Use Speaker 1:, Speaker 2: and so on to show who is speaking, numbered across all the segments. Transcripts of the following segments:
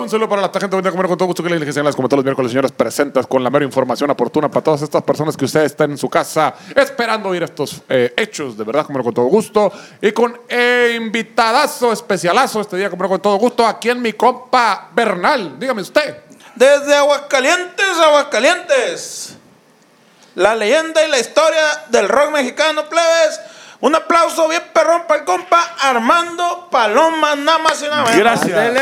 Speaker 1: Un saludo para la gente venida a comer con todo gusto que la diligencia en las como todos los miércoles, señoras presentas con la mera información oportuna para todas estas personas que ustedes están en su casa esperando oír estos eh, hechos, de verdad, comer con todo gusto. Y con eh, invitadazo especialazo este día, comer con todo gusto, aquí en mi compa Bernal. Dígame usted.
Speaker 2: Desde Aguascalientes, Aguascalientes. La leyenda y la historia del rock mexicano, plebes. Un aplauso bien perrón para el compa Armando Paloma, nada más y nada menos.
Speaker 3: Gracias.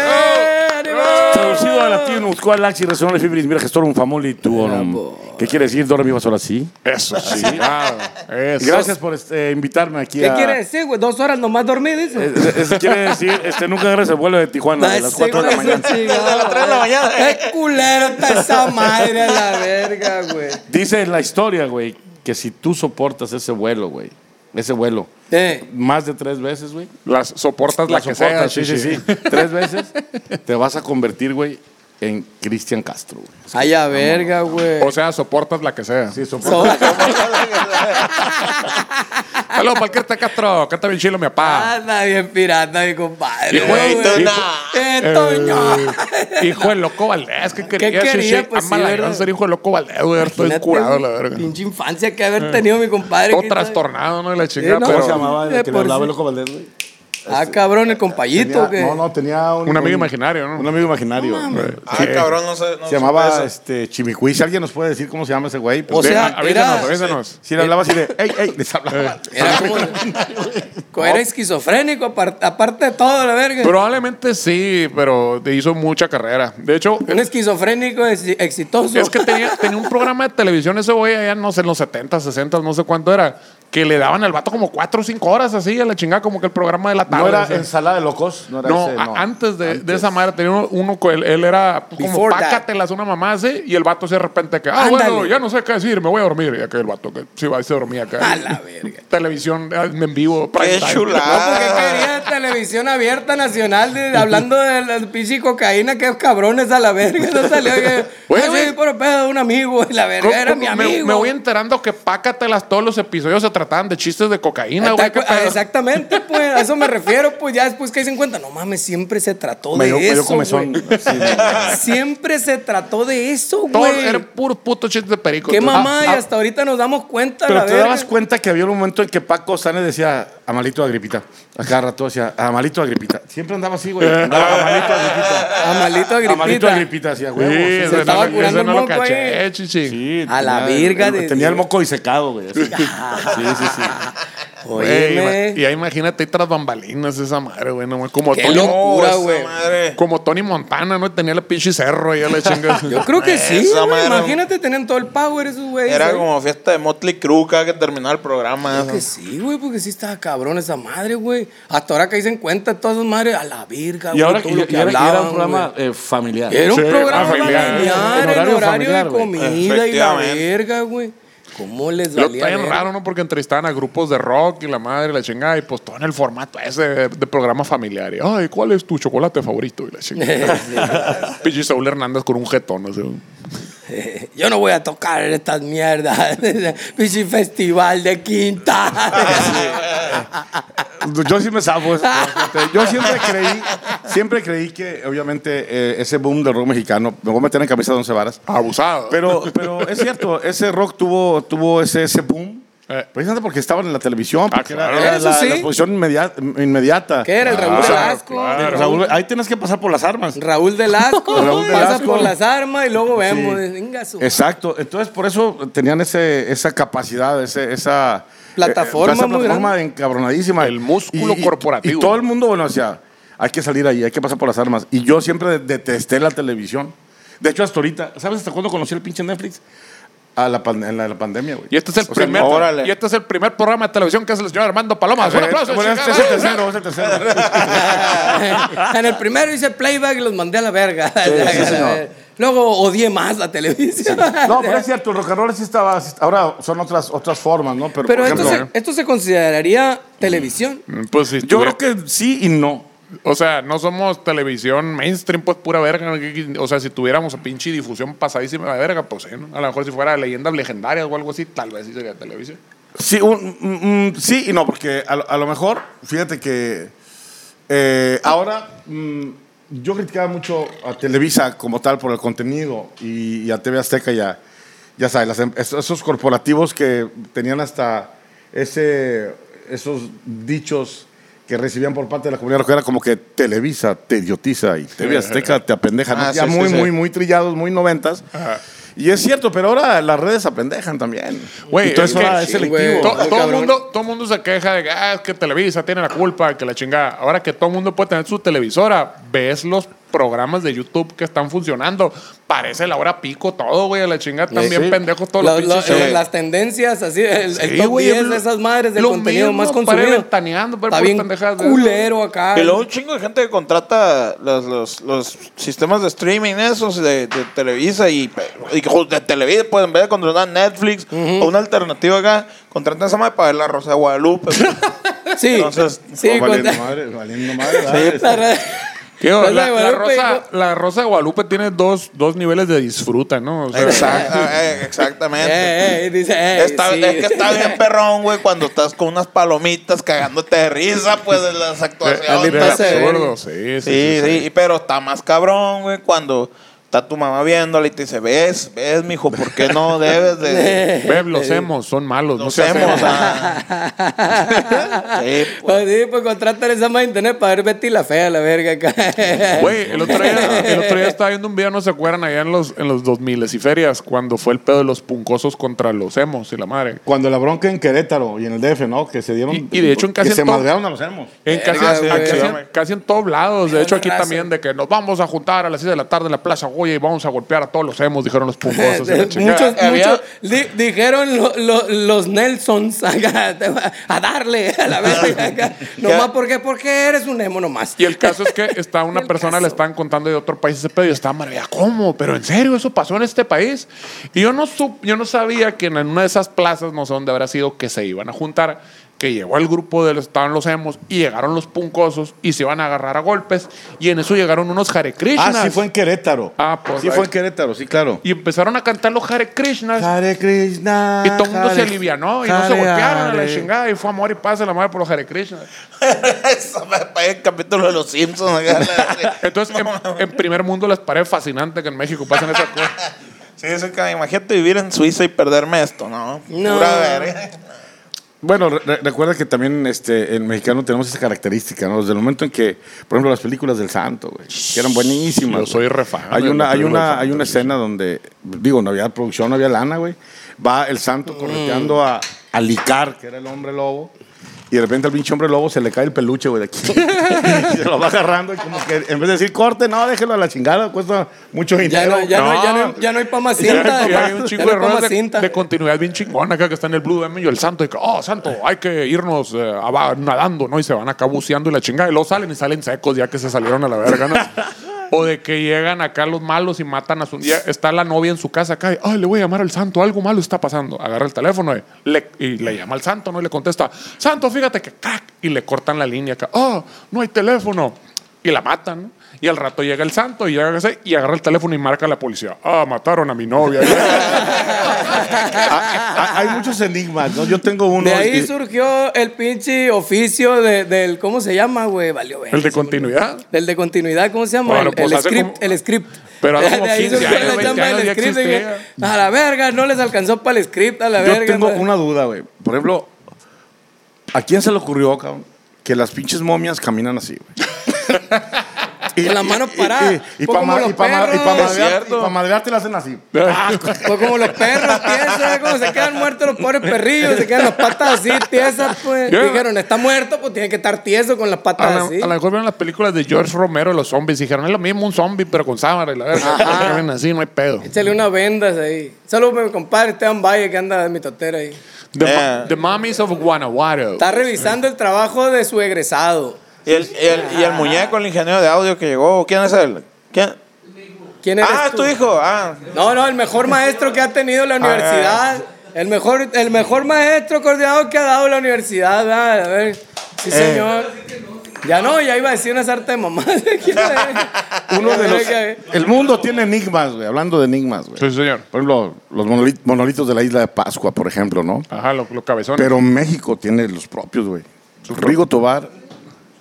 Speaker 3: Traducido al latín, buscó al laxi, resonó el fibris, Ah. mira gestorum famuli tuorum. ¿Qué quiere decir? Dormi vas ahora sí.
Speaker 1: Eso sí. claro, eso.
Speaker 3: Gracias por este, invitarme aquí.
Speaker 4: ¿Qué
Speaker 3: a-
Speaker 4: quiere decir, güey? Dos horas nomás dormí, dice.
Speaker 3: Eh, eh, eh, quiere decir, este, nunca eres el vuelo de Tijuana a las 4 de la mañana.
Speaker 2: Desde las tres de la mañana.
Speaker 4: Qué culero está esa madre a la verga, güey.
Speaker 3: Dice en la historia, güey, que si tú soportas ese vuelo, güey, ese vuelo,
Speaker 4: Eh,
Speaker 3: más de tres veces, güey,
Speaker 1: Las soportas la,
Speaker 3: la
Speaker 1: que
Speaker 3: soportas,
Speaker 1: sea.
Speaker 3: sí, sí, sí, tres veces, te vas a convertir, güey, en Cristian Castro, güey.
Speaker 4: ay, a verga, güey.
Speaker 1: O sea, soportas la que sea.
Speaker 3: Sí, soportas.
Speaker 4: So-
Speaker 1: Saludos para el Kirta Castro. Canta bien chilo, mi papá.
Speaker 4: Anda bien pirata, mi compadre.
Speaker 1: Hijo de-
Speaker 4: güey.
Speaker 1: hijo-
Speaker 4: Eh, Toño.
Speaker 1: Hijo de loco Valdés, ¿qué quería?
Speaker 4: ¿Qué
Speaker 1: Sí,
Speaker 4: quería?
Speaker 1: sí,
Speaker 4: Pues sí,
Speaker 1: ama la
Speaker 4: ¿verdad?
Speaker 1: gran ser hijo de loco Valdés, güey. Estoy
Speaker 4: Imagínate,
Speaker 1: curado,
Speaker 4: güey,
Speaker 1: la verga.
Speaker 4: Pinche infancia que haber tenido mi compadre.
Speaker 1: Todo
Speaker 4: ¿quién sabe?
Speaker 1: trastornado, ¿no? Y la chingada,
Speaker 4: Sí, ¿no?
Speaker 1: pero
Speaker 3: ¿Cómo se llamaba
Speaker 4: Eh,
Speaker 3: el que le
Speaker 4: por
Speaker 3: hablaba
Speaker 4: si-
Speaker 3: el loco Valdés, güey?
Speaker 4: Ah, cabrón, el compayito,
Speaker 3: Tenía-
Speaker 4: que.
Speaker 3: No, no, tenía un...
Speaker 1: un amigo
Speaker 3: un-
Speaker 1: imaginario, ¿no?
Speaker 3: Un amigo imaginario. güey.
Speaker 2: Ah, cabrón, no sé. no
Speaker 3: se
Speaker 2: supe
Speaker 3: llamaba
Speaker 2: eso.
Speaker 3: este, Chimicuí. Si alguien nos puede decir cómo se llama ese güey. pues,
Speaker 4: O
Speaker 3: ve-
Speaker 4: sea,
Speaker 1: Ah, avísanos,
Speaker 4: era-
Speaker 1: avísanos.
Speaker 3: si le hablaba así de, ¡ey, ey! Les hablaba.
Speaker 4: Era como. como Era esquizofrénico, apar- aparte de todo, la verga.
Speaker 1: Probablemente sí, pero te hizo mucha carrera. De hecho,
Speaker 4: Un esquizofrénico es- exitoso.
Speaker 1: es que tenía, tenía un programa de televisión ese güey allá, no sé, en los 70, 60, no sé cuánto era, que le daban al vato como 4 o 5 horas así a la chingada, como que el programa de la tarde.
Speaker 3: ¿No era
Speaker 1: así.
Speaker 3: ensalada de locos? No, era
Speaker 1: No,
Speaker 3: ese,
Speaker 1: a- antes, de, de esa madre tenía uno, uno que él, él era como
Speaker 4: Before that.
Speaker 1: pácatelas una mamá así y el vato así de repente que, ah,
Speaker 4: Ándale.
Speaker 1: bueno, ya no sé qué decir, me voy a dormir. Y aquel vato que sí va y se dormía acá.
Speaker 4: A la verga.
Speaker 1: Televisión eh, en vivo. prime
Speaker 2: Qué
Speaker 1: time.
Speaker 4: No, porque
Speaker 2: chulada.
Speaker 4: quería televisión abierta nacional de- hablando de la pinche cocaína, que cabrones a la verga. No salió que.
Speaker 1: Güey, güey.
Speaker 4: "Ay, güey, por pedo de un amigo, y la verga
Speaker 1: ¿Cómo-
Speaker 4: era
Speaker 1: cómo
Speaker 4: mi
Speaker 1: me-
Speaker 4: amigo.
Speaker 1: Me, voy enterando que pácatelas todos los episodios se trataban de chistes de cocaína,
Speaker 4: Está-
Speaker 1: güey. qué
Speaker 4: ah,
Speaker 1: pedo.
Speaker 4: Exactamente, pues, a eso me refiero, pues ya después que se cuenta, no mames, siempre se trató
Speaker 3: Me
Speaker 4: de
Speaker 3: dio, me dio
Speaker 4: eso.
Speaker 3: comezón.
Speaker 4: güey.
Speaker 3: Sí, no.
Speaker 4: Siempre se trató de eso,
Speaker 1: Todo
Speaker 4: güey.
Speaker 1: era puro puto chiste de perico.
Speaker 4: Qué
Speaker 1: tú.
Speaker 4: mamá, y
Speaker 3: ah.
Speaker 4: hasta ahorita nos damos cuenta, la
Speaker 3: Pero te
Speaker 4: verga.
Speaker 3: dabas cuenta que había un momento en que Paco Sane decía, Amalito Agripita. A cada rato decía, Amalito Agripita. Siempre andaba así, güey. Andaba Amalito Agripita.
Speaker 4: Amalito Agripita.
Speaker 3: Amalito Agripita, hacía
Speaker 1: Sí,
Speaker 3: huevo.
Speaker 1: ese
Speaker 4: se
Speaker 1: no
Speaker 4: estaba
Speaker 1: lo-
Speaker 4: curando
Speaker 1: ese no
Speaker 4: un
Speaker 1: lo
Speaker 4: moco ahí.
Speaker 1: caché, chichi.
Speaker 4: A la
Speaker 3: virga
Speaker 4: virga de
Speaker 3: Tenía el
Speaker 4: Dios.
Speaker 3: moco disecado, güey. así. Sí, sí, sí.
Speaker 1: Güey,
Speaker 4: Óyeme.
Speaker 1: ima- y ahí imagínate ahí tras bambalinas esa madre, güey. No, mames, como
Speaker 4: Qué
Speaker 1: Tony,
Speaker 4: locura,
Speaker 2: esa
Speaker 4: güey.
Speaker 2: madre.
Speaker 1: como Tony Montana, ¿no? Tenía el pinche cerro ahí a la chinga.
Speaker 4: Yo creo que sí,
Speaker 2: Esa
Speaker 4: güey.
Speaker 2: madre.
Speaker 4: Imagínate, tenían todo el power esos güeyes.
Speaker 2: Era
Speaker 4: güey.
Speaker 2: como fiesta de Motley Crue cada que terminaba el programa.
Speaker 4: Que
Speaker 2: eso.
Speaker 4: sí, güey, porque sí estaba cabrón esa madre, güey. Hasta ahora que dicen cuenta de todas esas madres, a la virga, güey.
Speaker 3: Y ahora
Speaker 4: todo
Speaker 3: y-
Speaker 4: lo
Speaker 3: y
Speaker 4: que
Speaker 3: era- y era
Speaker 4: hablaban,
Speaker 3: un programa eh, familiar.
Speaker 4: güey. Era un
Speaker 1: Sí,
Speaker 4: programa
Speaker 1: familiar,
Speaker 4: familiar,
Speaker 3: en
Speaker 4: en
Speaker 3: horario
Speaker 4: horario,
Speaker 3: familiar,
Speaker 4: de
Speaker 3: güey.
Speaker 4: comida y la
Speaker 2: Efectivamente.
Speaker 4: verga, güey. ¿Cómo les
Speaker 1: Lo
Speaker 4: valía?
Speaker 1: traen
Speaker 4: verga?
Speaker 1: raro, ¿no? Porque entrevistaban a grupos de rock y la madre y la chingada y pues todo en el formato ese de, de programa familiar. Y, Ay, ¿cuál es tu chocolate favorito? Y la chingada. Pinche Saúl Hernández con un jetón, así.
Speaker 4: Yo no voy a tocar estas mierdas. Pichi festival de quinta.
Speaker 3: Yo sí me zafo. eso, fíjate. Yo siempre creí, siempre creí que, obviamente, eh, ese boom del rock mexicano, me voy a meter en camisa de once varas,
Speaker 1: Abusado.
Speaker 3: pero, pero es cierto, ese rock tuvo, tuvo ese, ese boom.
Speaker 1: Eh.
Speaker 3: Precisamente porque estaban en la televisión,
Speaker 1: Ah,
Speaker 3: porque era-
Speaker 1: claro. Ah,
Speaker 3: era,
Speaker 4: Eso
Speaker 3: la,
Speaker 4: sí.
Speaker 3: la exposición inmedia- inmediata.
Speaker 4: ¿Qué era el Raúl
Speaker 3: o sea,
Speaker 4: Velasco?
Speaker 1: claro.
Speaker 3: Raúl, ahí tenías que pasar por las armas.
Speaker 4: Raúl del Asco.
Speaker 3: Raúl del
Speaker 4: pasa
Speaker 3: Asco.
Speaker 4: por las armas y luego vemos.
Speaker 3: Sí.
Speaker 4: Venga, su
Speaker 3: Exacto. Entonces, por eso tenían ese, esa capacidad, ese, esa eh,
Speaker 4: Plataforma
Speaker 3: esa
Speaker 4: muy
Speaker 3: plataforma encabronadísima.
Speaker 1: El músculo corporativo.
Speaker 3: Y todo el mundo, bueno, decía, hay que salir ahí, hay que pasar por las armas. Y yo siempre detesté la televisión. De hecho, hasta ahorita, ¿sabes hasta cuándo conocí el pinche Netflix? A la, pan- en la, la pandemia, güey.
Speaker 1: y este es el
Speaker 3: O sea,
Speaker 1: primer
Speaker 3: no,
Speaker 2: órale.
Speaker 1: y este es el primer programa de televisión que hace el señor Armando Paloma. Un
Speaker 3: eh,
Speaker 1: aplauso,
Speaker 3: bueno, este es el
Speaker 1: chingada.
Speaker 3: tercero, es el tercero.
Speaker 4: en el primero hice playback y los mandé a la verga.
Speaker 3: Sí, sí, señor.
Speaker 4: Luego odié más la televisión.
Speaker 3: No, pero es cierto, el rock and roll sí estaba. Ahora son otras, otras formas, ¿no? Pero,
Speaker 4: Pero
Speaker 3: por
Speaker 4: esto,
Speaker 3: ejemplo,
Speaker 4: se, esto se consideraría televisión.
Speaker 1: Pues sí,
Speaker 3: yo creo que sí y no.
Speaker 1: O sea, no somos televisión mainstream, pues pura verga. O sea, si tuviéramos a pinche difusión pasadísima de verga, pues sí, ¿no? A lo mejor si fuera leyendas legendarias o algo así, tal vez sí sería televisión.
Speaker 3: Sí, un- mm, mm, sí y no, porque a, lo- a lo mejor, fíjate que eh, ahora mm, yo criticaba mucho a Televisa como tal por el contenido y, y a TV Azteca ya, ya sabes, las em- es- esos corporativos que tenían hasta ese, esos dichos que recibían por parte de la comunidad rockera como que Televisa te idiotiza y TV Azteca te apendeja. ¿no?
Speaker 2: Ah,
Speaker 3: ya
Speaker 2: sí,
Speaker 3: muy,
Speaker 2: sí, sí.
Speaker 3: muy, muy trillados, muy noventas. Y es cierto, pero ahora las redes apendejan también.
Speaker 1: Güey,
Speaker 3: Entonces
Speaker 1: es que-
Speaker 3: ahora es
Speaker 1: sí,
Speaker 3: selectivo.
Speaker 4: güey.
Speaker 1: To-
Speaker 4: Ay,
Speaker 1: todo, el
Speaker 4: cabrón.
Speaker 1: mundo, todo mundo se queja de que, "Ah, es que Televisa tiene la culpa, que la chingada. Ahora que todo el mundo puede tener su televisora, ves los programas de YouTube que están funcionando. Parece la hora pico todo, güey, a la chingada. Están bien
Speaker 3: sí.
Speaker 1: pendejos todos
Speaker 4: La-
Speaker 1: los
Speaker 4: la-
Speaker 1: pinches
Speaker 4: eh,
Speaker 1: shows.
Speaker 4: las tendencias, así, el, el
Speaker 1: Sí,
Speaker 4: top
Speaker 1: güey,
Speaker 4: 10
Speaker 1: es
Speaker 4: de
Speaker 1: lo-
Speaker 4: esas madres del
Speaker 1: lo
Speaker 4: contenido
Speaker 1: mismo,
Speaker 4: más
Speaker 1: para
Speaker 4: consumido.
Speaker 1: ventaneando, para
Speaker 4: Está
Speaker 1: puras
Speaker 4: bien
Speaker 1: pendejadas de esas.
Speaker 4: culero acá.
Speaker 2: Y luego un chingo de gente que contrata los, los, los sistemas de streaming esos de, de Televisa y, y que, pues, de Televisa, pues en vez de contratar Netflix o una alternativa acá, contratan esa madre para ver la Rosa de Guadalupe. pues.
Speaker 4: Sí,
Speaker 2: Entonces,
Speaker 4: sí,
Speaker 3: Oh, valiendo
Speaker 4: contra-
Speaker 3: madre, valiendo madre. ¿verdad?
Speaker 4: la red-
Speaker 1: ¿Qué, o-
Speaker 4: Rosa de
Speaker 1: la, la
Speaker 4: Guadalupe,
Speaker 1: Rosa, la Rosa de Guadalupe tiene dos, dos niveles de disfruta, ¿no? O sea,
Speaker 2: Exacta- eh, exactamente.
Speaker 4: Eh, eh, dice, eh,
Speaker 2: Está-
Speaker 4: sí.
Speaker 2: Es que está bien perrón, güey, cuando estás con unas palomitas cagándote de risa, pues, de las
Speaker 1: el
Speaker 2: actuaciones.
Speaker 4: pase de
Speaker 1: absurdo, sí, sí,
Speaker 2: Sí, sí, y- pero está más cabrón, güey, cuando está tu mamá viéndola y te dice, ves, ves, mijo, ¿por qué no debes de...?
Speaker 1: Beb, los hemos, son malos, no
Speaker 2: Nos
Speaker 1: se hacen.
Speaker 2: hemos, ah. Sí, pues.
Speaker 4: Pues sí, pues contratan esa madre de internet para ver Betty la fea, la verga acá.
Speaker 1: Güey, el otro, día, el otro día estaba viendo un video, no se acuerdan, allá en los, en los 2000 y ferias, cuando fue el pedo de los puncosos contra los hemos y la madre.
Speaker 3: Cuando la bronca en Querétaro y en el DF, ¿no? Que se dieron.
Speaker 1: Y- y de hecho en casi
Speaker 3: que
Speaker 1: en
Speaker 3: se
Speaker 1: todo-
Speaker 3: madrearon a los hermos.
Speaker 1: En casi,
Speaker 2: Ah, sí,
Speaker 1: en-
Speaker 2: sí,
Speaker 1: casi,
Speaker 2: güey.
Speaker 1: en, casi en todos lados. De hecho, aquí
Speaker 4: raza.
Speaker 1: también de que nos vamos a juntar a las 6 de la tarde en la Plaza Goya y vamos a golpear a todos los hemos, dijeron los puncosos. y la chingada.
Speaker 4: Muchos,
Speaker 2: Había-
Speaker 4: muchos di- dijeron lo- lo- los Nelsons acá, te va- a darle a la verga acá. Nomás porque, porque eres un emo nomás.
Speaker 1: Y el caso es que está una
Speaker 4: El
Speaker 1: persona, le
Speaker 4: caso.
Speaker 1: estaban contando de otro país ese pedo y estaba maravillada. ¿Cómo? ¿Pero en serio eso pasó en este país? Y yo no, sup- yo no sabía que en una de esas plazas, no sé dónde habrá sido, que se iban a juntar, que llegó el grupo de los, estaban los hemos y llegaron los puncosos y se iban a agarrar a golpes. Y en eso llegaron unos Hare Krishnas.
Speaker 3: Ah, sí fue en Querétaro.
Speaker 1: Ah, pues,
Speaker 3: Sí
Speaker 1: ahí.
Speaker 3: fue en Querétaro, sí, claro.
Speaker 1: Y empezaron a cantar los Hare Krishnas.
Speaker 3: Hare Krishna.
Speaker 1: Y todo el mundo se
Speaker 3: Hare-
Speaker 1: alivianó y no se
Speaker 3: Hare,
Speaker 1: golpearon a la
Speaker 3: Hare.
Speaker 1: chingada. Y fue amor y paz a la madre por los Hare Krishnas.
Speaker 2: Eso me parece el capítulo de los Simpsons. acá, la verga.
Speaker 1: Entonces, em en, en primer mundo les parece fascinante que en México pasen esas cosas.
Speaker 2: Sí, eso que imagínate vivir en Suiza y perderme esto, ¿no?
Speaker 4: No.
Speaker 2: Pura verga.
Speaker 3: Bueno, re- re- recuerda que también este, en mexicano tenemos esa característica, ¿no? Desde el momento en que, por ejemplo, las películas del santo, güey, que eran buenísimas.
Speaker 1: Yo soy
Speaker 3: güey.
Speaker 1: re fan
Speaker 3: Hay
Speaker 1: de
Speaker 3: una,
Speaker 1: la
Speaker 3: hay
Speaker 1: película del
Speaker 3: una,
Speaker 1: santo,
Speaker 3: hay una escena donde, digo, no había producción, no había lana, güey. Va el santo
Speaker 4: Mm.
Speaker 3: correteando a, a Licar, que era el hombre lobo. Y de repente al pinche hombre lobo se le cae el peluche, güey, de aquí. y se lo va agarrando y como que en vez de decir corte, no, déjelo a la chingada, cuesta mucho
Speaker 4: Ya
Speaker 3: dinero.
Speaker 4: no, ya no, ya no, ya no hay pa' más cinta.
Speaker 1: Y hay un
Speaker 4: ya
Speaker 1: chingo
Speaker 4: no
Speaker 1: de
Speaker 4: hay pa'
Speaker 1: errores
Speaker 4: más
Speaker 1: de,
Speaker 4: cinta.
Speaker 1: de continuidad bien chingón acá que está en el Blue Demon y el santo. Y que, oh, santo, hay que irnos eh, aba- nadando, ¿no? Y se van acá buceando y la chingada. Y luego salen y salen secos ya que se salieron a la verga, ¿no? O de que llegan acá los malos y matan a su... ya está la novia en su casa acá y, ay, le voy a llamar al santo, algo malo está pasando. Agarra el teléfono eh, le- y le llama al santo, ¿no? Y le contesta, santo, fíjate que crack. Y le cortan la línea acá, oh, no hay teléfono y la matan. ¿no? Y al rato llega el santo y, llega ese, y agarra el teléfono y marca a la policía. Ah, mataron a mi novia.
Speaker 3: Ah, ah, hay muchos enigmas, ¿no? Yo tengo uno.
Speaker 4: De ahí
Speaker 3: y-
Speaker 4: surgió el pinche oficio de- del, ¿cómo se llama, güey? Valió verga.
Speaker 1: el de continuidad.
Speaker 4: Del de continuidad, ¿cómo se llama?
Speaker 1: Bueno,
Speaker 4: el,
Speaker 1: pues,
Speaker 4: el
Speaker 1: hace
Speaker 4: script,
Speaker 1: como-
Speaker 4: el script.
Speaker 1: Pero hace
Speaker 4: De
Speaker 1: como
Speaker 4: ahí
Speaker 1: 15
Speaker 4: surgió
Speaker 1: años,
Speaker 4: la
Speaker 1: 20
Speaker 4: chamba del
Speaker 1: años ya
Speaker 4: script, dije,
Speaker 1: existía.
Speaker 4: A la verga, no les alcanzó para el script, a la
Speaker 3: Yo
Speaker 4: verga.
Speaker 3: tengo
Speaker 4: madre.
Speaker 3: una duda, güey. Por ejemplo, ¿a quién se le ocurrió, cabrón, que las pinches momias caminan así, güey?
Speaker 4: Con la mano parada.
Speaker 3: Y, y,
Speaker 4: Fue
Speaker 3: para
Speaker 4: como los perros.
Speaker 3: madrearte, y pa' madrearte la hacen así.
Speaker 4: Pues como los perros tiesas, ¿sabes cómo se quedan muertos los pobres perrillos? Se quedan las patas así, tiesas, pues.
Speaker 1: Yo-
Speaker 4: Dijeron, está muerto, pues tiene que estar tieso con las patas
Speaker 1: A la-
Speaker 4: así.
Speaker 1: a lo mejor vieron las películas de George Romero, los zombies, y dijeron, es lo mismo un zombie, pero con sábana y la verga. Cagan así, no hay pedo.
Speaker 4: Échale una venda ahí. Saludos para mi compadre Esteban Valle que anda de mi totera ahí.
Speaker 1: The, mo-
Speaker 4: Eh.
Speaker 2: Yeah.
Speaker 1: the Mummies of Guanajuato.
Speaker 4: Está revisando el trabajo de su egresado.
Speaker 2: Y el, y el, y el muñeco, el ingeniero de audio que llegó, ¿quién es él? ¿Quién?
Speaker 4: ¿Quién eres
Speaker 2: Ah,
Speaker 4: tú?
Speaker 2: tu hijo. Ah,
Speaker 4: No, no, el mejor maestro que ha tenido la universidad. El mejor, el mejor maestro coordinador que ha dado la universidad. ¿verdad? A ver, sí, señor. Ya no, ya iba a decir una sarta de mamá.
Speaker 3: Uno de los, el mundo tiene enigmas, güey. Hablando de enigmas, güey.
Speaker 1: Sí, señor.
Speaker 3: Por ejemplo, los monoli- monolitos de la isla de Pascua, por ejemplo, ¿no?
Speaker 1: Ajá, los, los cabezones.
Speaker 3: Pero México tiene los propios, güey. Rigo Tobar,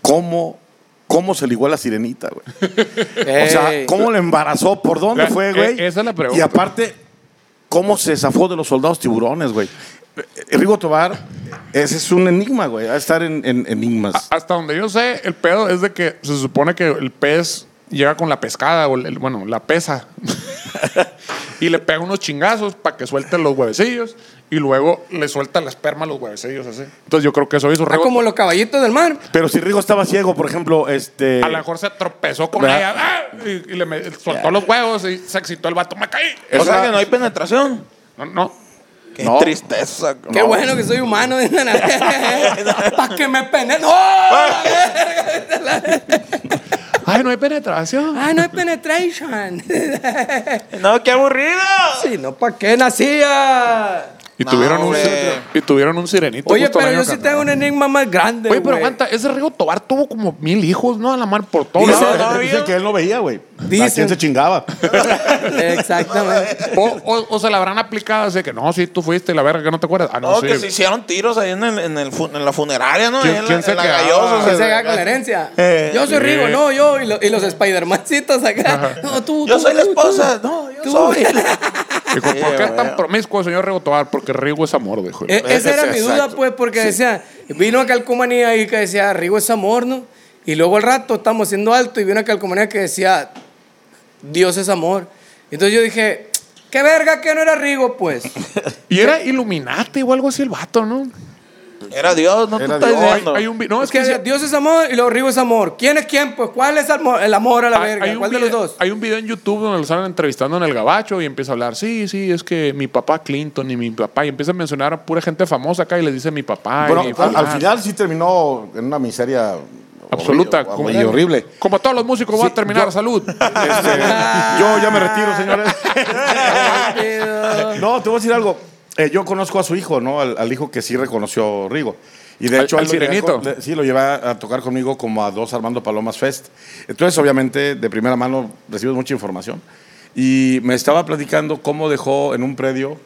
Speaker 3: ¿cómo, ¿cómo se ligó a la sirenita, güey? O sea, ¿cómo le embarazó? ¿Por dónde
Speaker 1: Eh, La-
Speaker 3: fue,
Speaker 1: e-
Speaker 3: güey?
Speaker 1: esa es la pregunta.
Speaker 3: Y aparte, ¿cómo se zafó de los soldados tiburones, güey? Eh, eh, Rigo Tobar, ese es un enigma, güey. Va a estar en, en enigmas.
Speaker 1: Hasta donde yo sé, el pedo es de que se supone que el pez llega con la pescada, o el- bueno, la pesa. y le pega unos chingazos para que suelten los huevecillos. Y luego le suelta la esperma a los huevecillos así. Entonces yo creo que eso hizo
Speaker 4: Ah,
Speaker 1: Rigo.
Speaker 4: como los caballitos del mar.
Speaker 3: Pero si Rigo estaba ciego, por ejemplo, este.
Speaker 1: A lo mejor se tropezó con
Speaker 3: ¿Verdad?
Speaker 1: ella ¡ah! y, y le me- soltó los huevos y se excitó el vato. ¡Me caí!
Speaker 2: o sea
Speaker 3: Esa-
Speaker 2: que no hay penetración.
Speaker 1: No, no.
Speaker 2: Qué
Speaker 3: No.
Speaker 2: tristeza. cabrón.
Speaker 4: Qué bueno que soy humano. Para que me pene. ¡No! Ah, la verga!
Speaker 1: Ay, no hay penetración.
Speaker 4: ¡Ay, no hay penetration!
Speaker 2: No, qué aburrido.
Speaker 4: Si no, ¿para qué nacía?
Speaker 1: Y,
Speaker 2: No,
Speaker 1: tuvieron un,
Speaker 2: hombre.
Speaker 1: sir- y tuvieron un sirenito.
Speaker 4: Oye,
Speaker 1: justo el
Speaker 4: pero
Speaker 1: año
Speaker 4: yo sí
Speaker 1: que-
Speaker 4: tengo un enigma más grande.
Speaker 1: Oye, pero
Speaker 4: güey.
Speaker 1: aguanta, ese Rigo Tobar tuvo como mil hijos, ¿no? A la mar por todo.
Speaker 4: Dice-
Speaker 1: lado.
Speaker 2: no,
Speaker 3: Dicen
Speaker 2: yo-
Speaker 3: que él no veía, güey. ¿A
Speaker 4: Dicen.
Speaker 3: quién se chingaba?
Speaker 4: Exactamente.
Speaker 1: O, o- o se la habrán aplicado así que no, sí, tú fuiste y la verga que no te acuerdas. Ah, no,
Speaker 2: No,
Speaker 1: sí.
Speaker 2: que se hicieron tiros ahí en, el, en, el fu- en la funeraria, ¿no?
Speaker 1: ¿Quién-
Speaker 2: Ahí en la-
Speaker 1: quién se
Speaker 2: en la
Speaker 1: quedaba?
Speaker 2: Galloso,
Speaker 4: ¿Quién
Speaker 2: se-
Speaker 4: se queda con la herencia?
Speaker 2: Eh,
Speaker 4: yo soy
Speaker 1: sí.
Speaker 4: Rigo, no, yo. Y, lo- y los Spider-Mancitos acá. No, tú,
Speaker 2: Yo
Speaker 4: tú,
Speaker 2: soy la
Speaker 4: tú,
Speaker 2: esposa.
Speaker 4: tú.
Speaker 2: No, yo
Speaker 4: Tú. E,
Speaker 2: soy.
Speaker 1: Dijo, ¿Por qué es tan
Speaker 2: bueno.
Speaker 1: promiscuo el señor Rigo Tobar? Porque Rigo es amor, dijo.
Speaker 4: E- esa era mi duda,
Speaker 2: Exacto.
Speaker 4: pues, porque decía, vino a calcomanía y que decía, Rigo es amor, ¿no? Y luego al rato estamos siendo alto y vino a calcomanía que decía, Dios es amor. Entonces yo dije, qué verga que no era Rigo, pues.
Speaker 1: y era
Speaker 4: eh.
Speaker 1: Illuminati o algo así el vato, ¿no?
Speaker 2: Era Dios, no tú
Speaker 3: Era
Speaker 2: estás
Speaker 3: Dios.
Speaker 1: Hay,
Speaker 2: diciendo.
Speaker 1: hay un vi- no,
Speaker 4: es que
Speaker 1: dice-
Speaker 4: Dios es amor y luego Rigo es amor. ¿Quién es quién? Pues, ¿cuál es amor- el amor a la
Speaker 1: Hay-
Speaker 4: verga?
Speaker 1: hay un
Speaker 4: ¿Cuál de los
Speaker 1: video-
Speaker 4: dos?
Speaker 1: Hay un video en YouTube donde lo están entrevistando en el gabacho y empieza a hablar, sí, sí, es que mi papá Clinton y mi papá, y empieza a mencionar a pura gente famosa acá y les dice mi papá. y
Speaker 3: Bueno,
Speaker 1: mi
Speaker 3: al, al
Speaker 1: fulano".
Speaker 3: final sí terminó en una miseria
Speaker 1: Absoluta.
Speaker 3: horrible, y horrible.
Speaker 1: Como todos los músicos, voy a terminar, salud.
Speaker 3: Este, yo ya me retiro, señores.
Speaker 4: Pero-
Speaker 3: No, te voy a decir algo. Eh, yo conozco a su hijo, ¿no? Al, al hijo que sí reconoció Rigo. Y de
Speaker 1: Al-
Speaker 3: hecho,
Speaker 1: al
Speaker 3: él lo llevé
Speaker 1: sirenito.
Speaker 3: con- le- sí, lo llevé a a tocar conmigo como a dos Armando Palomas Fest. Entonces, obviamente, de primera mano recibes mucha información. Y me estaba platicando cómo dejó en un predio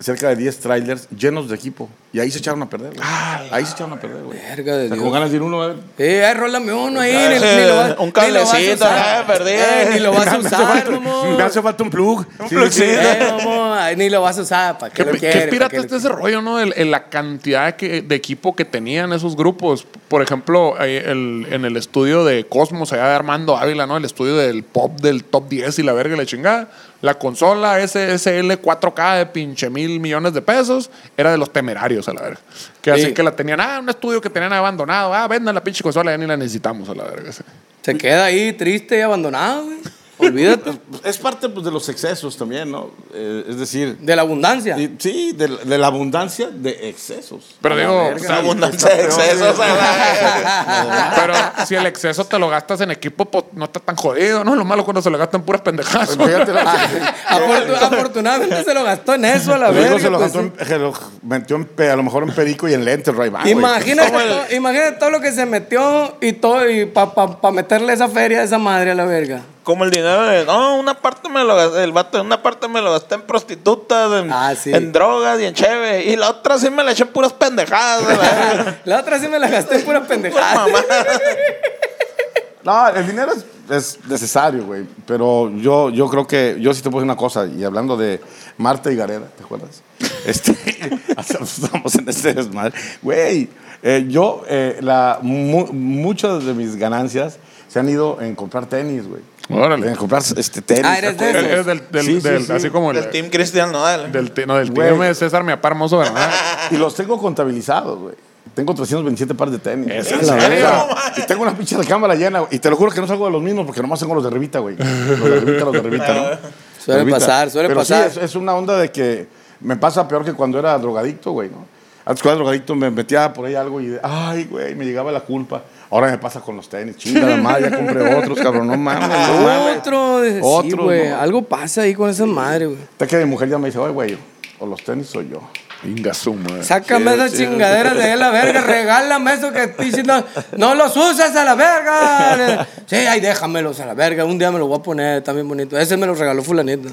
Speaker 3: cerca de 10 trailers llenos de equipo. Y ahí se echaron a perder, güey. Ahí se echaron a perder, güey.
Speaker 4: Verga de
Speaker 3: O sea,
Speaker 4: Dios.
Speaker 3: con ganas de ir uno, a ver.
Speaker 4: Eh, ay, rólame uno ahí,
Speaker 2: Eh,
Speaker 4: ni, ni lo vas-
Speaker 2: un
Speaker 4: ni lo vas a
Speaker 2: cablecito,
Speaker 4: usar.
Speaker 2: eh, perdí.
Speaker 4: Eh, ni lo vas a
Speaker 3: Me hace falta-
Speaker 4: usar, mamón.
Speaker 3: Me hace falta un plug. Sí,
Speaker 2: plugcito.
Speaker 3: sí.
Speaker 4: Eh, mamón, ay, ni lo vas a usar, ¿para qué
Speaker 1: ¿Qué,
Speaker 4: lo
Speaker 1: qué
Speaker 4: quieres?
Speaker 1: pirata
Speaker 4: ¿Pa' qué
Speaker 1: está
Speaker 4: lo
Speaker 1: ese rollo, ¿no? El- el- la cantidad que- de equipo que tenían esos grupos. Por ejemplo, ahí el- en el estudio de Cosmos, allá de Armando Ávila, ¿no? El estudio del pop del top 10 y la verga y la chingada. La consola SSL 4K de pinche mil millones de pesos era de los temerarios, a la verga. Que así
Speaker 4: Sí.
Speaker 1: que la tenían, ah, un estudio que tenían abandonado, ah, vendan la pinche consola, ya ni la necesitamos, a la verga. sí.
Speaker 4: Se queda ahí triste y abandonado, güey. Olvídate
Speaker 3: Es parte pues, de los excesos también, ¿no? Eh, es decir,
Speaker 4: de la abundancia.
Speaker 3: y- sí, de, la- de la abundancia de excesos.
Speaker 1: Pero digo, o
Speaker 2: Una
Speaker 1: sea,
Speaker 2: abundancia de excesos.
Speaker 1: pero si el exceso te lo gastas en equipo, pues no está tan jodido, ¿no? Lo malo cuando se lo gastan puras pendejadas.
Speaker 4: Pues
Speaker 3: Imagínate pues, la-
Speaker 4: Afortu- afortunadamente se lo gastó en eso a la
Speaker 3: Rigo
Speaker 4: verga.
Speaker 3: se lo,
Speaker 4: pues,
Speaker 3: gastó en- se lo metió en pe- a lo mejor en perico y en lentes, Ray Ban,
Speaker 4: sí.
Speaker 3: güey.
Speaker 4: Imagínate,
Speaker 2: Como el-
Speaker 4: todo, imagínate todo lo que se metió y todo y para pa, pa meterle esa feria a esa madre a la verga.
Speaker 2: Como el dinero de. No, una parte me lo gasté. El vato, una parte me lo gasté en prostitutas, en,
Speaker 4: Ah, sí.
Speaker 2: en drogas y en cheve. Y la otra sí me la eché en puras pendejadas. a la verga.
Speaker 4: La otra sí me la gasté en pura
Speaker 2: Puras
Speaker 4: pendejada.
Speaker 2: mamadas.
Speaker 3: No, el dinero es, es necesario, güey. Pero yo, yo creo que, yo sí te puedo decir una cosa, y hablando de Marta y Gareda, ¿te acuerdas? Este, estamos en este desmadre. Güey, eh, yo, eh, la, mu- muchas de mis ganancias se han ido en comprar tenis, güey.
Speaker 1: Órale.
Speaker 3: En comprar este, tenis.
Speaker 4: Ah, eres de
Speaker 3: ¿te
Speaker 4: esos.
Speaker 3: acuerdas?
Speaker 1: Es del, del,
Speaker 3: Sí, sí,
Speaker 1: del-
Speaker 3: sí.
Speaker 1: así como el,
Speaker 2: Del team Cristian Nodal.
Speaker 1: del, ti- no, del
Speaker 3: Güey.
Speaker 1: team de César mi apar hermoso, ¿verdad?
Speaker 3: Y los tengo contabilizados, güey. Tengo 327 pares de tenis.
Speaker 1: ¿Es
Speaker 3: güey.
Speaker 1: en
Speaker 3: La
Speaker 1: serio?
Speaker 3: verga. Y tengo una pinche de cámara llena, güey. Y te lo juro que no salgo de los mismos porque nomás tengo los de revita, güey. Los de revita, los de revita, ¿no?
Speaker 4: Suele
Speaker 3: Revita.
Speaker 4: pasar, suele
Speaker 3: Pero sí,
Speaker 4: pasar.
Speaker 3: es, es una onda de que me pasa peor que cuando era drogadicto, güey, ¿no? Antes cuando era drogadicto me metía por ahí algo y, ay, güey, me llegaba la culpa. Ahora me pasa con los tenis, chinga la madre, ya compré otros, cabrón, no mames, no mames.
Speaker 4: Otro, dice, sí,
Speaker 3: Otro,
Speaker 4: güey.
Speaker 3: no.
Speaker 4: Algo pasa ahí con esa madre, güey.
Speaker 3: Hasta que mi mujer ya me dice, ay, güey, o los tenis soy yo.
Speaker 1: Inga suma.
Speaker 4: Sácame esas chingaderas de ahí a la verga, regálame eso que pinche no, no los usas a la verga. Sí, ay, déjamelos a la verga, un día me los voy a poner, también bonito. Ese me los regaló fulanito.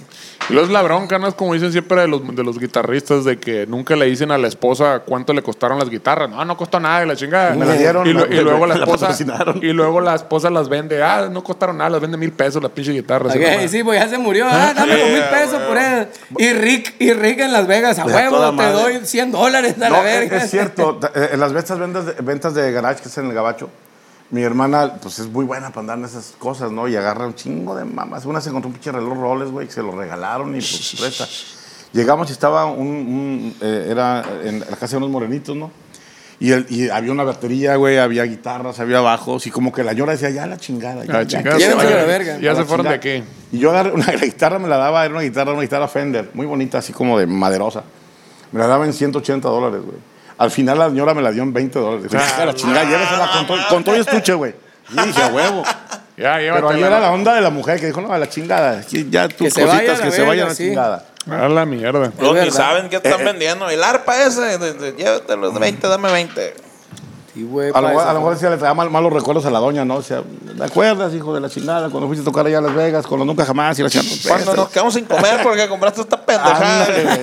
Speaker 1: Y los la bronca, ¿no? Es como dicen siempre de los, de los guitarristas, de que nunca le dicen a la esposa cuánto le costaron las guitarras. No, no costó nada, y la chingada.
Speaker 3: Me la dieron,
Speaker 1: y, lo-
Speaker 3: me-
Speaker 1: y luego la
Speaker 3: me la
Speaker 1: esposa.
Speaker 3: patrocinaron.
Speaker 1: y luego la esposa las vende. Ah, no costaron nada, las vende mil pesos las pinches guitarras.
Speaker 4: Ok,
Speaker 1: y la madre.
Speaker 4: sí, pues ya se murió, ah, dame los mil pesos por eso. Y Rick, y Rick en Las Vegas, a
Speaker 3: Pues a toda
Speaker 4: huevo, te
Speaker 3: madre.
Speaker 4: doy 100 dólares a la
Speaker 3: No,
Speaker 4: verga.
Speaker 3: es, es cierto. Ta- eh, En las ventas, ventas, de, ventas de garage, que es en el gabacho, mi hermana, pues es muy buena para andar en esas cosas, ¿no? Y agarra un chingo de mamas. Una se encontró un pinche reloj Rolex, güey, que se lo regalaron y pues presta. Llegamos y estaba un, un, eh, era en la casa de unos morenitos, ¿no? Y, el- y había una batería, güey, había guitarras, había bajos, y como que la llora decía, ya la chingada.
Speaker 1: Ah, chingada,
Speaker 4: Llévense
Speaker 1: madre.
Speaker 4: a la verga.
Speaker 1: Ya
Speaker 3: A la
Speaker 1: se fueron de
Speaker 3: chingada.
Speaker 1: aquí.
Speaker 3: Y yo agarré una la guitarra, me la daba, era una guitarra, una guitarra Fender, muy bonita, así como de maderosa. Me la daba en 180 dólares, güey. Al final la señora me la dio en 20 dólares.
Speaker 1: Ah,
Speaker 3: Dije, "Hija de la chingada, llévesela con todo, con todo y estuche, güey. Y dije, a huevo.
Speaker 1: Ya,
Speaker 3: Pero ahí
Speaker 1: llévatela.
Speaker 3: era la onda de la mujer que dijo, no, a la chingada. aquí ya tus
Speaker 4: Que se vaya a
Speaker 3: cositas
Speaker 4: la
Speaker 3: que se
Speaker 4: verga,
Speaker 3: vayan a la
Speaker 4: sí.
Speaker 3: chingada.
Speaker 1: A la mierda.
Speaker 2: Luego ni
Speaker 4: verdad.
Speaker 2: saben qué
Speaker 1: Eh,
Speaker 2: están vendiendo. El arpa ese, de- de- llévatelo
Speaker 3: Mm.
Speaker 2: de 20, dame 20.
Speaker 4: Sí, güey,
Speaker 3: A
Speaker 4: pa'
Speaker 3: lo, mejor-
Speaker 4: esa
Speaker 3: a lo mejor
Speaker 4: madre.
Speaker 3: decía, le traía mal- malos recuerdos a la doña, ¿no? O sea, ¿te acuerdas, hijo de la chingada? Cuando fuiste a tocar allá a Las Vegas, con los nunca jamás y la chingada.
Speaker 2: Cuando nos quedamos sin comer porque compraste esta pendejada.
Speaker 3: Ándale, güey.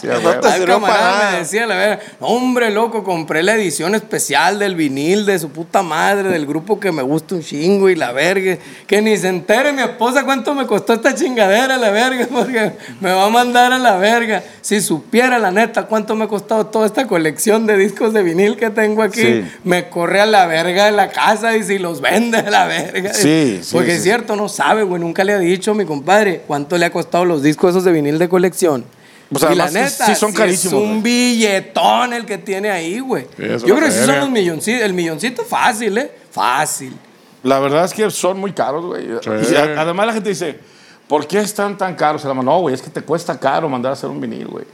Speaker 3: Sí, a
Speaker 2: No
Speaker 3: huevo.
Speaker 2: te-
Speaker 4: Ah, un
Speaker 2: duró para
Speaker 4: camarada
Speaker 2: nada.
Speaker 4: me decía, la verga, hombre, loco, compré la edición especial del vinil de su puta madre, del grupo que me gusta un chingo y la verga. Que ni se entere mi esposa cuánto me costó esta chingadera, la verga, porque me va a mandar a la verga. Si supiera, la neta, cuánto me ha costado toda esta colección de discos de vinil que tengo aquí,
Speaker 3: Sí.
Speaker 4: me corre a la verga de la casa y si los vende a la verga.
Speaker 3: Sí, sí,
Speaker 4: Porque
Speaker 3: sí,
Speaker 4: es
Speaker 3: sí.
Speaker 4: cierto, no sabe, güey, nunca le ha dicho a mi compadre cuánto le ha costado los discos esos de vinil de colección.
Speaker 3: Pues,
Speaker 4: Y la
Speaker 3: además, sí-
Speaker 4: neta,
Speaker 3: sí son
Speaker 4: Es
Speaker 3: carísimos,
Speaker 4: un
Speaker 3: güey.
Speaker 4: billetón el que tiene ahí, güey.
Speaker 1: Sí, es
Speaker 4: Yo
Speaker 1: una
Speaker 4: creo que sí son
Speaker 3: eh.
Speaker 1: feria.
Speaker 4: los milloncitos. El milloncito fácil, ¿eh? Fácil.
Speaker 3: La verdad es que son muy caros, güey.
Speaker 1: Sí.
Speaker 3: Y a- Además la gente dice, ¿por qué están tan caros? Hermano, No, güey, es que te cuesta caro mandar a hacer un vinil, güey.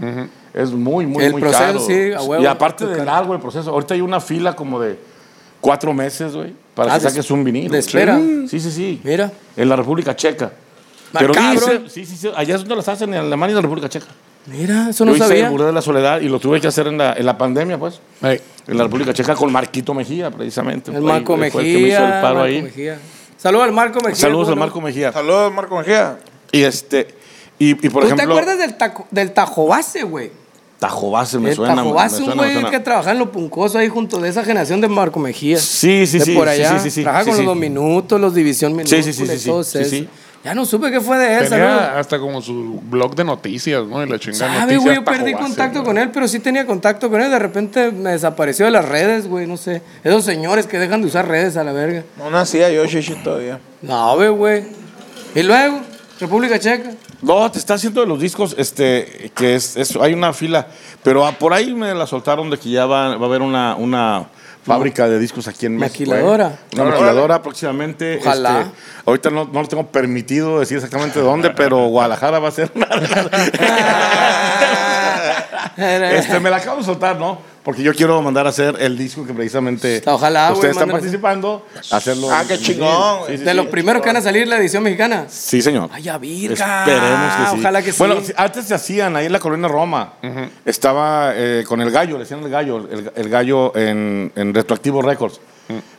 Speaker 3: Es muy, muy,
Speaker 4: El
Speaker 3: muy
Speaker 4: proceso,
Speaker 3: caro.
Speaker 4: sí, a huevo,
Speaker 3: y aparte
Speaker 4: está
Speaker 3: de
Speaker 4: caro.
Speaker 3: largo el proceso. Ahorita hay una fila como de cuatro meses, güey, para
Speaker 4: Ah,
Speaker 3: que
Speaker 4: de-
Speaker 3: saques un vinil.
Speaker 4: de
Speaker 3: güey.
Speaker 4: espera.
Speaker 3: Sí, sí, sí.
Speaker 4: Mira.
Speaker 3: En la República Checa.
Speaker 4: Ah,
Speaker 3: Pero
Speaker 4: cabrón.
Speaker 3: dice, sí, sí, sí, allá es donde las hacen, en Alemania y en la República Checa.
Speaker 4: Mira, eso
Speaker 3: Yo
Speaker 4: no
Speaker 3: hice el
Speaker 4: sabía.
Speaker 3: Buró de la Soledad y lo tuve que hacer en la, en la pandemia, pues.
Speaker 1: Ey.
Speaker 3: En la República Checa con Marquito Mejía, precisamente.
Speaker 4: El
Speaker 3: Fue-
Speaker 4: Marco
Speaker 3: fue el
Speaker 4: Mejía.
Speaker 3: que me hizo el paro
Speaker 4: Marco
Speaker 3: ahí.
Speaker 4: Mejía. Saludos al Marco Mejía.
Speaker 3: Saludos a
Speaker 4: ¿cómo no?
Speaker 3: Marco Mejía.
Speaker 2: Saludos, Marco Mejía.
Speaker 3: Y este, y, y por
Speaker 4: ¿Tú
Speaker 3: ejemplo.
Speaker 4: Pues, te acuerdas del, taco, del Tajobase, güey?
Speaker 3: Tajobase me
Speaker 4: El
Speaker 3: suena. me-
Speaker 4: Tajobase,
Speaker 3: me
Speaker 4: un
Speaker 3: suena, me
Speaker 4: güey
Speaker 3: suena.
Speaker 4: que trabajaba en Lo Puncoso ahí junto de esa generación de Marco Mejía.
Speaker 3: Sí, sí,
Speaker 4: De
Speaker 3: sí,
Speaker 4: por
Speaker 3: sí,
Speaker 4: allá.
Speaker 3: sí, sí, sí,
Speaker 4: Trabajaba
Speaker 3: sí,
Speaker 4: con
Speaker 3: sí.
Speaker 4: los Minutos, los División Minúscula,
Speaker 3: Sí, sí, sí, sí, sí,
Speaker 4: todos
Speaker 3: sí,
Speaker 4: esos.
Speaker 3: sí.
Speaker 4: Ya no supe qué fue de él, saludos.
Speaker 1: Tenía hasta como su blog de noticias, ¿no? Y la chingada.
Speaker 4: ¿Sabe,
Speaker 1: noticias
Speaker 4: güey? Yo perdí
Speaker 1: Tajobase,
Speaker 4: contacto
Speaker 1: ¿no?
Speaker 4: con él, pero sí tenía contacto con él. De repente me desapareció de las redes, güey, no sé. Esos señores que dejan de usar redes a la verga.
Speaker 2: No nacía yo, Shishi, todavía.
Speaker 4: No, ve, güey. Y luego, República Checa.
Speaker 3: No, te está haciendo de los discos, este, que es, es- hay una fila. Pero ah, por ahí me la soltaron de que ya va, va a haber una, una fábrica de discos aquí en México. ¿eh?
Speaker 4: Maquiladora.
Speaker 3: Una maquiladora próximamente.
Speaker 4: Ojalá.
Speaker 3: este, ahorita no, no lo tengo permitido decir exactamente dónde, pero Guadalajara va a ser una. este, me la acabo de soltar, ¿no? Porque yo quiero mandar a hacer el disco que precisamente
Speaker 4: Ojalá, güey,
Speaker 3: ustedes están
Speaker 4: mándanos.
Speaker 3: participando. Hacerlo
Speaker 2: Ah, qué chingón, güey.
Speaker 3: Sí, sí,
Speaker 4: de
Speaker 3: sí.
Speaker 4: los primeros que van a salir la edición mexicana.
Speaker 3: Sí, señor.
Speaker 4: Ay, a virga.
Speaker 3: Esperemos que sí.
Speaker 4: "Ah, Ojalá que sí.
Speaker 3: Bueno, si- antes se hacían ahí en la colonia Roma. Estaba eh, con el gallo, le decían el gallo, el, el gallo en, en Retroactivo Records.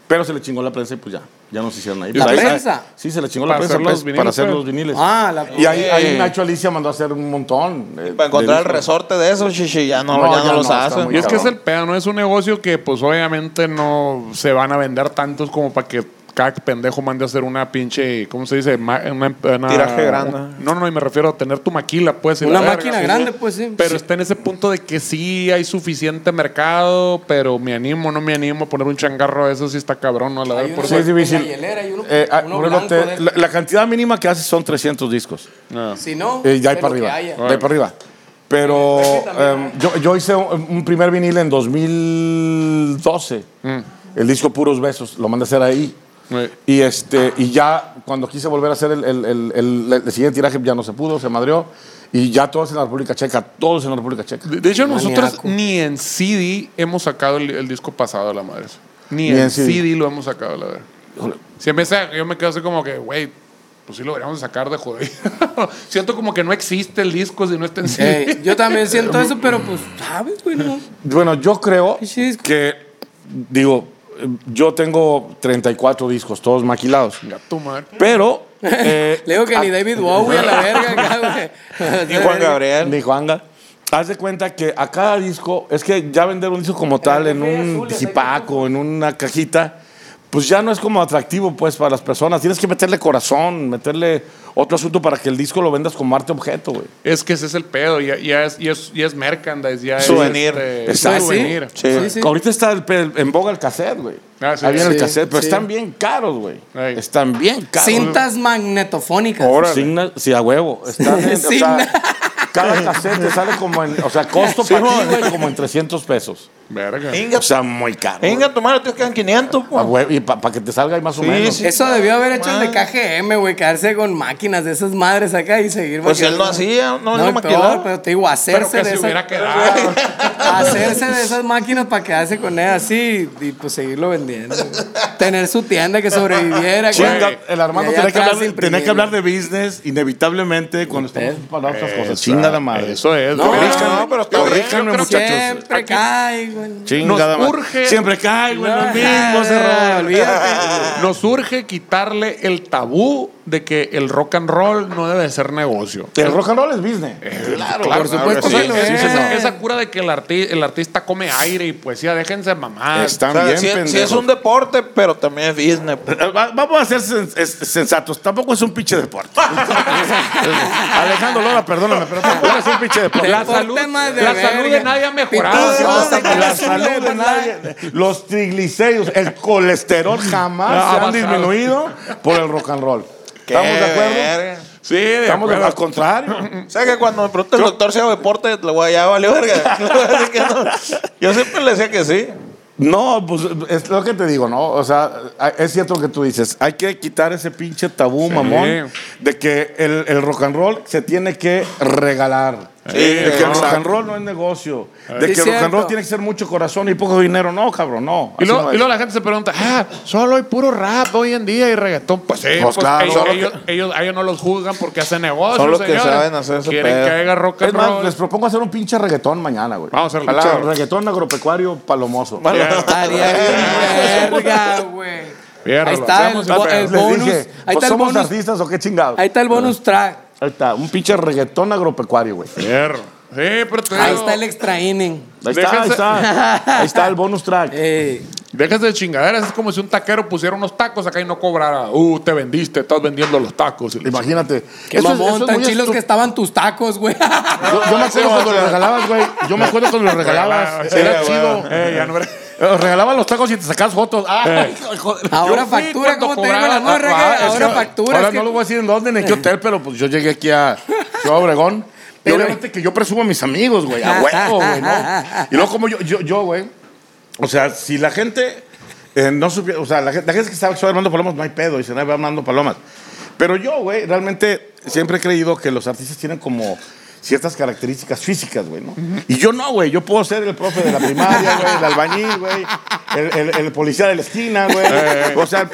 Speaker 3: Pero se le chingó la prensa y pues ya, ya nos hicieron ahí.
Speaker 4: ¿La
Speaker 3: Pues ahí-
Speaker 4: prensa?
Speaker 3: sí, se le chingó
Speaker 1: Para
Speaker 3: la prensa
Speaker 1: hacer los
Speaker 3: pues,
Speaker 1: viniles,
Speaker 3: para hacer
Speaker 1: pues.
Speaker 3: los viniles.
Speaker 4: Ah, la-
Speaker 3: Y ahí, ahí
Speaker 2: Ey.
Speaker 3: Nacho Alicia mandó a hacer un montón. eh,
Speaker 2: Para encontrar el
Speaker 3: de discos.
Speaker 2: resorte de eso, Shishi, ya no,
Speaker 3: No,
Speaker 2: ya no
Speaker 3: ya
Speaker 2: los
Speaker 3: no, está
Speaker 2: hacen.
Speaker 3: muy
Speaker 1: Y es que es el
Speaker 3: cabrón.
Speaker 1: pedo, ¿no? Es un negocio que, pues, obviamente no se van a vender tantos como para que cada pendejo mande a hacer una pinche, ¿cómo se dice? Ma- una, una-
Speaker 2: Tiraje grande.
Speaker 1: No, no, y me refiero a tener tu maquila, pues. y
Speaker 4: Una
Speaker 1: la
Speaker 4: máquina grande, pues, sí.
Speaker 1: Pero
Speaker 4: Sí.
Speaker 1: está en ese punto de que sí hay suficiente mercado, pero me animo, no me animo a poner un changarro de eso sí está cabrón, ¿no? A la
Speaker 4: Hay
Speaker 1: vez,
Speaker 4: uno
Speaker 1: por
Speaker 3: Sí,
Speaker 4: Sí,
Speaker 1: eso-
Speaker 3: es difícil.
Speaker 4: pues, Una hielera y uno-
Speaker 3: Eh, ah,
Speaker 4: uno
Speaker 3: por ejemplo,
Speaker 4: blanco
Speaker 3: te-
Speaker 4: de-
Speaker 3: la, la cantidad mínima que haces son 300 discos.
Speaker 4: Si no,
Speaker 3: Eh, ya hay
Speaker 4: de
Speaker 3: para
Speaker 4: lo que
Speaker 3: arriba.
Speaker 4: haya.
Speaker 3: Ya hay para arriba. Pero
Speaker 4: Sí, pues, también
Speaker 3: em, yo, yo hice un, un primer vinil en 2012. El disco Puros Besos. Lo mandé a hacer ahí.
Speaker 1: Mm. Sí.
Speaker 3: Y, este, y ya cuando quise volver a hacer el, el- el- el- el siguiente tiraje, ya no se pudo, se madrió. Y ya todos en la República Checa, todos en la República Checa.
Speaker 1: De, de hecho, nosotros
Speaker 4: Maníaco.
Speaker 1: ni en CD hemos sacado el, el disco pasado a la madre. Ni,
Speaker 3: Ni
Speaker 1: en,
Speaker 3: en
Speaker 1: CD.
Speaker 3: CD.
Speaker 1: lo hemos sacado a la madre. Siempre está- yo me quedo así como que, güey, pues sí lo deberíamos sacar de joder. Siento como que no existe el disco si no está en CD.
Speaker 4: Ey, Eh, yo también siento eso, pero pues, ¿sabes, güey? No.
Speaker 3: Bueno, yo creo
Speaker 4: Pinche disco.
Speaker 3: que, digo, em, yo tengo 34 discos, todos maquilados.
Speaker 1: Gato madre.
Speaker 3: Pero. eh,
Speaker 4: Le digo que ni
Speaker 3: a-
Speaker 4: David Bowie a la verga, acá, güey.
Speaker 2: Y Juan Gabriel.
Speaker 3: Ni Juanga. Haz de cuenta que a cada disco, es que ya vender un disco como tal en un zipaco, en una cajita, pues ya no es como atractivo pues para las personas. Tienes que meterle corazón, meterle otro asunto para que el disco lo vendas como arte objeto, güey.
Speaker 1: Es que ese es el pedo. Ya, ya es, ya, es, ya es merchandise. Ya
Speaker 2: Souvenir.
Speaker 1: Es,
Speaker 3: Exacto.
Speaker 1: Souvenir.
Speaker 2: Sí.
Speaker 4: Sí, sí.
Speaker 3: Ahorita está el pe- en boga el cassette, güey.
Speaker 1: Ah, sí.
Speaker 3: Ahí viene el
Speaker 4: Sí,
Speaker 3: cassette, pero
Speaker 4: sí.
Speaker 3: están bien caros, güey.
Speaker 1: Ey.
Speaker 3: Están bien caros.
Speaker 4: Cintas magnetofónicas.
Speaker 1: Órale.
Speaker 3: Signa- sí, a huevo. Están en- o
Speaker 4: Signa-
Speaker 3: sea, cada cassette te sale como en, o sea, costo para ti, güey, como en 300 pesos.
Speaker 1: Verga.
Speaker 2: Venga,
Speaker 3: O sea, muy caro. güey.
Speaker 2: venga, tomar, te quedan pues. 500,
Speaker 3: Ah,
Speaker 2: po.
Speaker 3: güey, y para que te salga ahí más o
Speaker 2: Sí,
Speaker 3: menos. Eh,
Speaker 2: sí.
Speaker 4: Eso debió haber hecho el de
Speaker 2: Man.
Speaker 4: KGM, güey, quedarse con máquinas de esas madres acá y seguir
Speaker 2: Pues él no
Speaker 4: maquilando.
Speaker 2: hacía, no, no
Speaker 4: No,
Speaker 2: maquilaba.
Speaker 4: peor, pues, pero te digo,
Speaker 1: Pero
Speaker 4: hacerse
Speaker 1: que
Speaker 4: de
Speaker 1: se
Speaker 4: esas...
Speaker 1: hubiera quedado.
Speaker 4: Hacerse de esas máquinas para quedarse con él así y pues seguirlo vendiendo. güey. Tener su tienda que sobreviviera. acá.
Speaker 3: Chinga,
Speaker 1: Güey.
Speaker 3: el Armando
Speaker 4: Y allá
Speaker 3: tenía que,
Speaker 4: atrás
Speaker 3: hablar, de-
Speaker 4: imprimir.
Speaker 3: tenía que hablar de business inevitablemente cuando estamos para otras cosas. Chinga la madre.
Speaker 1: Eso es.
Speaker 4: No,
Speaker 1: güey.
Speaker 4: no,
Speaker 2: no, pero está bien.
Speaker 3: Corríjanme,
Speaker 1: Yo creo que-
Speaker 4: Siempre
Speaker 1: Aquí-
Speaker 4: cae, güey.
Speaker 3: Chinga la
Speaker 1: Nos
Speaker 3: madre.
Speaker 1: urge-
Speaker 3: Siempre
Speaker 1: Pues
Speaker 3: caigo en lo
Speaker 4: No,
Speaker 3: mismo, ese rollo.
Speaker 4: olvídate.
Speaker 1: Nos urge quitarle el tabú de que el rock and roll no debe ser negocio.
Speaker 3: El rock and roll es business.
Speaker 1: Claro,
Speaker 4: por supuesto
Speaker 1: O sea,
Speaker 4: que lo
Speaker 1: es-
Speaker 4: es.
Speaker 1: esa, esa cura de que el, arti- el artista come aire y poesía, déjense mamar.
Speaker 3: Están
Speaker 2: O sea,
Speaker 3: bien
Speaker 2: sí- sí,
Speaker 3: pendejos.
Speaker 2: es un deporte, pero también es business. pues. po.
Speaker 3: Eh, va- Vamos a ser sen- es- sensatos. Tampoco es un pinche deporte. Alejandro Lora, perdóname, pero tampoco es un pinche deporte.
Speaker 1: La
Speaker 4: Por
Speaker 1: salud,
Speaker 4: temas de
Speaker 1: la salud de
Speaker 4: verga.
Speaker 1: nadie ha mejorado.
Speaker 4: Pintado, no, no,
Speaker 3: La
Speaker 4: no,
Speaker 3: salud de
Speaker 4: no,
Speaker 3: nadie, Ah, los triglicéridos, el colesterol jamás
Speaker 1: No,
Speaker 3: se
Speaker 1: bajado.
Speaker 3: han disminuido por el rock and roll.
Speaker 2: Qué
Speaker 3: ¿Estamos de acuerdo?
Speaker 2: verga.
Speaker 1: Sí, de
Speaker 3: Estamos de-
Speaker 1: acuerdo.
Speaker 3: al contrario.
Speaker 2: O sea que cuando me pregunta el doctor si hago deporte, le voy a ya valió verga. Así que no. Yo siempre le decía que sí.
Speaker 3: No, pues es lo que te digo, ¿no? O sea, es cierto lo que tú dices. Hay que quitar ese pinche tabú, mamón, de que el, el rock and roll se tiene que regalar.
Speaker 2: Sí,
Speaker 3: de que el
Speaker 2: no.
Speaker 3: rock and roll no es negocio. De que
Speaker 4: Sí,
Speaker 3: el rock and
Speaker 4: cierto.
Speaker 3: roll tiene que ser mucho corazón y poco dinero. No, cabrón, no.
Speaker 1: Y
Speaker 3: Así
Speaker 1: luego,
Speaker 3: no
Speaker 1: y
Speaker 3: es.
Speaker 1: luego la gente se pregunta, ah, solo hay puro rap hoy en día y reggaetón. Pues sí,
Speaker 3: Pues
Speaker 1: pues
Speaker 3: claro,
Speaker 1: ellos,
Speaker 3: solo
Speaker 1: ellos, ellos- a ellos no los juzgan porque hacen negocios,
Speaker 2: Son los que
Speaker 1: señores.
Speaker 2: saben hacer ese
Speaker 1: Quieren
Speaker 2: pedo.
Speaker 1: que haga rock
Speaker 3: Es
Speaker 1: and
Speaker 3: más,
Speaker 1: roll.
Speaker 3: les propongo hacer un pinche reggaetón mañana, güey.
Speaker 1: Vamos a hacerlo.
Speaker 3: Ojalá,
Speaker 1: Chao.
Speaker 3: Reggaetón agropecuario palomoso.
Speaker 4: Estaría bien verga, güey.
Speaker 1: Fierro,
Speaker 4: Ahí
Speaker 1: lo
Speaker 4: está el,
Speaker 1: hacemos,
Speaker 4: bo- el
Speaker 3: Les
Speaker 4: bonus.
Speaker 3: dije,
Speaker 4: ahí,
Speaker 3: pues
Speaker 4: está el
Speaker 3: eh, ¿somos
Speaker 4: bonus
Speaker 3: artistas o qué chingados?
Speaker 4: ahí está el bonus track.
Speaker 3: Ahí está, un pinche reggaetón agropecuario, güey.
Speaker 1: Fierro. Sí, pero te
Speaker 4: Ahí
Speaker 1: digo,
Speaker 4: está el extra inning.
Speaker 3: Ahí está,
Speaker 1: Déjense- Eh.
Speaker 3: ahí está. Ahí está el bonus track.
Speaker 4: Ey,
Speaker 1: Déjense de chingaderas, es como si un taquero pusiera unos tacos acá y no cobrara. Uh, te vendiste, estás vendiendo los tacos.
Speaker 3: Imagínate.
Speaker 4: qué
Speaker 3: Eso es-
Speaker 4: mamón,
Speaker 3: eso es
Speaker 4: tan
Speaker 3: muy
Speaker 4: chilos
Speaker 3: estu-
Speaker 4: que estaban tus tacos, güey.
Speaker 3: Yo, yo me acuerdo cuando los regalabas, güey. Yo me acuerdo cuando los regalabas.
Speaker 1: Sí,
Speaker 3: Era
Speaker 1: güey.
Speaker 3: chido.
Speaker 1: Eh, ya no era-
Speaker 3: Eh, Regalaban los tacos y te sacabas fotos. Ah, joder.
Speaker 4: Ahora
Speaker 1: fui
Speaker 4: factura,
Speaker 1: cuando
Speaker 4: ¿cómo te digo
Speaker 1: cobraba-
Speaker 4: la nueva
Speaker 3: Ah,
Speaker 4: regla?
Speaker 3: es
Speaker 4: Ahora
Speaker 3: que-
Speaker 4: factura.
Speaker 3: Ahora
Speaker 4: es que-
Speaker 3: no lo voy a decir en dónde, ni en qué hotel, pero pues yo llegué aquí a Ciudad Obregón. Y
Speaker 4: Pero-
Speaker 3: obviamente que yo presumo a mis amigos, güey. A huevo, güey, ¿no? Y luego como yo, yo, yo, güey. O sea, si la gente eh, no supiera... O sea, la gente, la gente que sabe que soy Armando Palomas no hay pedo. Dicen, ahí va Armando Palomas. Pero yo, güey, realmente siempre he creído que los artistas tienen como ciertas características físicas, güey, ¿no? Y yo no, güey. Yo puedo ser el profe de la primaria, güey, el albañil, güey, el, el- el policía de la esquina, güey. O sea,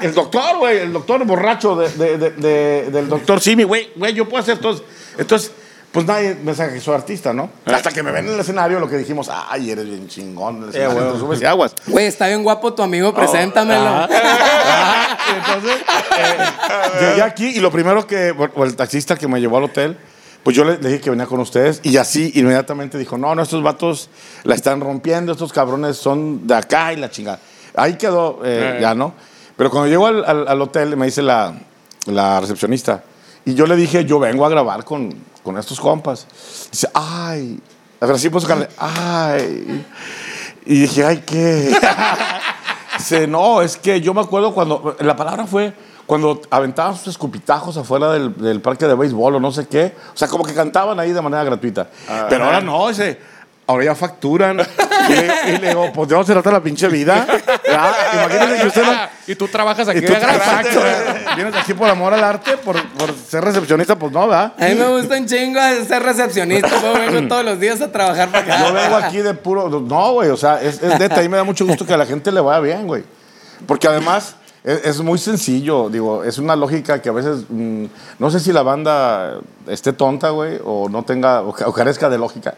Speaker 3: el- el doctor, güey, el doctor borracho de- de- de- de- del doctor Simi, güey, güey, yo puedo hacer todos. Entonces, pues nadie me saca que soy artista, ¿no? Hasta que me ven en el escenario lo que dijimos, ay, eres bien chingón, en el escenario, te subes Eh, y aguas.
Speaker 4: Güey, está bien guapo tu
Speaker 3: Oh,
Speaker 4: amigo, preséntamelo.
Speaker 3: ah. Ajá. Entonces, eh, llegué aquí y lo primero que, o el taxista que me llevó al hotel, pues yo le, le dije que venía con ustedes y así inmediatamente dijo, no, no, estos vatos la están rompiendo, estos cabrones son de acá y la chingada. Ahí quedó, eh, ya, ¿no? Pero cuando llego al, al- al hotel me dice la, la recepcionista y yo le dije, yo vengo a grabar con, con estos compas. Dice, ay, así puso cara de, ay. Y dije, ay, ¿qué? Dice, no, es que yo me acuerdo cuando, la palabra fue cuando aventaban sus escupitajos afuera del, del parque de béisbol o no sé qué. O sea, como que cantaban ahí de manera gratuita. Pero ahora no, dice, ahora ya facturan. y, le, y le digo, pues ¿de dónde se trata la pinche vida? Ah, Imagínese que usted no...
Speaker 1: y tú trabajas aquí
Speaker 3: Y tú
Speaker 1: de gratis.
Speaker 3: exacto, ¿verdad? Vienes aquí por amor al arte, por, por ser recepcionista, pues no, ¿verdad?
Speaker 4: A mí me gusta un chingo ser recepcionista. Yo vengo todos los días a trabajar para acá.
Speaker 3: Yo vengo aquí de puro. No, güey, o sea, es, es neta. Y me da mucho gusto que a la gente le vaya bien, güey. Porque además es, es muy sencillo, digo, es una lógica que a veces. mm, no sé si la banda esté tonta, güey, o no tenga. O, ca- o carezca de lógica.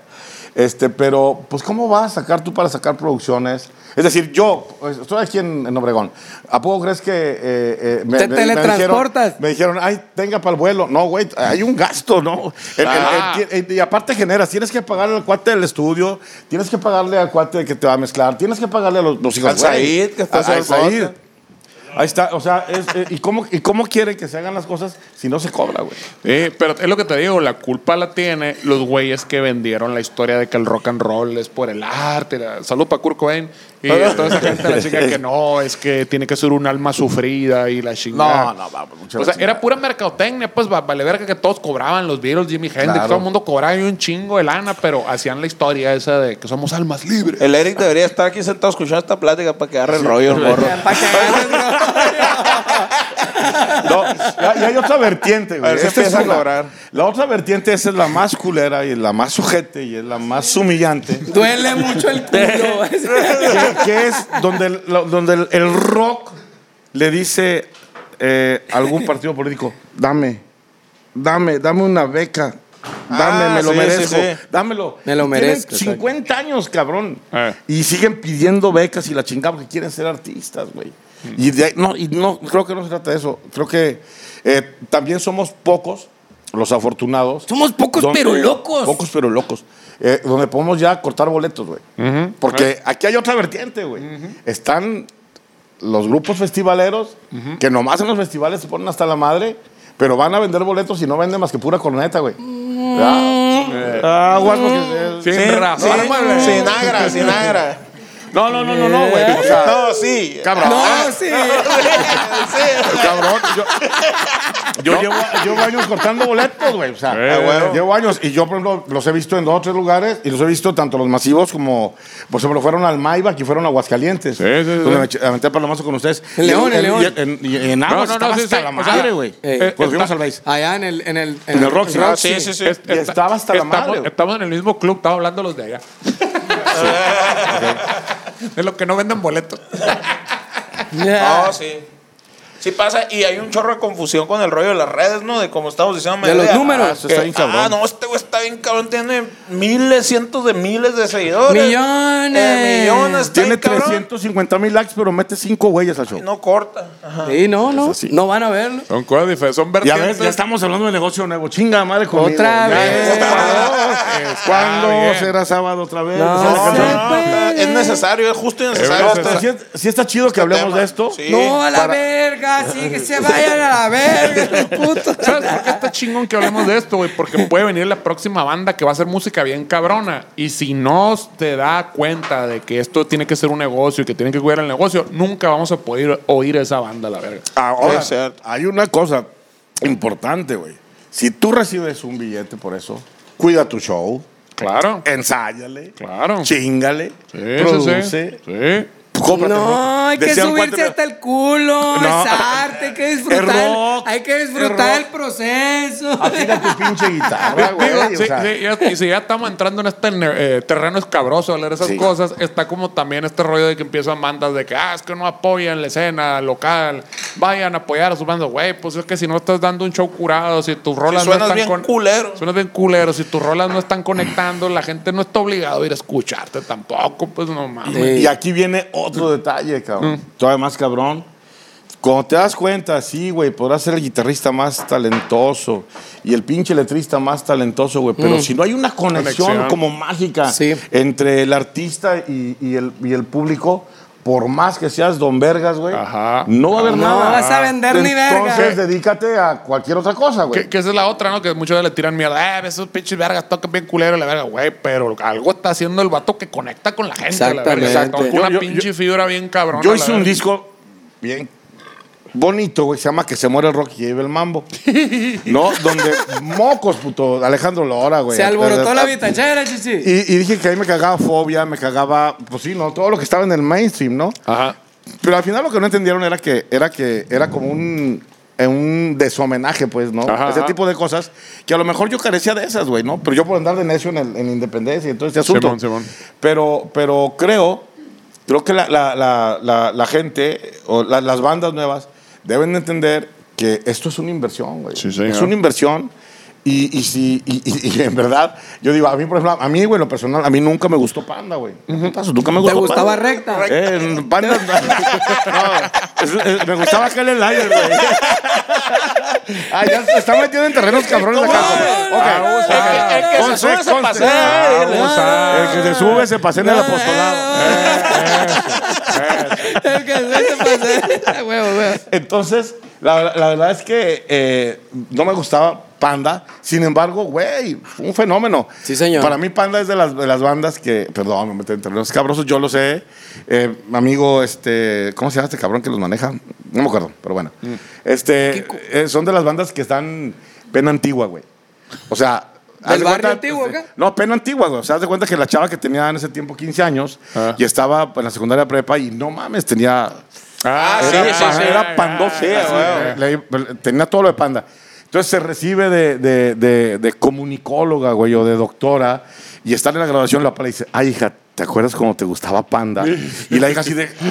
Speaker 3: Este, pero, pues, ¿cómo vas a sacar tú para sacar producciones? Es decir, yo pues, estoy aquí en, en Obregón. ¿A poco crees que eh, eh,
Speaker 4: Te
Speaker 3: dijeron-
Speaker 4: teletransportas.
Speaker 3: me dijeron, ay, tenga para el vuelo. No, güey, hay un gasto, ¿no? El- el-
Speaker 1: Ah.
Speaker 3: el- el- y aparte generas, tienes que pagarle al cuate del estudio, tienes que pagarle al cuate que te va a mezclar, tienes que pagarle a los, los hijos.
Speaker 2: Al
Speaker 3: güey.
Speaker 2: Said, que está
Speaker 3: A- al
Speaker 2: haciendo el
Speaker 3: Said. Ahí está, o sea, es- eh, ¿y, cómo, ¿y cómo quieren que se hagan las cosas si no se cobra, güey?
Speaker 1: Sí, pero es lo que te digo, la culpa la tiene los güeyes que vendieron la historia de que el rock and roll es por el arte. la- Salud para Kurt Cobain. Y toda esa gente, la chica que no, es que tiene que ser un alma sufrida y la chingada.
Speaker 3: no, vamos, muchas
Speaker 1: O sea,
Speaker 3: gracias.
Speaker 1: era pura mercadotecnia, pues va- vale verga que todos cobraban los Beatles, Jimi Hendrix,
Speaker 3: Claro.
Speaker 1: todo el mundo cobraba y un chingo de lana, pero hacían la historia esa de que somos almas libres.
Speaker 2: El Eric debería estar aquí sentado escuchando esta plática para que agarre el rollo, el morro.
Speaker 3: Este
Speaker 4: Para que
Speaker 3: No, ya, ya hay otra vertiente, güey.
Speaker 2: A ver si
Speaker 3: Esta es
Speaker 2: empiezan a
Speaker 3: una.
Speaker 2: cobrar.
Speaker 3: La otra vertiente, esa es la más culera y es la más sujete y es la más humillante.
Speaker 4: Duele mucho el culo.
Speaker 3: que, que es donde, el- lo- donde el, el rock le dice eh, a algún partido político, dame, dame, dame una beca, dame,
Speaker 2: Ah,
Speaker 3: me lo
Speaker 2: sí,
Speaker 3: merezco,
Speaker 2: sí, sí.
Speaker 3: dámelo.
Speaker 4: Me lo
Speaker 3: Y tienen
Speaker 4: merezco, exacto.
Speaker 3: 50 años, cabrón.
Speaker 1: Eh.
Speaker 3: Y siguen pidiendo becas y la chingada porque quieren ser artistas, güey.
Speaker 2: Mm.
Speaker 3: Y, de ahí- no, y no, creo que no se trata de eso. Creo que eh, también somos pocos los afortunados.
Speaker 4: Somos pocos,
Speaker 3: Donde-
Speaker 4: pero locos.
Speaker 3: Pocos, pero locos. Eh, donde podemos ya cortar boletos, güey. Porque aquí hay otra vertiente, güey. Están los grupos festivaleros que nomás en los festivales se ponen hasta la madre, pero van a vender boletos y no venden más que pura corneta, güey. ¿Verdad? Eh, aguas porque-
Speaker 1: Sin razón.
Speaker 2: Sin agra, sin agra.
Speaker 3: No, no, no, no, no, güey. O sea,
Speaker 2: No, sí.
Speaker 3: cabrón.
Speaker 4: No, sí.
Speaker 3: Cabrón, yo, yo llevo, llevo años cortando boletos, güey. O sea,
Speaker 1: Eh,
Speaker 3: güey, llevo años. Y yo, por ejemplo, los he visto en dos o tres lugares y los he visto tanto los masivos como, por ejemplo, fueron al Maiba y fueron a Aguascalientes.
Speaker 1: Sí, sí, sí.
Speaker 3: Donde me eché- aventé palomazo con ustedes.
Speaker 4: En León,
Speaker 3: Y
Speaker 4: en León.
Speaker 3: y En, y en Aguas
Speaker 1: no,
Speaker 3: estaba
Speaker 1: sí,
Speaker 3: hasta
Speaker 1: sí.
Speaker 3: la
Speaker 1: O sea,
Speaker 3: madre, güey.
Speaker 4: eh,
Speaker 3: Pues
Speaker 1: está-
Speaker 3: fuimos al base.
Speaker 4: Allá en el, en el,
Speaker 3: En el Roxy.
Speaker 4: Roxy.
Speaker 2: Sí, sí, sí.
Speaker 1: Es-
Speaker 3: Y estaba hasta la
Speaker 1: estamos,
Speaker 3: madre, güey.
Speaker 1: Estamos en el mismo club, estaba hablando los de allá. De los que no venden boletos.
Speaker 4: Ya.
Speaker 3: Ah,
Speaker 2: No, sí. Sí pasa, y hay un chorro de confusión con el rollo de las redes, ¿no? De como estamos diciendo.
Speaker 4: De los
Speaker 2: Medea.
Speaker 4: números.
Speaker 2: Ah,
Speaker 3: Eso está
Speaker 2: que-
Speaker 3: bien cabrón.
Speaker 2: Ah, no, este güey está bien cabrón. Tiene miles, cientos de miles de seguidores.
Speaker 4: Millones.
Speaker 2: Eh, millones. Está
Speaker 3: Tiene
Speaker 2: bien cabrón.
Speaker 3: 350 mil likes, pero mete cinco güeyes al show.
Speaker 2: Y No corta. Ajá.
Speaker 4: Sí, no, no.
Speaker 3: así.
Speaker 4: No van a verlo.
Speaker 1: Son cosas diferentes, son
Speaker 3: Ya
Speaker 1: vertientes.
Speaker 3: ves, ya estamos hablando de negocio nuevo. Chinga madre conmigo. Ya
Speaker 4: Otra vez.
Speaker 3: es sábado.
Speaker 1: Está
Speaker 3: ¿Cuándo
Speaker 1: bien.
Speaker 3: será sábado otra vez?
Speaker 4: No,
Speaker 3: Esa
Speaker 2: No, Ah, no,
Speaker 3: canción.
Speaker 4: se
Speaker 2: no, está-
Speaker 4: puede.
Speaker 2: es necesario, es justo y necesario.
Speaker 3: Pero
Speaker 1: Pero
Speaker 3: está- sí,
Speaker 2: Este-
Speaker 3: es- sí está chido que Eh, hablemos
Speaker 2: tema.
Speaker 3: de esto.
Speaker 2: Sí.
Speaker 4: No, a la
Speaker 3: para-
Speaker 4: verga. Sí, que se vayan a la verga. Puto.
Speaker 1: ¿Sabes por qué está chingón que hablemos de esto, güey? Porque puede venir la próxima banda que va a hacer música bien cabrona. Y si no te da cuenta de que esto tiene que ser un negocio y que tienen que cuidar el negocio, nunca vamos a poder oír esa banda, la verga.
Speaker 3: Ahora,
Speaker 2: Es cierto.
Speaker 3: hay una cosa importante, güey. Si tú recibes un billete por eso, cuida tu show,
Speaker 1: Claro.
Speaker 3: ensáyale,
Speaker 1: Claro.
Speaker 3: chingale,
Speaker 1: Sí,
Speaker 3: produce,
Speaker 1: sí, sí. Sí.
Speaker 3: cómprate,
Speaker 4: No, hay que
Speaker 3: Decía un
Speaker 4: subirse
Speaker 3: cuate-
Speaker 4: hasta el culo,
Speaker 3: No.
Speaker 4: es arte, hay que disfrutar,
Speaker 3: rock,
Speaker 4: hay que
Speaker 3: es
Speaker 4: disfrutar el
Speaker 3: rock. Ah,
Speaker 4: proceso.
Speaker 3: Afina tu pinche guitarra, güey.
Speaker 1: Digo,
Speaker 3: o
Speaker 1: sí,
Speaker 3: sea.
Speaker 1: sí, ya- y si ya estamos entrando en este ne- eh, terreno escabroso de leer esas
Speaker 3: Sí.
Speaker 1: cosas, está como también este rollo de que empiezan bandas de que, ah, es que no apoyan la escena local, vayan a apoyar a sus bandas, güey, pues es que si no estás dando un show curado, si tus rolas no
Speaker 2: suenas
Speaker 1: están
Speaker 2: bien culero.
Speaker 1: Suenas bien culero, si tus rolas no están conectando, la gente no está obligada a ir a escucharte tampoco, pues no mames.
Speaker 4: Sí. Mm.
Speaker 3: Y aquí viene otro detalle, cabrón. Todavía más cabrón. Cuando te das cuenta, sí, güey, podrás ser el guitarrista más talentoso y el pinche letrista más talentoso, güey. Pero si no hay una conexión,
Speaker 1: Conexión.
Speaker 3: como mágica
Speaker 4: Mm. Sí.
Speaker 3: entre el artista y, y el, y el público, por más que seas don Vergas, güey,
Speaker 1: Ajá.
Speaker 3: no va a haber
Speaker 4: No
Speaker 3: nada.
Speaker 4: vas a vender ni verga.
Speaker 3: Entonces, dedícate a cualquier otra cosa, güey.
Speaker 1: Que, que esa es la otra, ¿no? Que muchos le tiran mierda. Eh, esos pinches vergas tocan bien culero, la verga, güey. Pero algo está haciendo el vato que conecta con la gente, la verga.
Speaker 4: Exactamente.
Speaker 1: Toca una
Speaker 3: Yo- yo-
Speaker 1: pinche figura bien cabrona.
Speaker 3: Yo
Speaker 1: la
Speaker 3: hice un
Speaker 1: verga.
Speaker 3: disco bien bonito, güey. Se llama Que se muere el rock y lleve el mambo. ¿No? Donde mocos, puto. Alejandro Lora, güey.
Speaker 4: Se alborotó la vitachera, chichi.
Speaker 3: Y, y dije que ahí me cagaba fobia, me cagaba, pues sí, ¿no? Todo lo que estaba en el mainstream, ¿no?
Speaker 1: Ajá.
Speaker 3: Pero al final lo que no entendieron era que era, que, era como un, eh, un deshomenaje, pues, ¿no?
Speaker 1: Ajá,
Speaker 3: Ese
Speaker 1: ajá.
Speaker 3: tipo de cosas que a lo mejor yo carecía de esas, güey, ¿no? Pero yo por andar de necio en, el- en Independencia y todo este asunto.
Speaker 1: Simón, Simón.
Speaker 3: Pero, pero creo, creo que la, la- la- la- la gente o la- las bandas nuevas deben de entender que esto es una inversión, güey.
Speaker 1: Sí, señor.
Speaker 3: es una inversión. Y, y si, y, y- y en verdad, yo digo, a mí, por ejemplo, a mí, güey, lo personal, a mí nunca me gustó Panda, güey. Putazo, Nunca me
Speaker 4: ¿Te
Speaker 3: gustó
Speaker 4: gustaba
Speaker 3: Panda.
Speaker 4: recta?
Speaker 3: Eh, en Panda. No, es- es- me gustaba Kellen Lyon, güey. Ah, ya se está metiendo en terrenos cabrones acá.
Speaker 2: No,
Speaker 3: Ok.
Speaker 4: no, no,
Speaker 3: ok.
Speaker 4: no, el que se
Speaker 3: Conste,
Speaker 2: sube se
Speaker 3: conste.
Speaker 2: pasea.
Speaker 4: eh.
Speaker 3: Ah, vamos a- El que se sube se pasea en el apostolado. eh,
Speaker 4: El que se te pase. Huevo, huevo.
Speaker 3: Entonces, la, la verdad es que eh, no me gustaba Panda. Sin embargo, güey, fue un fenómeno.
Speaker 4: Sí, señor.
Speaker 3: Para mí, Panda es de las, de las bandas que. Perdón, me metí en terrenos cabrosos, yo lo sé. Eh, mi amigo, este. ¿Cómo se llama este cabrón que los maneja? No me acuerdo, pero bueno.
Speaker 4: Mm.
Speaker 3: Este.
Speaker 4: Kiko.
Speaker 3: eh, son de las bandas que están. Pena antigua, güey. O sea.
Speaker 4: ¿Del
Speaker 3: haz de
Speaker 4: barrio antiguo acá?
Speaker 3: No, pena antigua, güey. O sea, haz de cuenta que la chava que tenía en ese tiempo 15 años
Speaker 4: Ah.
Speaker 3: y estaba en la secundaria prepa y no mames, tenía
Speaker 1: Ah,
Speaker 3: era, pan- era
Speaker 1: pandocea, güey.
Speaker 3: pandocea, güey. Le- le- Tenía todo lo de panda. Entonces se recibe de, de- de- de comunicóloga, güey, o de doctora, y están en la graduación, la papá le dice, ay, hija, ¿te acuerdas cuando te gustaba panda? Y la hija así de,
Speaker 4: Este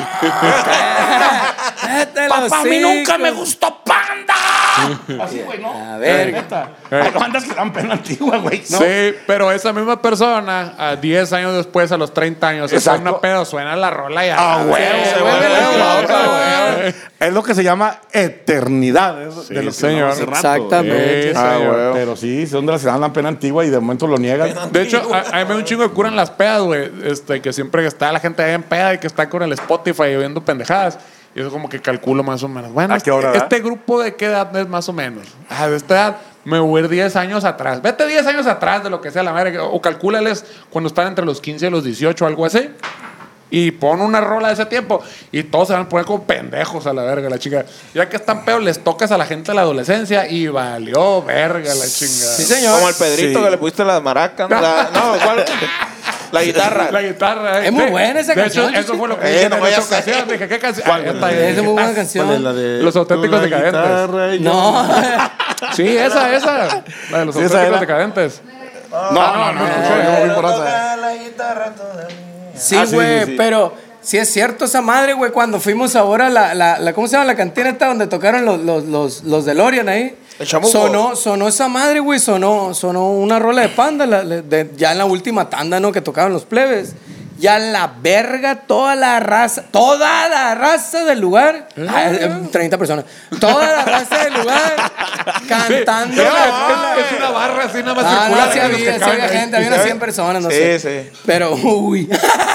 Speaker 3: papá, a mí
Speaker 4: hocico.
Speaker 3: nunca me gustó panda. Así, güey, ¿no?
Speaker 4: A ver.
Speaker 3: Neta. Hay bandas que dan pena antigua, güey. ¿no?
Speaker 1: Sí, pero esa misma persona, a 10 años después, a los 30 años, se pone
Speaker 3: Exacto.
Speaker 1: una pedo, suena la rola y
Speaker 3: Ah, güey,
Speaker 4: se
Speaker 3: se
Speaker 4: vuelve
Speaker 3: vuelve
Speaker 4: loco,
Speaker 3: loco,
Speaker 1: güey.
Speaker 3: güey. Es lo que se llama eternidad. es de lo que
Speaker 1: señor.
Speaker 3: hablamos hace rato,
Speaker 4: Exactamente.
Speaker 3: güey.
Speaker 1: Sí,
Speaker 3: Ah,
Speaker 1: señor.
Speaker 3: güey, Pero sí, son de las que dan la pena antigua y de momento lo niegan.
Speaker 1: De hecho, a, a mí me da un chingo de cura en las pedas, güey. Este, que siempre está la gente ahí en peda y que está con el Spotify y viendo pendejadas. Y eso como que calculo más o menos. Bueno,
Speaker 3: ¿A qué hora,
Speaker 1: este,
Speaker 3: verdad?
Speaker 1: este grupo de qué edad es más o menos. Ah, de esta edad me voy a ir 10 años atrás. Vete 10 años atrás de lo que sea la madre. O calcúlales cuando están entre los 15 y los 18 o algo así. Y pon una rola de ese tiempo. Y todos se van a poner como pendejos a la verga, la chica. Ya que están peor, les tocas a la gente de la adolescencia y valió verga la chingada.
Speaker 4: Sí, señor.
Speaker 2: Como el Pedrito
Speaker 3: Sí.
Speaker 2: que le pusiste las maracas. la- no, ¿cuál? La guitarra.
Speaker 1: La guitarra. eh.
Speaker 4: Es muy
Speaker 1: Sí.
Speaker 4: buena esa
Speaker 1: de
Speaker 4: canción,
Speaker 1: Hecho, eso
Speaker 4: chico.
Speaker 1: fue lo que
Speaker 2: Eh,
Speaker 1: dije
Speaker 2: no
Speaker 1: en
Speaker 2: voy a
Speaker 1: esa
Speaker 2: hacer.
Speaker 1: ocasión. Dije, ¿qué canción?
Speaker 3: ¿Cuál?
Speaker 1: Ah, esta,
Speaker 4: Es
Speaker 1: eh.
Speaker 4: muy buena
Speaker 3: ¿Cuál es
Speaker 4: canción.
Speaker 3: la de
Speaker 1: Los auténticos
Speaker 3: tú, la
Speaker 1: decadentes?
Speaker 3: guitarra y yo?
Speaker 4: No.
Speaker 1: Sí, esa, esa. La de los
Speaker 3: Sí,
Speaker 1: auténticos
Speaker 3: esa era.
Speaker 1: decadentes.
Speaker 3: No, no, no, no, no, yo voy por esa.
Speaker 2: La guitarra todavía.
Speaker 4: Sí,
Speaker 3: Ah, sí,
Speaker 4: güey,
Speaker 3: sí, sí.
Speaker 4: pero sí es cierto esa madre, güey, cuando fuimos ahora a la, la, la- ¿cómo se llama? La cantina esta donde tocaron los, los, los, los DeLorean ahí.
Speaker 2: El chamuco.
Speaker 4: Sonó, sonó esa madre, güey, sonó, sonó una rola de panda, la- la- de- ya en la última tanda, ¿no? Que tocaban los plebes. Ya la verga, toda la raza, toda la raza del lugar,
Speaker 1: Mm.
Speaker 4: ah, eh, 30 personas, toda la raza del lugar
Speaker 1: Sí,
Speaker 4: cantando. la
Speaker 1: es- es, es una barra así nada más
Speaker 4: Ah,
Speaker 1: circular.
Speaker 4: no, sí
Speaker 1: que los que
Speaker 4: había, sí
Speaker 1: caben
Speaker 4: había
Speaker 1: ahí.
Speaker 4: gente, había unas 100 personas, no
Speaker 2: Sí,
Speaker 4: sé.
Speaker 2: sí.
Speaker 4: Pero, uy.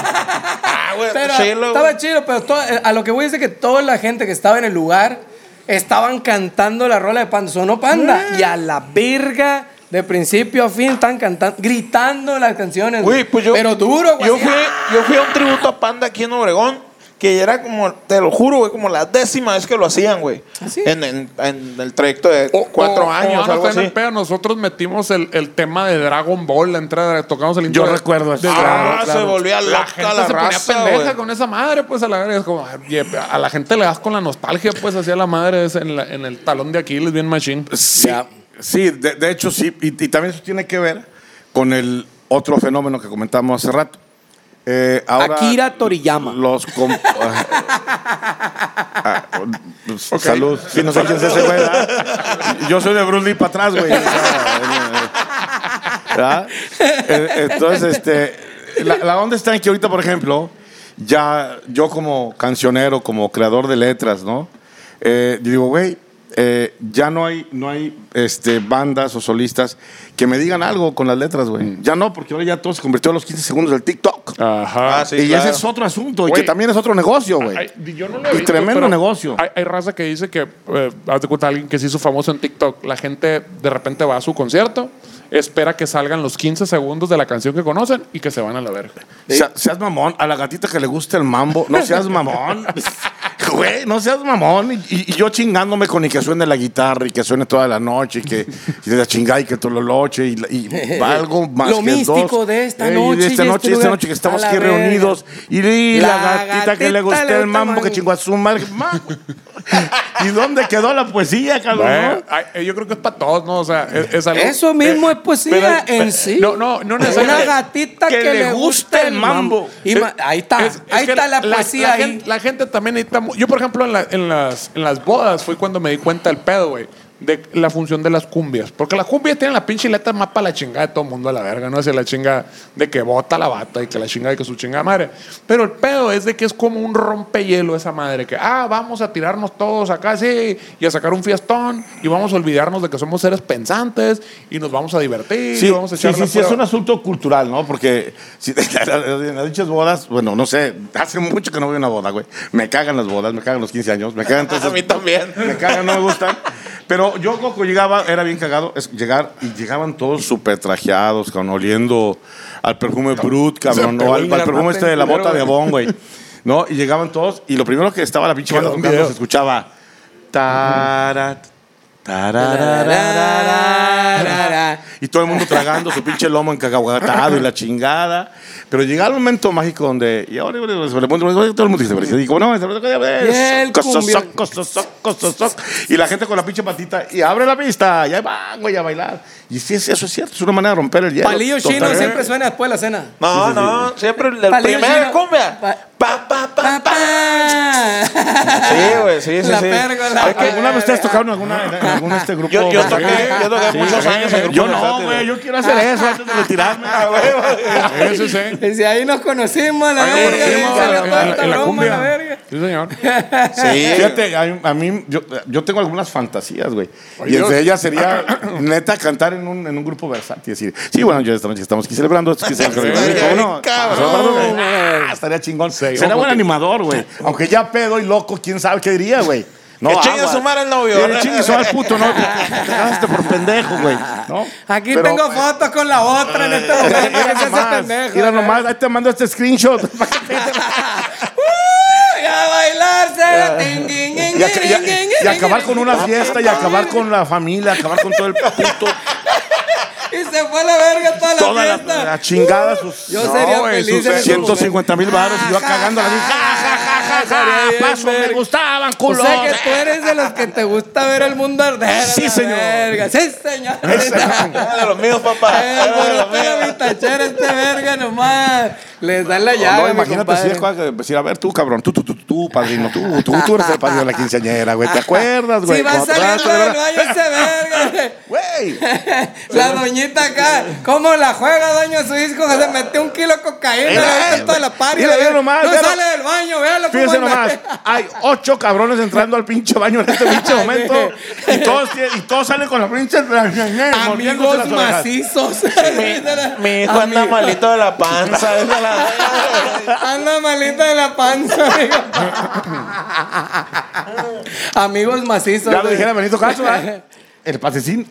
Speaker 2: Ah, güey,
Speaker 4: Pero
Speaker 2: chilo,
Speaker 4: estaba
Speaker 2: güey.
Speaker 4: chido, pero todo- a lo que voy es de que toda la gente que estaba en el lugar estaban cantando la rola de Panda. Sonó Panda. Y a la verga, de principio a fin, están cantando, gritando las canciones.
Speaker 2: Güey,
Speaker 4: güey.
Speaker 2: pues yo-
Speaker 4: pero duro, güey.
Speaker 2: Yo
Speaker 4: así,
Speaker 2: fui,
Speaker 4: ¡ah!
Speaker 2: yo fui a un tributo a Panda aquí en Obregón, que era como, te lo juro, güey, como la décima vez que lo hacían, güey.
Speaker 4: ¿Ah, sí?
Speaker 2: En, en- en el trayecto de
Speaker 1: O-
Speaker 2: cuatro
Speaker 1: o-
Speaker 2: años,
Speaker 1: o
Speaker 2: algo
Speaker 1: no está en
Speaker 2: así.
Speaker 1: el pedo, nosotros metimos el, el tema de Dragon Ball, la entrada, tocamos el intro.
Speaker 3: Yo
Speaker 1: de-
Speaker 3: recuerdo eso.
Speaker 1: de
Speaker 2: Ah,
Speaker 1: Dragon Ball.
Speaker 3: Claro,
Speaker 2: se
Speaker 3: claro.
Speaker 2: volvía
Speaker 1: La
Speaker 2: loca
Speaker 1: gente
Speaker 2: la,
Speaker 1: se ponía
Speaker 2: raza,
Speaker 1: pendeja
Speaker 2: güey.
Speaker 1: con esa madre, pues a la verga. Es como, "Oye, a la gente le das con la nostalgia, pues así a la madre es en, la- en el talón de Aquiles, bien machine.
Speaker 3: Sí,
Speaker 4: Ya.
Speaker 3: sí de, de hecho sí. Y, y también eso tiene que ver con el otro fenómeno que comentamos hace rato. Eh, ahora,
Speaker 4: Akira Toriyama.
Speaker 3: Los com- Ah, pues, Salud. Sí, no sé quién es ese güey. ¿verdad? Yo soy de Bruce Lee para atrás, güey. O sea, ¿verdad? Eh, Entonces, este, la, la onda está en que ahorita, por ejemplo, ya yo como cancionero, como creador de letras, ¿no? Eh, yo digo, güey, eh, ya no hay, no hay este, bandas o solistas que me digan algo con las letras, güey.
Speaker 2: Mm.
Speaker 3: Ya no, porque ahora ya todo se convirtió en los 15 segundos del TikTok.
Speaker 1: Ajá.
Speaker 2: Ah, sí,
Speaker 3: y
Speaker 2: claro.
Speaker 3: ese es otro asunto, y
Speaker 1: Güey.
Speaker 3: que también es otro negocio, güey.
Speaker 1: Ay, yo no lo he
Speaker 3: Y
Speaker 1: visto,
Speaker 3: tremendo
Speaker 1: pero
Speaker 3: negocio.
Speaker 1: Hay, hay raza que dice que, eh, haz de cuenta, alguien que se hizo famoso en TikTok, la gente de repente va a su concierto, espera que salgan los 15 segundos de la canción que conocen y que se van a la verga.
Speaker 3: Sea- seas mamón, a la gatita que le gusta el mambo, no seas mamón. Güey, no seas mamón. Y, y- y yo chingándome con y que suene la guitarra y que suene toda la noche y que y la chingada y que tololoche y, la- y algo más
Speaker 4: Lo
Speaker 3: que
Speaker 4: místico
Speaker 3: dos.
Speaker 4: de esta
Speaker 3: Eh, Y
Speaker 4: noche
Speaker 3: de
Speaker 4: y
Speaker 3: esta
Speaker 4: de
Speaker 3: noche
Speaker 4: este
Speaker 3: y esta
Speaker 4: lugar.
Speaker 3: noche que estamos
Speaker 4: A la
Speaker 3: aquí
Speaker 4: verga.
Speaker 3: reunidos. Y di la,
Speaker 4: La
Speaker 3: gatita, que le
Speaker 4: gatita
Speaker 3: gusta
Speaker 4: le
Speaker 3: el
Speaker 4: gusta
Speaker 3: mambo que
Speaker 4: mango.
Speaker 3: chingó a su madre. Ma- ¿Y dónde quedó la poesía, cabrón?
Speaker 1: Bueno, ay, eh, yo creo que es para todos, ¿no? O sea, es, es algo-
Speaker 4: Eso mismo es poesía
Speaker 1: pero-
Speaker 4: en sí.
Speaker 1: No, no, no
Speaker 4: Una
Speaker 1: necesariamente.
Speaker 4: gatita que, le gusta el mambo. Y ma- ahí está,
Speaker 1: Es- es
Speaker 4: ahí
Speaker 1: que
Speaker 4: está la poesía
Speaker 1: la
Speaker 4: ahí.
Speaker 1: Gente, la gente también necesita. mu- Yo, por ejemplo, en, la- en las, en las bodas fue cuando me di cuenta el pedo, güey. De la función de las cumbias. Porque las cumbias tienen la pinche letra más para la chingada de todo el mundo a la verga, ¿no? Hacia la chinga de que bota la bata y que la chinga de que su chinga madre. Pero el pedo es de que es como un rompehielo esa madre. Que, ah, vamos a tirarnos todos acá, sí, y a sacar un fiestón y vamos a olvidarnos de que somos seres pensantes y nos vamos a divertir y
Speaker 3: Sí,
Speaker 1: vamos a
Speaker 3: sí,
Speaker 1: echar
Speaker 3: sí,
Speaker 1: la
Speaker 3: sí, es
Speaker 1: pura-
Speaker 3: un asunto cultural, ¿no? Porque si, en las dichas bodas, bueno, no sé, hace mucho que no voy a una boda, güey. Me cagan las bodas, me cagan los 15 años, me cagan todas
Speaker 2: A
Speaker 3: esas-
Speaker 2: mí también.
Speaker 3: Me cagan, no me gustan. Pero yo cuando llegaba, era bien cagado, es llegar y llegaban todos súper trajeados, con oliendo al perfume Brut, cabrón,
Speaker 1: pegó
Speaker 3: o
Speaker 1: el
Speaker 3: al, al perfume
Speaker 1: garrote
Speaker 3: este de la
Speaker 1: entero,
Speaker 3: bota de
Speaker 1: güey.
Speaker 3: Bon, güey. ¿No? Y llegaban todos, y lo primero que estaba la pinche banda
Speaker 1: Quedó un
Speaker 3: tocando
Speaker 1: video.
Speaker 3: se escuchaba. Tarat,
Speaker 4: Ah,
Speaker 3: tarararararara. Y todo el mundo tragando su pinche lomo encacahuatado y la chingada. Pero llegaba el momento mágico donde. Y ahora y ahora, y ahora, todo el mundo dice: Y como no,
Speaker 4: el cumbión.
Speaker 3: y la gente con la pinche patita. Y abre la pista. Y ahí van, güey, a bailar. Y sí, sí, eso es cierto. Es una manera de romper el hielo.
Speaker 4: Palillo chino
Speaker 3: Totalmente.
Speaker 4: siempre suena después de la cena.
Speaker 2: No, no, siempre el
Speaker 4: Palillo
Speaker 2: primer
Speaker 4: chino.
Speaker 2: cumbia.
Speaker 4: Pa-
Speaker 2: Pa, pa, pa, pa.
Speaker 4: ¡Papá!
Speaker 2: Sí, güey, sí, sí,
Speaker 4: La
Speaker 2: sí.
Speaker 4: pérgola.
Speaker 3: Ay, que ¿Alguna vez ustedes tocaron en alguna, en algún este grupo?
Speaker 2: Yo, yo toqué,
Speaker 3: versátil?
Speaker 2: yo toqué
Speaker 3: Sí,
Speaker 2: muchos
Speaker 3: güey.
Speaker 2: años en grupos
Speaker 3: Yo no,
Speaker 2: versátiles.
Speaker 3: güey. Yo quiero hacer eso antes de retirarme.
Speaker 1: Eso sí.
Speaker 4: Desde ahí nos conocimos, la
Speaker 1: Ahí
Speaker 4: verga.
Speaker 1: conocimos
Speaker 4: ahí salió
Speaker 1: en
Speaker 4: toda
Speaker 1: la-
Speaker 4: esta
Speaker 1: en la
Speaker 4: broma,
Speaker 1: cumbia.
Speaker 4: la
Speaker 1: Ah,
Speaker 4: verga.
Speaker 1: Sí, señor.
Speaker 3: Sí. Fíjate, a, mí- a mí, yo, yo tengo algunas fantasías, güey. Y entre ellas sería, neta, cantar en un, en un grupo versátil. Decir, sí, bueno, yo esta noche estamos aquí celebrando. esto que se- ¿Cómo no?
Speaker 2: cabrón,
Speaker 3: Nosotros,
Speaker 4: güey.
Speaker 3: güey, ah, estaría chingón.
Speaker 1: Sí,
Speaker 3: Sería
Speaker 1: ojo
Speaker 3: buen
Speaker 1: que-
Speaker 3: animador, güey. Aunque ya pedo y loco, quién sabe qué diría, güey. No,
Speaker 2: Que chingue
Speaker 3: aguas.
Speaker 2: su madre el novio.
Speaker 3: Sí, Que chingue su madre el puto, ¿no? Te casaste por pendejo, güey. ¿no?
Speaker 4: Aquí
Speaker 3: Pero-
Speaker 4: tengo fotos con la otra en este momento.
Speaker 3: Mira
Speaker 4: que se hace
Speaker 3: nomás,
Speaker 4: pendejo,
Speaker 3: mira
Speaker 4: ¿no?
Speaker 3: nomás, ahí te mando este screenshot.
Speaker 4: ¡Uy! A bailarse. Ting, ting, ting,
Speaker 3: Y, aca- y
Speaker 4: ting, ting,
Speaker 3: a- y
Speaker 4: ting,
Speaker 3: acabar
Speaker 4: ting,
Speaker 3: con
Speaker 4: ting,
Speaker 3: una
Speaker 4: ting.
Speaker 3: fiesta y acabar con la familia, acabar con todo el puto,
Speaker 4: Y se fue a la verga toda la
Speaker 3: toda la,
Speaker 4: fiesta. Uh,
Speaker 3: la chingada, sus
Speaker 4: Yo sería
Speaker 1: güey,
Speaker 4: feliz
Speaker 1: sus
Speaker 4: en ese momento.
Speaker 3: 150 mil baros y yo
Speaker 4: Ja,
Speaker 3: cagando a la
Speaker 4: ja,
Speaker 3: vieja.
Speaker 4: ja,
Speaker 3: Ja, ja, ja, ja,
Speaker 4: Ah, ja,
Speaker 3: ja,
Speaker 4: bien,
Speaker 3: paso, me
Speaker 4: verga.
Speaker 3: gustaban, culo.
Speaker 4: O sea Pues que tú eres de los que te gusta ver el mundo arder.
Speaker 3: Sí,
Speaker 4: a la
Speaker 3: señor.
Speaker 4: verga. Sí, señor.
Speaker 2: Era de los míos, papá.
Speaker 4: Eh,
Speaker 2: Era de los
Speaker 4: alborota la
Speaker 2: míos.
Speaker 4: vitachera este verga nomás. Les dan la llave.
Speaker 3: No,
Speaker 4: mi
Speaker 3: imagínate si
Speaker 4: compadre.
Speaker 3: es cosa de decir, a ver, tú, cabrón, tú, tú, tú, tú, padrino, tú, tú, tú eres el padrino de la quinceañera, güey, ¿te acuerdas, güey?
Speaker 4: Si va
Speaker 3: Cuando te
Speaker 4: saliendo
Speaker 3: vas a
Speaker 4: del
Speaker 3: celebrar-
Speaker 4: baño ese verga.
Speaker 3: Güey,
Speaker 4: La doñita acá, ¿cómo la juega, doña su hijo? Se metió un kilo de cocaína,
Speaker 3: Mira, eh,
Speaker 4: la en toda la party.
Speaker 3: mira,
Speaker 4: la
Speaker 3: mira
Speaker 4: verga.
Speaker 3: nomás,
Speaker 4: no
Speaker 3: mira
Speaker 4: sale del baño, véalo cómo
Speaker 3: Fíjense
Speaker 4: anda.
Speaker 3: nomás, hay ocho cabrones entrando al pinche baño en este pinche momento y todos, tie- y todos salen con la pinche mordiéndose
Speaker 4: Amigos
Speaker 3: las orejas.
Speaker 4: macizos.
Speaker 2: Mi hijo anda
Speaker 4: Amigo.
Speaker 2: malito de la panza. esa la-
Speaker 4: Anda malita de la panza, amigo. Amigos macizos. eh.
Speaker 3: Ya lo
Speaker 4: güey.
Speaker 3: dijera Benito Castro, ¿verdad? El pasecín.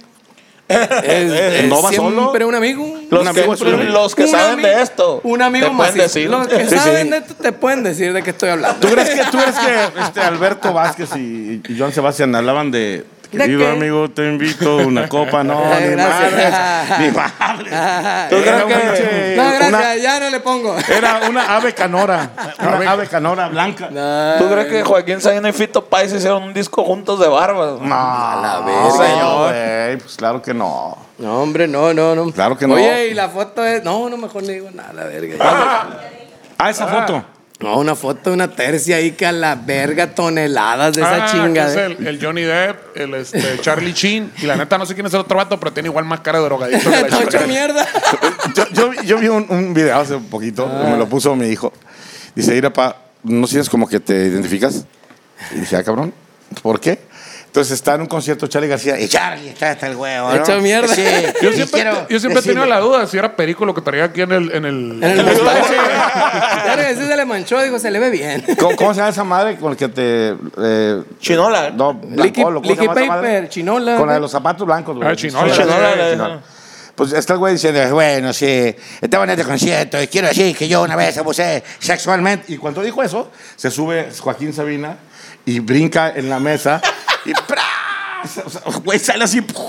Speaker 4: Es-
Speaker 3: No
Speaker 4: es
Speaker 3: va solo.
Speaker 4: Siempre un amigo.
Speaker 2: Los
Speaker 3: Un
Speaker 2: que,
Speaker 3: amigo es un amigo.
Speaker 2: Eh, los que
Speaker 4: Un
Speaker 2: saben
Speaker 4: ami-
Speaker 2: de esto.
Speaker 4: Un amigo
Speaker 2: te pueden
Speaker 4: macizo.
Speaker 2: decir.
Speaker 4: Los que
Speaker 2: Sí, sí.
Speaker 4: saben de esto te pueden decir de qué estoy hablando.
Speaker 3: ¿Tú crees que, tú crees que este, Alberto Vázquez y, y Joan Sebastián hablaban de...
Speaker 4: ¿De
Speaker 3: Querido
Speaker 4: qué?
Speaker 3: amigo, te invito a una copa. No,
Speaker 4: Ay,
Speaker 3: ni madres.
Speaker 4: gracias.
Speaker 3: Ni madres.
Speaker 2: ¿Tú crees
Speaker 3: Era un
Speaker 2: que-
Speaker 3: pinche-
Speaker 4: No, gracias,
Speaker 3: una- Eh,
Speaker 4: ya no le pongo.
Speaker 3: Era una ave canora. Una ave canora blanca.
Speaker 2: ¿Tú crees que Joaquín Sabina y Fito Páez hicieron un disco juntos de barbas?
Speaker 3: No, la
Speaker 4: verga.
Speaker 3: güey, pues claro que no.
Speaker 4: No, hombre, no, no, no.
Speaker 3: Claro que no.
Speaker 4: Oye, y la foto es. No, no, mejor le digo nada, la verga.
Speaker 3: Ah, esa foto.
Speaker 4: No, una foto de una tercia ahí que a la verga toneladas de esa
Speaker 1: Ah,
Speaker 4: chinga. ¿eh?
Speaker 1: que es el, el Johnny Depp, el este, Charlie Chin. Y la neta, no sé quién es el otro vato, pero tiene igual más cara de drogadicto que la
Speaker 4: Tocho
Speaker 3: pues
Speaker 1: chingada.
Speaker 4: mierda.
Speaker 3: yo, yo, vi- yo vi un, un video hace poquito,
Speaker 1: Ah.
Speaker 3: me lo puso mi hijo. Dice, Ira, pa, ¿no sientes como que te identificas? Y dije, ah, cabrón, ¿por qué? Entonces está en un concierto Charlie García y Charlie está hasta el huevo. ¿no?
Speaker 4: Hecho mierda.
Speaker 3: Sí,
Speaker 1: Yo
Speaker 3: y
Speaker 1: siempre,
Speaker 3: quiero
Speaker 1: yo siempre he tenido
Speaker 3: decirle-
Speaker 1: la duda si era Perico lo que traía aquí en el. eh, En el,
Speaker 4: En el
Speaker 1: en Pues el-
Speaker 4: mostacho. Ya regresé, se le manchó, dijo, se le ve bien.
Speaker 3: ¿Cómo, cómo se llama esa madre con la que te. eh,
Speaker 2: Chinola.
Speaker 3: no,
Speaker 4: Liqui-
Speaker 3: blancol, o ¿cómo se
Speaker 4: liqui
Speaker 3: llama esa madre?
Speaker 4: paper, chinola.
Speaker 3: Con la de los zapatos blancos, güey.
Speaker 1: Ah, chinola.
Speaker 3: Sí,
Speaker 2: Chinola,
Speaker 3: sí,
Speaker 2: la-
Speaker 3: chinola.
Speaker 5: pues está el güey diciendo, bueno, sí, estaba en este concierto y quiero decir que yo una vez abusé sexualmente.
Speaker 3: Y cuando dijo eso, se sube Joaquín Sabina y brinca en la mesa y ¡pras! O sea, güey, sale así. ¡puf!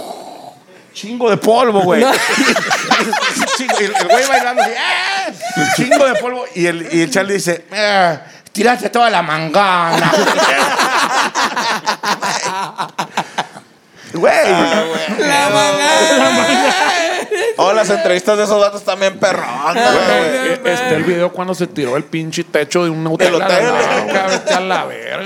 Speaker 3: Chingo de polvo, güey. Chingo- y el el güey bailando así. ¡eh! Chingo de polvo. Y el, y el Charlie dice.
Speaker 5: Eh, tiraste toda la mangana.
Speaker 3: Güey.
Speaker 1: Ah,
Speaker 2: O Oh, las entrevistas de esos datos también perrón, güey.
Speaker 1: Eh, Está el video cuando se tiró el pinche techo de un
Speaker 2: Del
Speaker 1: hotel. a la
Speaker 2: hotel.
Speaker 1: verga, vete a la verga.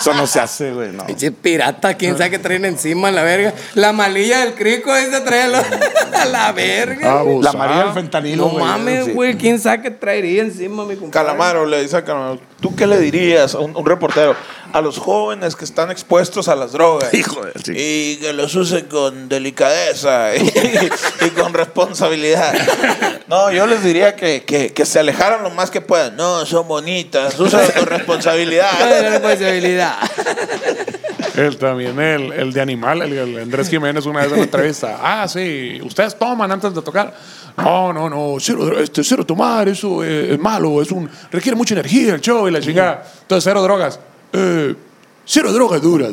Speaker 3: eso no se hace, güey. No.
Speaker 4: Pinche pirata, quién sabe qué traen encima, la verga. La malilla del crico, ese trae lo- a la verga.
Speaker 3: La María del fentanilo,
Speaker 4: no
Speaker 3: güey.
Speaker 4: mames,
Speaker 3: Ah, pues, Sí.
Speaker 4: güey, quién sabe qué traería encima, mi compadre.
Speaker 2: Calamaro le dice a Calamaro, ¿tú qué le dirías a un, un reportero? A los jóvenes que están expuestos a las drogas.
Speaker 3: Hijo de- sí.
Speaker 2: Y que los usen con delicadeza y, y con responsabilidad. No, yo les diría que, que- que se alejaran lo más que puedan. No, son bonitas, úsalo con
Speaker 4: Ay, la
Speaker 2: responsabilidad.
Speaker 4: responsabilidad.
Speaker 1: Él también, el, el de animal, el, el Andrés Jiménez, una vez en una entrevista. Ah, sí, ustedes toman antes de tocar. No, no, no, cero, este, cero tomar, eso eh, es malo, es un, requiere mucha energía el show y la chingada. Entonces, cero drogas. Eh, cero drogas duras.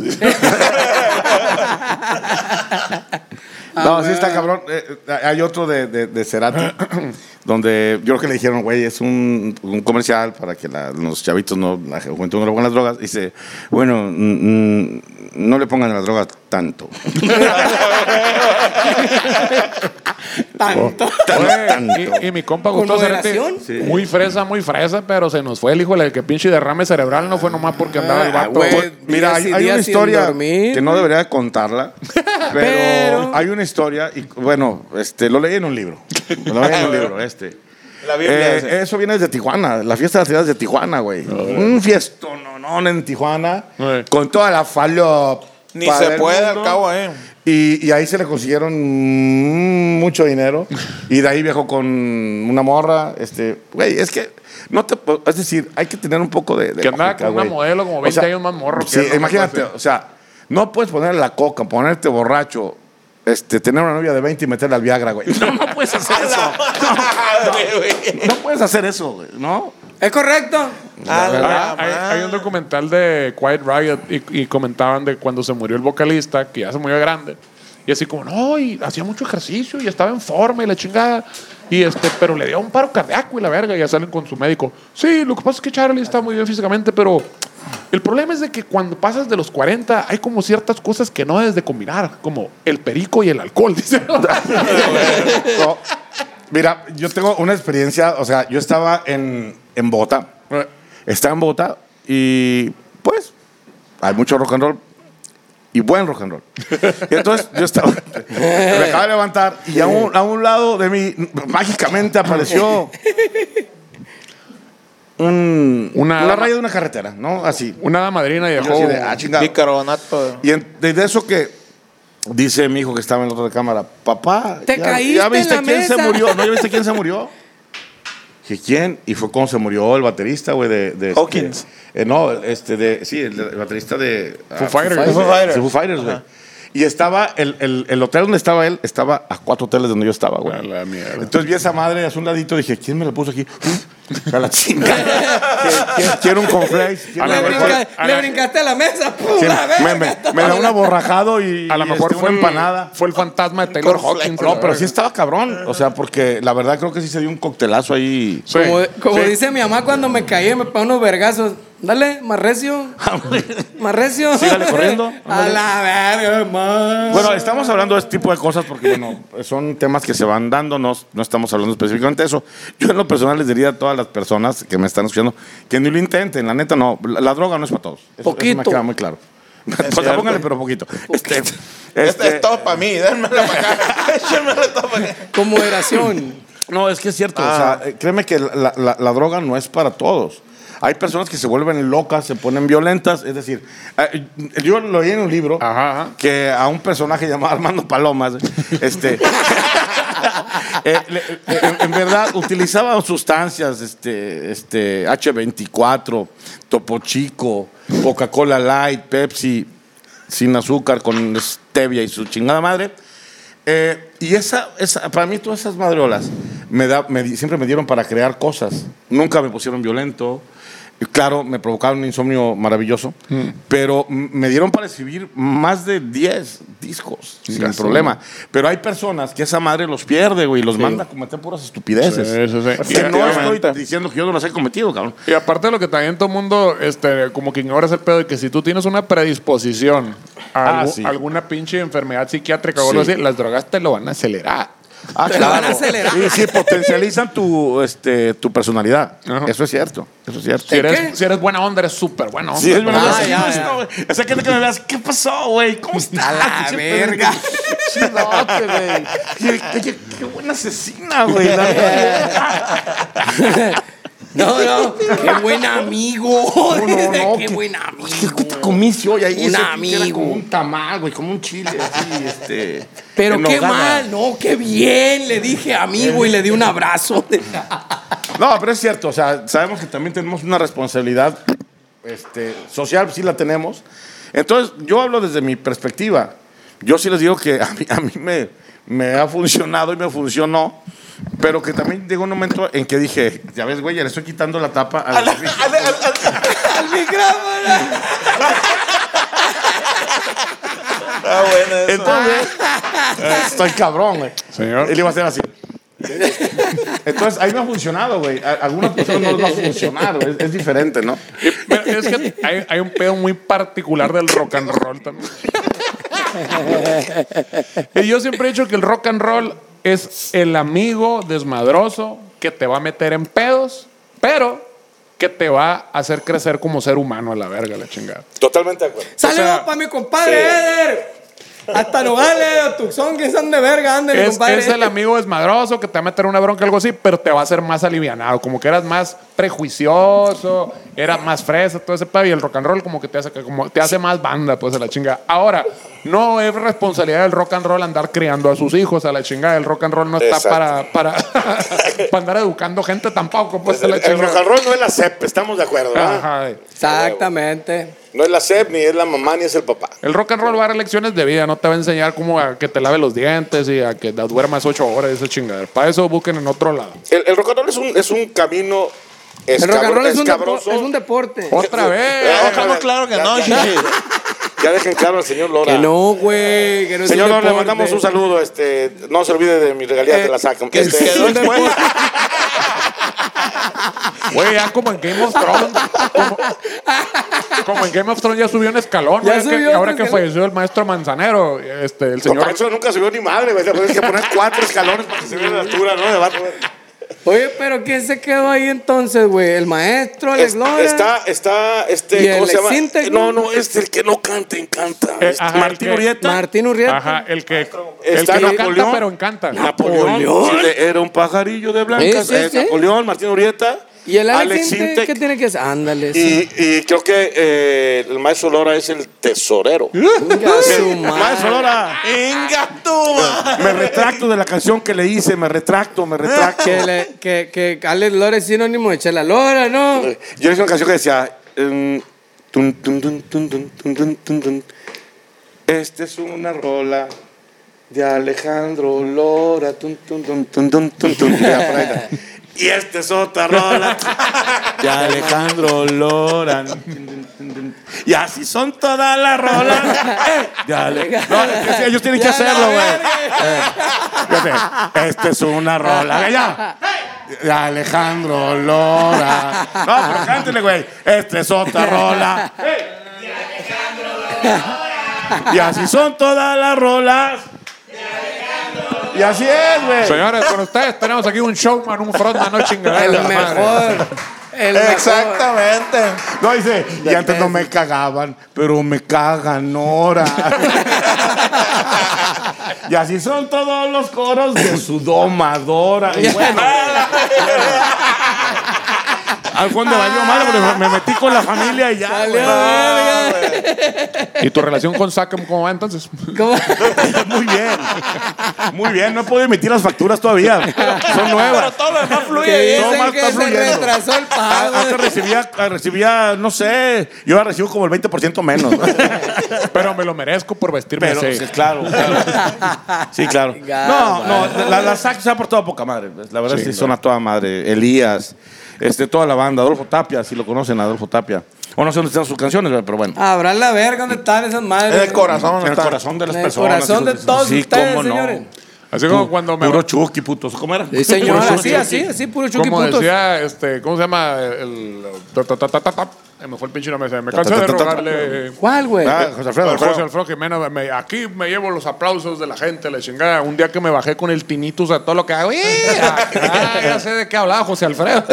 Speaker 3: No, sí está cabrón. Eh, eh, hay otro de, de, de Cerati, donde yo creo que le dijeron, güey, es un, un comercial para que la- los chavitos, no, la juventud no le pongan las drogas. Y dice, bueno, mm, mm, no le pongan las drogas tanto.
Speaker 4: Tanto.
Speaker 3: Oh. Tan- tanto.
Speaker 1: y, y mi compa
Speaker 4: ¿Con
Speaker 1: Gustavo Cerati,
Speaker 4: moderación?
Speaker 3: Sí.
Speaker 1: muy fresa, muy fresa, pero se nos fue el hijo, el que pinche derrame cerebral no fue nomás porque andaba el
Speaker 4: Ah,
Speaker 1: vato.
Speaker 4: güey.
Speaker 3: Mira,
Speaker 4: días
Speaker 3: hay,
Speaker 4: sin
Speaker 3: hay una
Speaker 4: días sin
Speaker 3: historia
Speaker 4: dormir.
Speaker 3: que no debería de contarla, pero,
Speaker 4: Pero-
Speaker 3: hay una historia, y bueno, este, lo leí en un libro. Lo leí en un libro, este.
Speaker 2: La Biblia.
Speaker 3: Eh,
Speaker 2: dice.
Speaker 3: eso viene desde Tijuana, la fiesta de las ciudades de Tijuana, güey. Un fiestononón en Tijuana,
Speaker 1: Eh.
Speaker 3: con toda la falopa.
Speaker 2: Ni se
Speaker 3: del
Speaker 2: puede, al
Speaker 3: mundo.
Speaker 2: cabo, eh.
Speaker 3: Y, y ahí se le consiguieron mm, mucho dinero. Y de ahí viajó con una morra. Este, güey, es que no te po- Es decir, hay que tener un poco de. de
Speaker 1: Que andaba con una
Speaker 3: güey.
Speaker 1: modelo como 20 años más morro que
Speaker 3: Sí,
Speaker 1: él, ¿no?
Speaker 3: imagínate,
Speaker 1: Algo así.
Speaker 3: o sea, no puedes ponerle la coca, ponerte borracho, este, tener una novia de 20 y meterla al Viagra, güey. No, no puedes hacer
Speaker 2: A
Speaker 3: eso.
Speaker 2: la madre, güey.
Speaker 3: No puedes hacer eso, güey, ¿no?
Speaker 4: ¿Es correcto?
Speaker 2: A la
Speaker 1: Ah, Hay,
Speaker 2: madre.
Speaker 1: hay un documental de Quiet Riot y, y comentaban de cuando se murió el vocalista, que ya se murió de grande. Y así como, no, y hacía mucho ejercicio y estaba en forma y la chingada. Y este, pero le dio un paro cardíaco y la verga. Y ya salen con su médico. Sí, lo que pasa es que Charlie está muy bien físicamente, pero el problema es de que cuando pasas de los 40 hay como ciertas cosas que no debes de combinar, como el perico y el alcohol. Dice.
Speaker 3: No. Mira, yo tengo una experiencia, o sea, yo estaba en, en Bogotá. Estaba en Bogotá y pues hay mucho rock and roll y buen rock and roll. Y entonces yo estaba, me acaba de levantar y a un, a un lado de mí mágicamente apareció un-
Speaker 1: Una-
Speaker 3: una raya de una carretera, ¿no? Así.
Speaker 1: Una hada madrina y
Speaker 3: Yo
Speaker 1: dejó.
Speaker 3: así de, ah, chingado.
Speaker 2: Bicarbonato.
Speaker 3: Y en- desde eso que dice mi hijo que estaba en la otra cámara, papá,
Speaker 4: Te caíste
Speaker 3: ¿ya
Speaker 4: en
Speaker 3: viste
Speaker 4: la
Speaker 3: quién se
Speaker 4: mesa".
Speaker 3: murió? ¿No ya viste quién se murió? Dije, ¿quién? Y fue cuando se murió el baterista, güey, de, de- este-
Speaker 2: Hawkins.
Speaker 3: eh, no, este, de, sí, el, el baterista de... ah,
Speaker 1: Foo Fighters.
Speaker 3: Fighters.
Speaker 2: Foo Fighters.
Speaker 3: Sí, Foo Fighters, güey.
Speaker 2: Ajá.
Speaker 3: Y estaba, el, el, el hotel donde estaba él, estaba a cuatro hoteles donde yo estaba, güey.
Speaker 1: A la mierda.
Speaker 3: Entonces vi esa madre hace un ladito, dije, ¿quién me la puso aquí? A la chingada. Quiero- quiero- Quiero un cornflakes. quiero
Speaker 1: A
Speaker 4: Le,
Speaker 1: la
Speaker 3: una-
Speaker 1: mejor-
Speaker 4: brinca-
Speaker 1: a
Speaker 4: le
Speaker 1: la-
Speaker 4: brincaste a la mesa. ¡pum!
Speaker 3: Sí,
Speaker 4: la verga,
Speaker 3: me, me- me da un aborrajado y
Speaker 1: A lo
Speaker 3: y,
Speaker 1: mejor
Speaker 3: este,
Speaker 1: fue
Speaker 3: una
Speaker 1: el-
Speaker 3: empanada.
Speaker 1: Fue el fantasma de Taylor
Speaker 2: Cornflakes.
Speaker 1: Hawkins.
Speaker 3: No, pero sí estaba cabrón. O sea, porque la verdad creo que sí se dio un coctelazo ahí.
Speaker 1: Sí,
Speaker 4: Como, como
Speaker 1: sí.
Speaker 4: dice mi mamá cuando me caí, me pegó unos vergazos. Dale, más recio. más recio.
Speaker 3: Sígale corriendo.
Speaker 4: A la verga, más.
Speaker 3: Bueno, estamos hablando de este tipo de cosas porque, bueno, son temas que se van dando, no, no estamos hablando específicamente de eso. Yo en lo personal les diría a todas las personas que me están escuchando que ni lo intenten, la neta no, la, la droga no es para todos. Eso- Eso, me
Speaker 4: Poquito.
Speaker 3: queda muy claro. Pues
Speaker 2: cierto.
Speaker 3: póngale, pero poquito. Este,
Speaker 2: Este,
Speaker 3: este-
Speaker 2: es todo para mí, dármela para acá. Échenmela todo para acá.
Speaker 4: Con moderación.
Speaker 3: No, es que es cierto.
Speaker 2: Ah.
Speaker 3: O sea, eh, créeme que la, la- la droga no es para todos. Hay personas que se vuelven locas, se ponen violentas. Es decir, eh, yo lo leí en un libro
Speaker 1: Ajá, ajá.
Speaker 3: que a un personaje llamado Armando Palomas, este, eh, le- eh, en, en verdad utilizaba sustancias, este, este, H24, Topo Chico, Coca-Cola Light, Pepsi, sin azúcar, con stevia y su chingada madre. Eh, y esa, esa, para mí todas esas madrolas me da, me di- siempre me dieron para crear cosas. Nunca me pusieron violento. Y Claro, me provocaron un insomnio maravilloso,
Speaker 1: Mm.
Speaker 3: pero m- me dieron para escribir más de 10 discos, sin
Speaker 1: sí.
Speaker 3: problema. Pero hay personas que esa madre los pierde, güey, y los manda a cometer puras estupideces.
Speaker 1: Sí, sí, sí.
Speaker 3: Que no estoy
Speaker 1: Efectivamente.
Speaker 3: diciendo que yo no las he cometido, cabrón.
Speaker 1: Y aparte lo que también todo el mundo, este, como que ignora ese pedo de que si tú tienes una predisposición a
Speaker 3: Ah,
Speaker 1: algu-
Speaker 3: sí.
Speaker 1: alguna pinche enfermedad psiquiátrica o algo
Speaker 3: Sí.
Speaker 1: así, las drogas te lo van a acelerar.
Speaker 3: Ah,
Speaker 4: Te la van a acelerar.
Speaker 3: Sí, sí, potencializan tu, este, tu personalidad.
Speaker 1: Ajá.
Speaker 3: Eso es cierto. Eso es cierto.
Speaker 1: Si
Speaker 4: qué?
Speaker 1: eres, si eres buena onda, eres súper buena onda.
Speaker 3: Sí, es verdad.
Speaker 4: Ah, ya,
Speaker 3: Sí,
Speaker 4: ya.
Speaker 3: no, güey. Esa gente que me veas, ¿qué pasó, güey? ¿Cómo estás?
Speaker 4: A la
Speaker 3: Sí,
Speaker 4: verga.
Speaker 3: Chilote, güey. Oye, oye, Qué buena asesina, güey. la verdad.
Speaker 4: No, no. Qué buen amigo.
Speaker 3: No, no, no,
Speaker 4: Qué
Speaker 3: que-
Speaker 4: buen amigo.
Speaker 3: ¿Qué qué te comiste hoy ahí?
Speaker 4: Un
Speaker 3: Ese pinche era
Speaker 4: amigo.
Speaker 3: como un tamal, güey, como un chile. Así, este,
Speaker 4: Pero
Speaker 3: en
Speaker 4: qué
Speaker 3: nogada.
Speaker 4: mal, no, qué bien, le dije amigo y le di un abrazo.
Speaker 3: No, pero es cierto, o sea, sabemos que también tenemos una responsabilidad este, social, sí la tenemos. Entonces, yo hablo desde mi perspectiva. Yo sí les digo que a mí, a mí me, me ha funcionado y me funcionó, pero que también llegó un momento en que dije, ya ves, güey, ya le estoy quitando la tapa a la-
Speaker 4: Al micrófono.
Speaker 2: Ah, bueno, eso.
Speaker 3: Entonces, estoy cabrón, güey.
Speaker 1: Señor.
Speaker 3: Él iba a hacer así. Entonces, ahí me ha funcionado, güey. A algunas personas no les va a funcionar, güey. es, es diferente, ¿no?
Speaker 1: Pero es que hay, hay un pedo muy particular del rock and roll también. y yo siempre he dicho que el rock and roll es el amigo desmadroso que te va a meter en pedos, pero que te va a hacer crecer como ser humano a la verga, la chingada.
Speaker 3: Totalmente de acuerdo.
Speaker 4: Saludos para mi compadre Eder. Hasta Nogales, Tucson, que están de verga, anden,
Speaker 1: Es,
Speaker 4: compadre.
Speaker 1: es el amigo desmadroso que te va a meter una bronca, algo así, pero te va a hacer más alivianado. Como que eras más prejuicioso, eras más fresa, todo ese pedo. Y el rock and roll como que te hace, como te hace más banda, pues, a la chinga. Ahora, no es responsabilidad del rock and roll andar criando a sus hijos a la chinga. El rock and roll no está para, para, para andar educando gente tampoco, pues, a
Speaker 6: El,
Speaker 1: la
Speaker 6: el rock and
Speaker 1: chinga.
Speaker 6: roll no es la CEP, estamos de acuerdo, ¿verdad?
Speaker 1: Ajá. eh.
Speaker 4: Exactamente.
Speaker 6: No es la CEP, ni es la mamá, ni es el papá.
Speaker 1: El rock and roll va a dar lecciones de vida, no te va a enseñar cómo a que te lave los dientes y a que duermas ocho horas y esa chingadera. Para eso busquen en otro lado.
Speaker 6: El, el rock and roll es un, es un camino
Speaker 4: El
Speaker 6: escabro-
Speaker 4: rock and roll es un, depo-
Speaker 6: escabroso.
Speaker 4: es un deporte.
Speaker 1: Otra vez.
Speaker 6: Ya
Speaker 2: Dejamos claro que
Speaker 6: ya-
Speaker 2: no,
Speaker 6: ya,
Speaker 2: Shishi.
Speaker 6: ya dejen claro al señor Lora.
Speaker 4: Que no, güey. Que no es
Speaker 6: Señor
Speaker 4: un
Speaker 6: Lora, le
Speaker 4: deporte.
Speaker 6: mandamos un saludo. Este, no se olvide de mi regalía, te la
Speaker 4: Eh,
Speaker 6: sacan.
Speaker 2: Que
Speaker 6: Este,
Speaker 2: quedó expuesto.
Speaker 1: Güey, ya como en Game of Thrones. Como, como en Game of Thrones ya subió un escalón.
Speaker 4: Ya
Speaker 1: güey, que-
Speaker 4: subió
Speaker 1: ahora
Speaker 4: otro
Speaker 1: que
Speaker 4: escalón.
Speaker 1: falleció el maestro Manzanero, este, el
Speaker 6: Papá,
Speaker 1: señor.
Speaker 6: eso nunca subió ni madre, güey. Tienes que poner cuatro escalones para que se vea la altura, ¿no? De vato, güey.
Speaker 4: Oye, pero ¿quién se quedó ahí entonces, güey? ¿El maestro, la
Speaker 6: Es-
Speaker 4: Gloria?
Speaker 6: está, está,
Speaker 4: ¿Y
Speaker 6: este,
Speaker 4: el
Speaker 6: ¿cómo se llama?
Speaker 4: Exinte?
Speaker 6: No, no, es el que no canta, encanta.
Speaker 1: eh,
Speaker 6: Este,
Speaker 1: ajá, el
Speaker 6: Martín
Speaker 1: que-
Speaker 6: Urieta.
Speaker 4: Martín Urrieta.
Speaker 1: Ajá, el que, el
Speaker 6: Está
Speaker 1: que no
Speaker 6: Napoleón.
Speaker 1: canta, pero encanta.
Speaker 6: Napoleón. sí, de- Era un pajarillo de blancas.
Speaker 4: Sí, sí,
Speaker 6: eh,
Speaker 4: sí.
Speaker 6: Napoleón, Martín Urieta.
Speaker 4: ¿Y el Alex,
Speaker 6: Alex
Speaker 4: Inte,
Speaker 6: Intec.
Speaker 4: qué tiene que hacer? Ándale. sí.
Speaker 6: Y, y creo que eh, el maestro Lora es el tesorero.
Speaker 4: Venga, su
Speaker 3: Maestro
Speaker 4: madre.
Speaker 3: Lora.
Speaker 2: Venga, tú, ma.
Speaker 3: Me retracto de la canción que le hice, me retracto, me retracto.
Speaker 4: Que, le- que, que Alex Lora es sinónimo de Chela Lora, ¿no?
Speaker 6: Yo le hice una canción que decía. em, tun, tun, tun, tun, tun, tun, tun, tun, tun. Esta es una rola de Alejandro Lora. tun, tun, tun, tun, tun, tun, tun. Ya, por ahí está. Y esta es otra rola de Alejandro Lora.
Speaker 3: Y así son todas las rolas. Eh, Dale. No, es que sí, ellos tienen que
Speaker 4: Ya
Speaker 3: hacerlo,
Speaker 4: la
Speaker 3: güey.
Speaker 4: verga.
Speaker 3: Fíjate, Esta Este es una rola. Ve ya. De Alejandro Lora. No, pero cántele, güey. Esta es otra rola. Eh, de Alejandro Lora. Y así son todas las rolas. Y así es, güey.
Speaker 1: Señores, con ustedes tenemos aquí un showman, un frontman, no chingadera.
Speaker 4: El
Speaker 1: la madre.
Speaker 4: mejor. El mejor.
Speaker 2: Exactamente.
Speaker 3: No, dice, y antes no me cagaban, pero me cagan ahora. y así son todos los coros de su domadora. Y bueno, Al fondo valió madre porque me metí con la familia y ya.
Speaker 4: Valió verga.
Speaker 1: ¿Y tu relación con Sacam cómo va entonces?
Speaker 4: ¿Cómo?
Speaker 3: güey. Muy bien. Muy bien. No he podido emitir las facturas todavía. Son
Speaker 2: Pero
Speaker 3: nuevas.
Speaker 2: todo lo demás fluye
Speaker 4: Que
Speaker 2: ahí.
Speaker 3: No,
Speaker 4: dicen
Speaker 3: mal
Speaker 4: que
Speaker 3: está
Speaker 4: se
Speaker 3: fluyendo. Ah,
Speaker 4: retrasó el
Speaker 3: A- Antes
Speaker 4: pago.
Speaker 3: recibía, recibía, no sé, yo ahora recibo como el 20% menos.
Speaker 1: Pero me lo merezco por vestirme
Speaker 3: Pero,
Speaker 1: así.
Speaker 3: sí, claro, claro. Sí, claro.
Speaker 4: Chingada
Speaker 3: No,
Speaker 4: madre.
Speaker 3: no, la, la SAC se ha portado a poca madre. pues, La verdad
Speaker 1: Sí,
Speaker 3: sí,
Speaker 1: claro.
Speaker 3: son a toda madre. Elías, este, toda la banda, Adolfo Tapia, si lo conocen, Adolfo Tapia. O no sé dónde están sus canciones, pero bueno.
Speaker 4: Habrá la verga dónde están esas madres.
Speaker 2: En el corazón.
Speaker 3: en el
Speaker 2: está.
Speaker 3: corazón de las
Speaker 4: En el
Speaker 3: personas.
Speaker 4: corazón
Speaker 3: hijos
Speaker 4: de todos
Speaker 3: Sí,
Speaker 4: ustedes,
Speaker 3: cómo no.
Speaker 4: señores.
Speaker 1: Así como cuando me...
Speaker 3: Puro chuki, putos. ¿Cómo era?
Speaker 4: Sí, señor.
Speaker 3: Puro
Speaker 4: Así,
Speaker 3: chuki.
Speaker 4: así, así, puro chuki
Speaker 1: Como
Speaker 4: putos.
Speaker 1: decía, este, ¿cómo se llama? El, ta, ta, ta, ta, ta, ta. Eh, me fue el pinche nombre. se Me cansé
Speaker 3: ta,
Speaker 1: de
Speaker 3: ta, ta, ta.
Speaker 1: rogarle...
Speaker 4: ¿Cuál, güey?
Speaker 3: Ah, José Alfredo.
Speaker 1: Al José
Speaker 3: Alfredo.
Speaker 1: Alfredo Jiménez, me- aquí me llevo los aplausos de la gente, la chingada. Un día que me bajé con el tinnitus a todo lo que hago. ¡eh! Ah, ya sé de qué hablaba José Alfredo.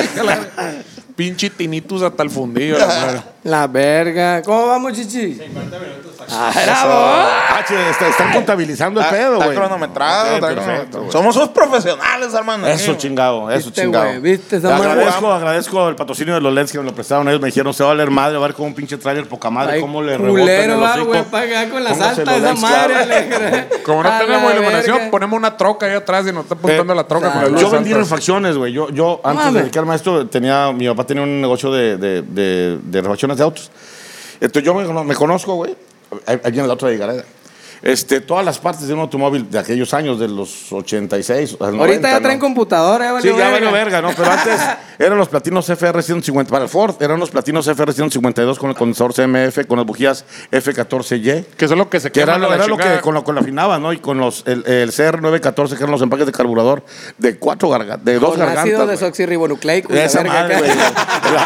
Speaker 1: Pinche tinnitus hasta el fundido. la madre.
Speaker 4: La verga. ¿Cómo vamos, chichi? 50 minutos. Ah, bravo.
Speaker 3: Ah, che, está- están contabilizando el
Speaker 4: Ah,
Speaker 2: Está-
Speaker 3: pedo,
Speaker 2: está
Speaker 3: güey.
Speaker 2: cronometrado,
Speaker 3: Ok,
Speaker 2: está
Speaker 3: perfecto,
Speaker 2: cronometrado.
Speaker 3: güey.
Speaker 2: Somos unos profesionales, hermano.
Speaker 3: Eso,
Speaker 2: Sí,
Speaker 3: chingado, eso,
Speaker 4: Viste,
Speaker 3: chingado.
Speaker 4: güey, viste esa madre.
Speaker 3: agradezco, agradezco el patrocinio de los LEDs que me lo prestaron. Ellos me dijeron, se va a valer madre, va a ver como un pinche trailer poca madre,
Speaker 4: Ay,
Speaker 3: cómo le rebota en el
Speaker 4: culero, va,
Speaker 3: hocico.
Speaker 4: güey, para acá con la
Speaker 3: Cómo se
Speaker 4: salta
Speaker 3: lo
Speaker 4: esa
Speaker 3: dan,
Speaker 4: madre.
Speaker 3: claro.
Speaker 4: le-
Speaker 1: Como no
Speaker 4: A la
Speaker 1: tenemos iluminación,
Speaker 4: verga.
Speaker 1: ponemos una troca ahí atrás y nos está apuntando
Speaker 3: Eh,
Speaker 1: la troca con
Speaker 4: claro.
Speaker 1: las luces
Speaker 3: Yo vendí
Speaker 1: altas.
Speaker 3: refacciones, güey. Yo, yo antes
Speaker 4: Mames.
Speaker 3: de dedicarme a esto, tenía, mi papá tenía un negocio de, de, de- de refacciones de autos. Entonces yo me, cono- me conozco, güey, ahí ahí en la otra de Gareda. Este, todas las partes de un automóvil de aquellos años, de los 86. al
Speaker 4: Ahorita
Speaker 3: 90,
Speaker 4: ya traen
Speaker 3: ¿no?
Speaker 4: computadora, ya
Speaker 3: Sí,
Speaker 4: valió
Speaker 3: ya
Speaker 4: verga.
Speaker 3: valió verga, ¿no? Pero antes eran los platinos FR 150, para el Ford, eran los platinos FR 152 con el condensador CMF, con las bujías F14Y.
Speaker 1: Que eso es lo que se
Speaker 3: Que
Speaker 1: queda
Speaker 3: era,
Speaker 1: la
Speaker 3: lo, era lo
Speaker 1: chingada.
Speaker 3: que con lo que lo afinaba, ¿no? Y con los el, el CR914, que eran los empaques de carburador de cuatro gargantas, de dos
Speaker 4: Con ácido
Speaker 3: gargantas. güey.
Speaker 4: desoxirribonucleico. y la
Speaker 3: Esa
Speaker 4: verga
Speaker 3: madre,
Speaker 4: acá.
Speaker 3: güey.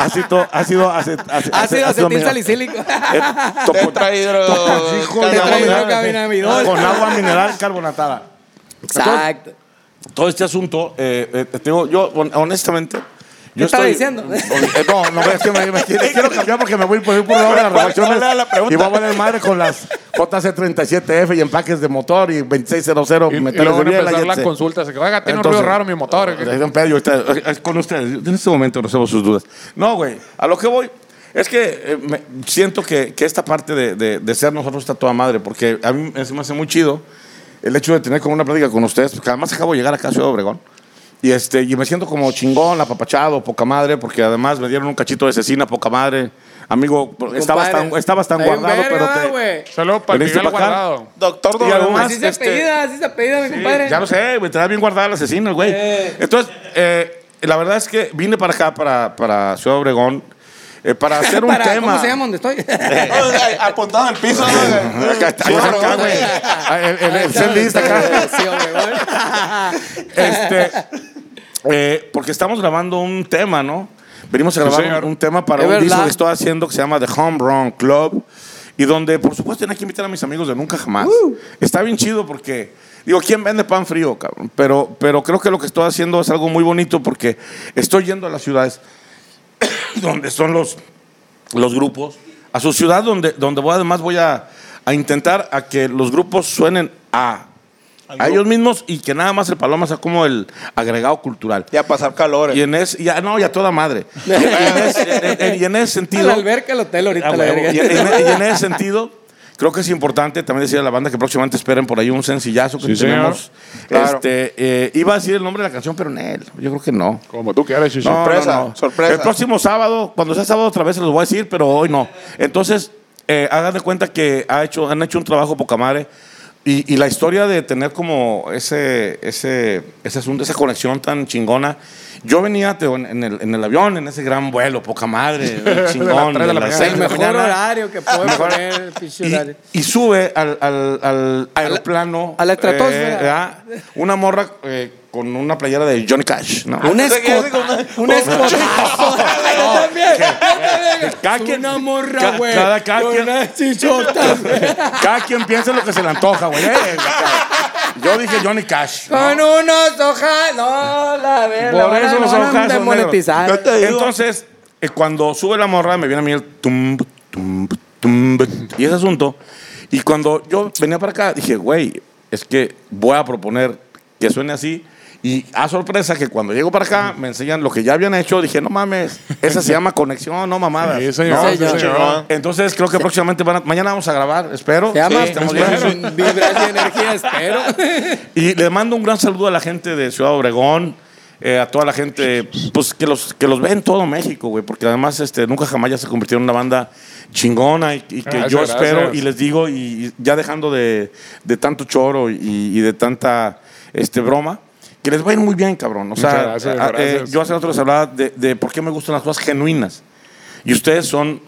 Speaker 3: Ácido, ácido, ácido,
Speaker 4: Ácido acetil salicílico.
Speaker 2: Tetrahidro-
Speaker 4: Tetrahidrocannabinol.
Speaker 3: Con agua mineral carbonatada.
Speaker 4: Exacto.
Speaker 3: Todo este asunto, eh, eh, te digo, yo hon- honestamente. Yo
Speaker 4: ¿Qué estaba
Speaker 3: estoy-
Speaker 4: diciendo?
Speaker 3: Eh, no, no, es que me, me quiero, quiero cambiar porque me voy por ir por el lado de
Speaker 2: ¿Cuál-
Speaker 3: las
Speaker 2: cuál
Speaker 3: refacciones.
Speaker 2: era la pregunta?
Speaker 3: y voy a valer madre con las JC37F y empaques de motor y 2600
Speaker 1: Y, y
Speaker 3: metales
Speaker 1: luego van
Speaker 3: de
Speaker 1: a
Speaker 3: biela
Speaker 1: empezar
Speaker 3: y
Speaker 1: la
Speaker 3: etc.
Speaker 1: consulta. Se que, oiga, tiene
Speaker 3: Entonces,
Speaker 1: un ruido raro mi motor. que-
Speaker 3: eh, don Pedro, ahorita, eh, eh, con ustedes. En este momento resuelvo sus dudas. No, güey. A lo que voy es que eh, me- siento que, que esta parte de, de- de ser nosotros está toda madre, porque a mí se me hace muy chido el hecho de tener como una plática con ustedes, porque además acabo de llegar acá a Ciudad Obregón. Y, este, y me siento como chingón, apapachado, poca madre, porque además me dieron un cachito de cecina, poca madre. Amigo,
Speaker 4: Pues,
Speaker 3: estabas tan, estabas tan
Speaker 4: Está bien
Speaker 3: guardado, pero
Speaker 4: verga,
Speaker 3: te.
Speaker 4: güey.
Speaker 1: Saludos para
Speaker 3: ¿Veniste
Speaker 1: Miguel
Speaker 3: pa' acá?
Speaker 1: Guardado.
Speaker 2: Doctor
Speaker 3: Y
Speaker 2: W.
Speaker 3: además-
Speaker 4: Así se
Speaker 3: este-
Speaker 4: apellida, así se apellida, mi compadre.
Speaker 3: Ya lo sé, güey, te da bien guardada el asesino, güey.
Speaker 4: Eh.
Speaker 3: Entonces, eh, la verdad es que vine para acá, para, para Ciudad Obregón, eh, para hacer un
Speaker 4: Para-
Speaker 3: tema.
Speaker 4: ¿Cómo se llama donde estoy?
Speaker 2: Ay, Apuntado en el piso. ¿no?
Speaker 3: Acá está, ahí está acá, güey. Ah, El, el, el setlist acá.
Speaker 4: Sí, Obregón.
Speaker 3: Este, eh, porque estamos grabando un tema, ¿no? Venimos a grabar
Speaker 1: señor.
Speaker 3: un, un tema para
Speaker 4: Es
Speaker 3: un disco
Speaker 4: verdad.
Speaker 3: que estoy haciendo que se llama The Home Run Club. Y donde, por supuesto, tenía que invitar a mis amigos de Nunca Jamás. Está bien chido porque, digo, ¿quién vende pan frío, cabrón? Pero, pero creo que lo que estoy haciendo es algo muy bonito porque estoy yendo a las ciudades donde son los, los grupos, a su ciudad donde, donde voy, además voy a, a intentar a que los grupos suenen a, a ellos mismos y que nada más el Paloma sea como el agregado cultural.
Speaker 2: Ya pasar calor.
Speaker 3: Y en ese, ya, no, ya toda madre. Y en ese, en- en- y en ese
Speaker 4: A la
Speaker 3: sentido.
Speaker 4: alberca, el hotel ahorita,
Speaker 3: Ah,
Speaker 4: la
Speaker 3: huevo.
Speaker 4: verga.
Speaker 3: Y en, y en ese sentido, creo que es importante también decir a la banda que próximamente esperen por ahí un sencillazo que
Speaker 1: Sí, señor.
Speaker 3: tenemos.
Speaker 2: Claro.
Speaker 3: Este, eh, iba a decir el nombre de la canción, pero en él. Yo creo que no.
Speaker 1: Como tú quieras, Chichi.
Speaker 3: No,
Speaker 2: Sorpresa,
Speaker 3: no, no.
Speaker 2: sorpresa.
Speaker 3: El próximo sábado, cuando sea sábado otra vez se los voy a decir, pero hoy no. Entonces, eh, hagan de cuenta que ha hecho, han hecho un trabajo poca madre. Y, y la historia de tener como ese, ese, ese asunto, esa conexión tan chingona. Yo venía te digo, en, en el, en el avión, en ese gran vuelo, poca madre, chingón.
Speaker 1: tres de la mañana.
Speaker 3: seis
Speaker 4: El
Speaker 3: de la
Speaker 4: mejor
Speaker 3: mañana.
Speaker 4: horario que puede
Speaker 3: Mejor-
Speaker 4: poner el pinche horario.
Speaker 3: Y, y sube al, al- al aeroplano.
Speaker 4: a la estratosfera.
Speaker 3: eh, ¿verdad? una morra eh, con una playera de Johnny Cash. ¿no?
Speaker 4: Un
Speaker 2: Pensé que iba a decir
Speaker 4: escota-
Speaker 2: con
Speaker 3: e-
Speaker 4: Un escotazo. Oh, Yo también. Yo
Speaker 3: Cada
Speaker 4: también.
Speaker 3: quien-
Speaker 4: Una morra,
Speaker 3: ca-
Speaker 4: güey.
Speaker 3: cada- cada
Speaker 4: con
Speaker 3: quien-
Speaker 4: unas chichotas, güey.
Speaker 3: Cada quien piensa lo que se le antoja, güey. Eh, güey. Yo dije Johnny Cash. ¿no?
Speaker 4: Con unos hojas. No, la verga.
Speaker 3: Por eso los
Speaker 4: van a
Speaker 3: ojazos
Speaker 4: desmonetizar.
Speaker 3: negros.
Speaker 2: Yo te digo.
Speaker 3: Entonces, eh, cuando sube la morra, me viene a mí el tum, tum, tum, y ese asunto. Y cuando yo venía para acá, dije, güey, es que voy a proponer que suene así Y a sorpresa que cuando llego para acá me enseñan lo que ya habían hecho. Dije, no mames, esa se llama conexión, no mamadas.
Speaker 1: Sí, señor.
Speaker 3: ¿No?
Speaker 4: Sí, señor.
Speaker 1: Chingón.
Speaker 3: Entonces creo que próximamente van a- mañana vamos a grabar, espero.
Speaker 4: Se llama
Speaker 3: Sí, estamos bien.
Speaker 4: Vibras Vibras y Energía, espero.
Speaker 3: Y le mando un gran saludo a la gente de Ciudad Obregón, eh, a toda la gente pues, que, los, que los ve en todo México, güey, porque además este, nunca jamás ya se convirtieron en una banda chingona y, y que
Speaker 1: Ah, Gracias,
Speaker 3: yo espero
Speaker 1: gracias.
Speaker 3: y les digo, y, y ya dejando de, de tanto choro y, y de tanta este, broma. Que les va a ir muy bien, cabrón. O sea,
Speaker 1: Muchas gracias,
Speaker 3: a- a- eh,
Speaker 1: gracias.
Speaker 3: yo hace rato les hablaba de, de por qué me gustan las cosas genuinas. Y ustedes son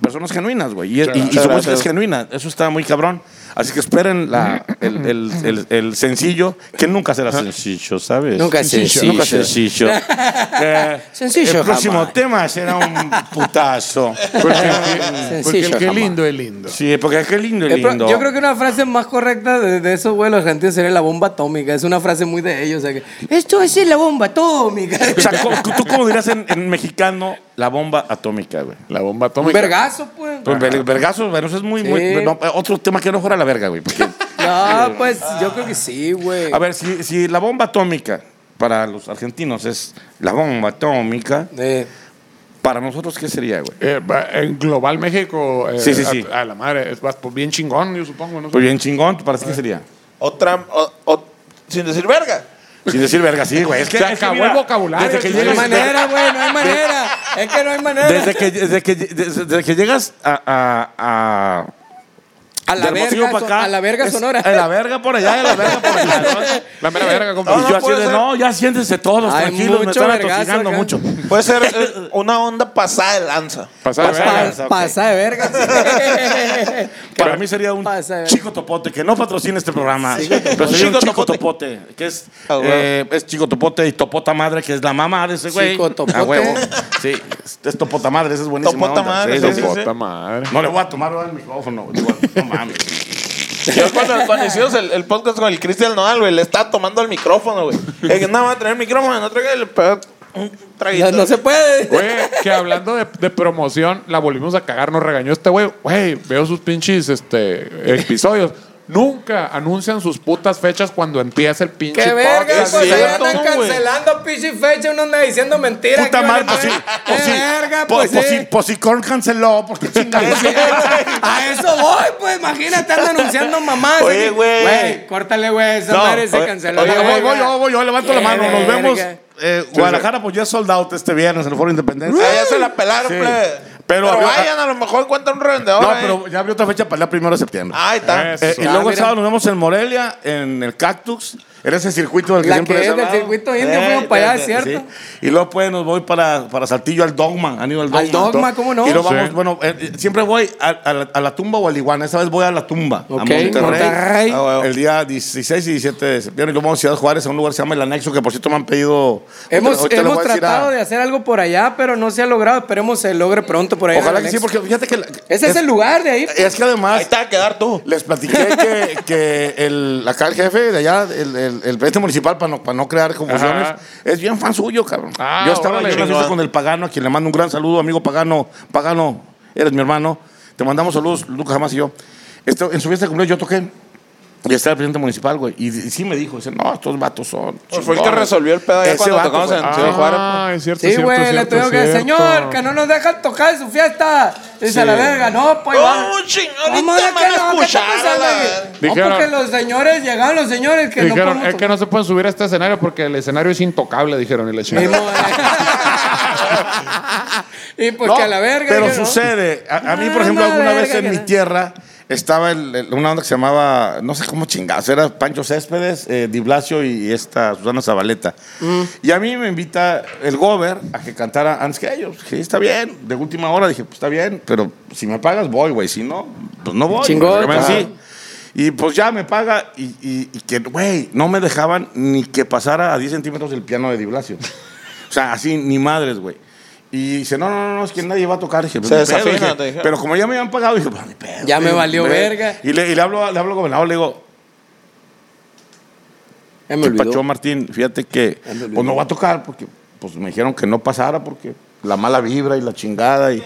Speaker 3: personas genuinas, güey. Y, y- y su música es genuina. Eso está muy cabrón. Así que esperen la, el, el, el, el sencillo, que nunca será sencillo, ¿sabes?
Speaker 4: Nunca es sencillo.
Speaker 3: Nunca es sencillo. Eh,
Speaker 4: Sencillo,
Speaker 3: El próximo
Speaker 4: jamás.
Speaker 3: tema será un putazo.
Speaker 1: Porque el
Speaker 4: Sencillo,
Speaker 1: que
Speaker 4: jamás.
Speaker 1: lindo es lindo.
Speaker 3: Sí, porque qué lindo y
Speaker 4: El pro-
Speaker 3: lindo.
Speaker 4: Yo creo que una frase más correcta de, de esos güey, los argentinos sería la bomba atómica. Es una frase muy de ellos. o sea que, Esto es la bomba atómica.
Speaker 3: O sea, ¿cómo- ¿tú cómo dirás en, en mexicano la bomba atómica, güey?
Speaker 1: La bomba
Speaker 4: Un
Speaker 1: atómica.
Speaker 4: vergazo, pues.
Speaker 3: Pues, ver- vergazos, bueno, eso es muy, muy- no, otro tema que no fuera la verga, güey. porque-
Speaker 4: No, pues yo creo que sí, güey.
Speaker 3: a ver, si, si la bomba atómica para los argentinos es la bomba atómica,
Speaker 4: Eh,
Speaker 3: ¿Para nosotros qué sería, güey?
Speaker 1: Eh, va- en Global México. eh,
Speaker 3: Sí, sí, sí.
Speaker 1: A, a la madre. es- vas por bien chingón, yo supongo. ¿no?
Speaker 3: Pues bien chingón, ¿para ti qué sería?
Speaker 2: Otra, o- o- sin decir verga.
Speaker 3: Sin decir verga, sí, güey. Es que,
Speaker 1: Se
Speaker 3: es que
Speaker 1: acabó
Speaker 3: mira,
Speaker 1: el vocabulario,
Speaker 3: Desde que
Speaker 4: no hay
Speaker 3: llegas,
Speaker 4: manera, güey, no hay manera. Es que no hay manera.
Speaker 3: desde que, desde que, desde- desde que llegas a, a, a,
Speaker 4: a la
Speaker 3: de Hermosillo pa'
Speaker 4: verga, son- a la verga
Speaker 3: es-
Speaker 4: sonora.
Speaker 3: A la verga por allá, a la verga por allá. ¿no?
Speaker 1: La mera verga,
Speaker 3: Y
Speaker 1: compa.
Speaker 3: yo así
Speaker 2: puede
Speaker 3: de,
Speaker 2: ser.
Speaker 3: no, ya siéntense todos,
Speaker 4: Hay
Speaker 3: tranquilos, me
Speaker 4: mucho
Speaker 3: están
Speaker 4: vergazo
Speaker 3: atosigando
Speaker 4: acá.
Speaker 3: mucho.
Speaker 2: Puede ser eh, una onda pasada de lanza.
Speaker 1: Pasada de
Speaker 3: Pasada.
Speaker 1: verga.
Speaker 4: Pa-
Speaker 3: vergas, ok.
Speaker 4: Pasa de verga. sí.
Speaker 3: Para mí sería un
Speaker 4: Pasa de verga.
Speaker 3: chico topote que no patrocina este programa.
Speaker 4: Chico Topote.
Speaker 3: pero sería un
Speaker 2: Chico
Speaker 3: chico
Speaker 2: Topote.
Speaker 3: topote, que es,
Speaker 2: Ah, huevo.
Speaker 3: eh, es chico topote y topota madre, que es la mamá de ese güey.
Speaker 4: Chico Topote.
Speaker 3: A huevo. Sí, es, es topota madre, ese es buenísimo.
Speaker 2: Topota madre, sí, sí, sí.
Speaker 1: Puta madre.
Speaker 3: No le voy a tomar ahora el micrófono. güey. Digo, no mames.
Speaker 2: Yo cuando, cuando hicimos el, el podcast con el Cristian Nodal, güey, le estaba tomando el micrófono, güey. Es que no va a tener micrófono, no traiga el peor un traguito.
Speaker 4: No, no se puede.
Speaker 1: Güey, que hablando de, de promoción, la volvimos a cagar, nos regañó este güey. Güey, veo sus pinches este, episodios. Nunca anuncian sus putas fechas cuando empieza el pinche
Speaker 4: ¡Qué verga!
Speaker 1: podcast.
Speaker 4: Pues ahí
Speaker 2: cierto,
Speaker 4: andan
Speaker 2: güey.
Speaker 4: cancelando pichi fecha, uno anda diciendo mentiras.
Speaker 3: Puta
Speaker 4: que
Speaker 3: madre,
Speaker 4: vale
Speaker 3: pues sí.
Speaker 4: madre.
Speaker 3: Pues
Speaker 4: ¡Qué
Speaker 3: sí.
Speaker 4: verga,
Speaker 3: po-
Speaker 4: pues
Speaker 3: pues
Speaker 4: sí.
Speaker 3: sí, pues sí, Korn canceló. pues Porque chingados.
Speaker 4: A eso voy, pues imagínate, andan anunciando mamás.
Speaker 2: Oye,
Speaker 4: ¿eh?
Speaker 2: güey.
Speaker 4: córtale, güey, esa
Speaker 3: No,
Speaker 4: madre se
Speaker 3: oye,
Speaker 4: canceló.
Speaker 3: oye,
Speaker 4: la
Speaker 3: voy,
Speaker 4: verga.
Speaker 3: voy, yo, voy, yo levanto la
Speaker 4: Qué
Speaker 3: mano. Nos vemos.
Speaker 4: verga.
Speaker 3: eh, Guadalajara, pues ya sold out este viernes en el Foro Independencia.
Speaker 2: Ah, ya se la pelaron,
Speaker 3: Sí.
Speaker 2: plebe.
Speaker 3: Pero
Speaker 2: Pero,
Speaker 3: abrió- ah,
Speaker 2: vayan, a lo mejor encuentran un revendedor.
Speaker 3: No,
Speaker 2: eh.
Speaker 3: pero ya abrió otra fecha para el primero de septiembre.
Speaker 2: Ahí está.
Speaker 1: Eso.
Speaker 3: Eh, y
Speaker 4: Ah,
Speaker 3: luego el
Speaker 4: mira.
Speaker 3: sábado nos vemos en Morelia, en el Cactus, en ese circuito del que
Speaker 4: La
Speaker 3: siempre
Speaker 4: que
Speaker 3: les he
Speaker 4: es del
Speaker 3: hablado.
Speaker 4: circuito indio,
Speaker 3: Eh,
Speaker 4: fuimos para allá,
Speaker 3: eh,
Speaker 4: ¿cierto?
Speaker 3: Y luego pues nos voy para, para Saltillo al Dogma, han ido al Dogma.
Speaker 4: Al Dogma, ¿cómo no?
Speaker 3: Y luego vamos,
Speaker 1: Sí.
Speaker 3: bueno, eh, eh, siempre voy a, a la, a la tumba o al Iguana, esta vez voy a la tumba,
Speaker 4: Ok,
Speaker 3: a Monterrey.
Speaker 4: Monterrey.
Speaker 3: Ah, bueno. El día 16 y 17 de septiembre, y luego vamos a Ciudad Juárez, a un lugar que se llama El Anexo, que por cierto me han pedido...
Speaker 4: Hemos,
Speaker 3: Ahorita le
Speaker 4: hemos
Speaker 3: voy a decir
Speaker 4: tratado
Speaker 3: a-
Speaker 4: de hacer algo por allá, pero no se ha logrado. Esperemos se logre pronto por allá.
Speaker 3: Ojalá que
Speaker 4: Alex.
Speaker 3: sí, porque fíjate que... la-
Speaker 4: Ese es, el lugar de ahí.
Speaker 3: Es que además...
Speaker 2: Ahí está a quedar tú.
Speaker 3: Les platiqué que, que el, acá el jefe de allá, el, el, el presidente municipal, para no, para no crear confusiones,
Speaker 1: Ajá.
Speaker 3: es bien fan suyo, cabrón.
Speaker 1: Ah,
Speaker 3: yo estaba
Speaker 1: órale,
Speaker 3: yo en la fiesta
Speaker 1: chingón.
Speaker 3: con el Pagano, a quien le mando un gran saludo, amigo Pagano. Pagano, eres mi hermano. Te mandamos saludos, Lucas Jamás y yo. Esto, en su fiesta de cumpleaños yo toqué. Y estaba el presidente municipal, güey. Y, y sí me dijo, dice, no, estos vatos son.
Speaker 2: Pues fue el que
Speaker 3: chingones".
Speaker 2: resolvió el pedo allá
Speaker 3: Ese
Speaker 2: cuando
Speaker 3: vato
Speaker 2: tocamos
Speaker 3: fue-
Speaker 2: en
Speaker 1: Ah,
Speaker 2: Ciudad Juárez. pues.
Speaker 1: es cierto,
Speaker 4: Sí,
Speaker 1: cierto,
Speaker 4: güey, le
Speaker 1: cierto,
Speaker 4: tengo que
Speaker 1: cierto.
Speaker 4: señor, que no nos dejan tocar en su fiesta. Dice a la verga, no, pues va.
Speaker 2: Oh, ching,
Speaker 4: Vamos
Speaker 2: ahorita
Speaker 4: ver
Speaker 2: me van a
Speaker 4: qué no, ¿qué está
Speaker 2: escuchar,
Speaker 4: pasando
Speaker 2: a la
Speaker 4: aquí?
Speaker 2: verga.
Speaker 4: No,
Speaker 1: Dijeron-
Speaker 4: porque los señores, llegaron los señores que no
Speaker 1: Dijeron,
Speaker 4: podemos
Speaker 1: es que no se pueden subir a este escenario porque el escenario es intocable, dijeron. Y la
Speaker 4: tocar".
Speaker 1: chingada.
Speaker 4: y pues
Speaker 3: No,
Speaker 4: que a la verga.
Speaker 3: Pero
Speaker 4: dijeron,
Speaker 3: sucede. A, a mí, por
Speaker 4: Ah,
Speaker 3: ejemplo,
Speaker 4: la
Speaker 3: alguna
Speaker 4: verga
Speaker 3: vez en
Speaker 4: que
Speaker 3: mi
Speaker 4: no.
Speaker 3: tierra estaba el- el- una onda que se llamaba, no sé cómo chingados, era Pancho Céspedes, eh, Di Blasio y esta Susana Zabaleta.
Speaker 4: Mm.
Speaker 3: Y a mí me invita el Gober a que cantara antes que ellos. Dije, está bien. De última hora dije, pues está bien, pero si me pagas voy, güey. Si no, pues no voy.
Speaker 4: Chingón,
Speaker 3: Porque me
Speaker 4: claro.
Speaker 3: sí. Y pues ya me paga y, y- y que, güey, no me dejaban ni que pasara a 10 centímetros el piano de Di Blasio. o sea, así, ni madres, güey. Y dice, no, no, no, no, es que nadie va a tocar. Dije, "Pues,
Speaker 2: Se
Speaker 3: "Ni pedo",
Speaker 2: desafina,
Speaker 3: dije.
Speaker 2: te dijeron.
Speaker 3: Pero como ya me habían pagado, dije, pues, ni pedo.
Speaker 4: Ya me
Speaker 3: Dije,
Speaker 4: valió
Speaker 3: "Ve".
Speaker 4: verga.
Speaker 3: Y le, y le hablo, le hablo al gobernador, le digo,
Speaker 4: Ya me olvidó.
Speaker 3: Pacho Martín, fíjate que pues no va a tocar porque pues me dijeron que no pasara porque la mala vibra y la chingada y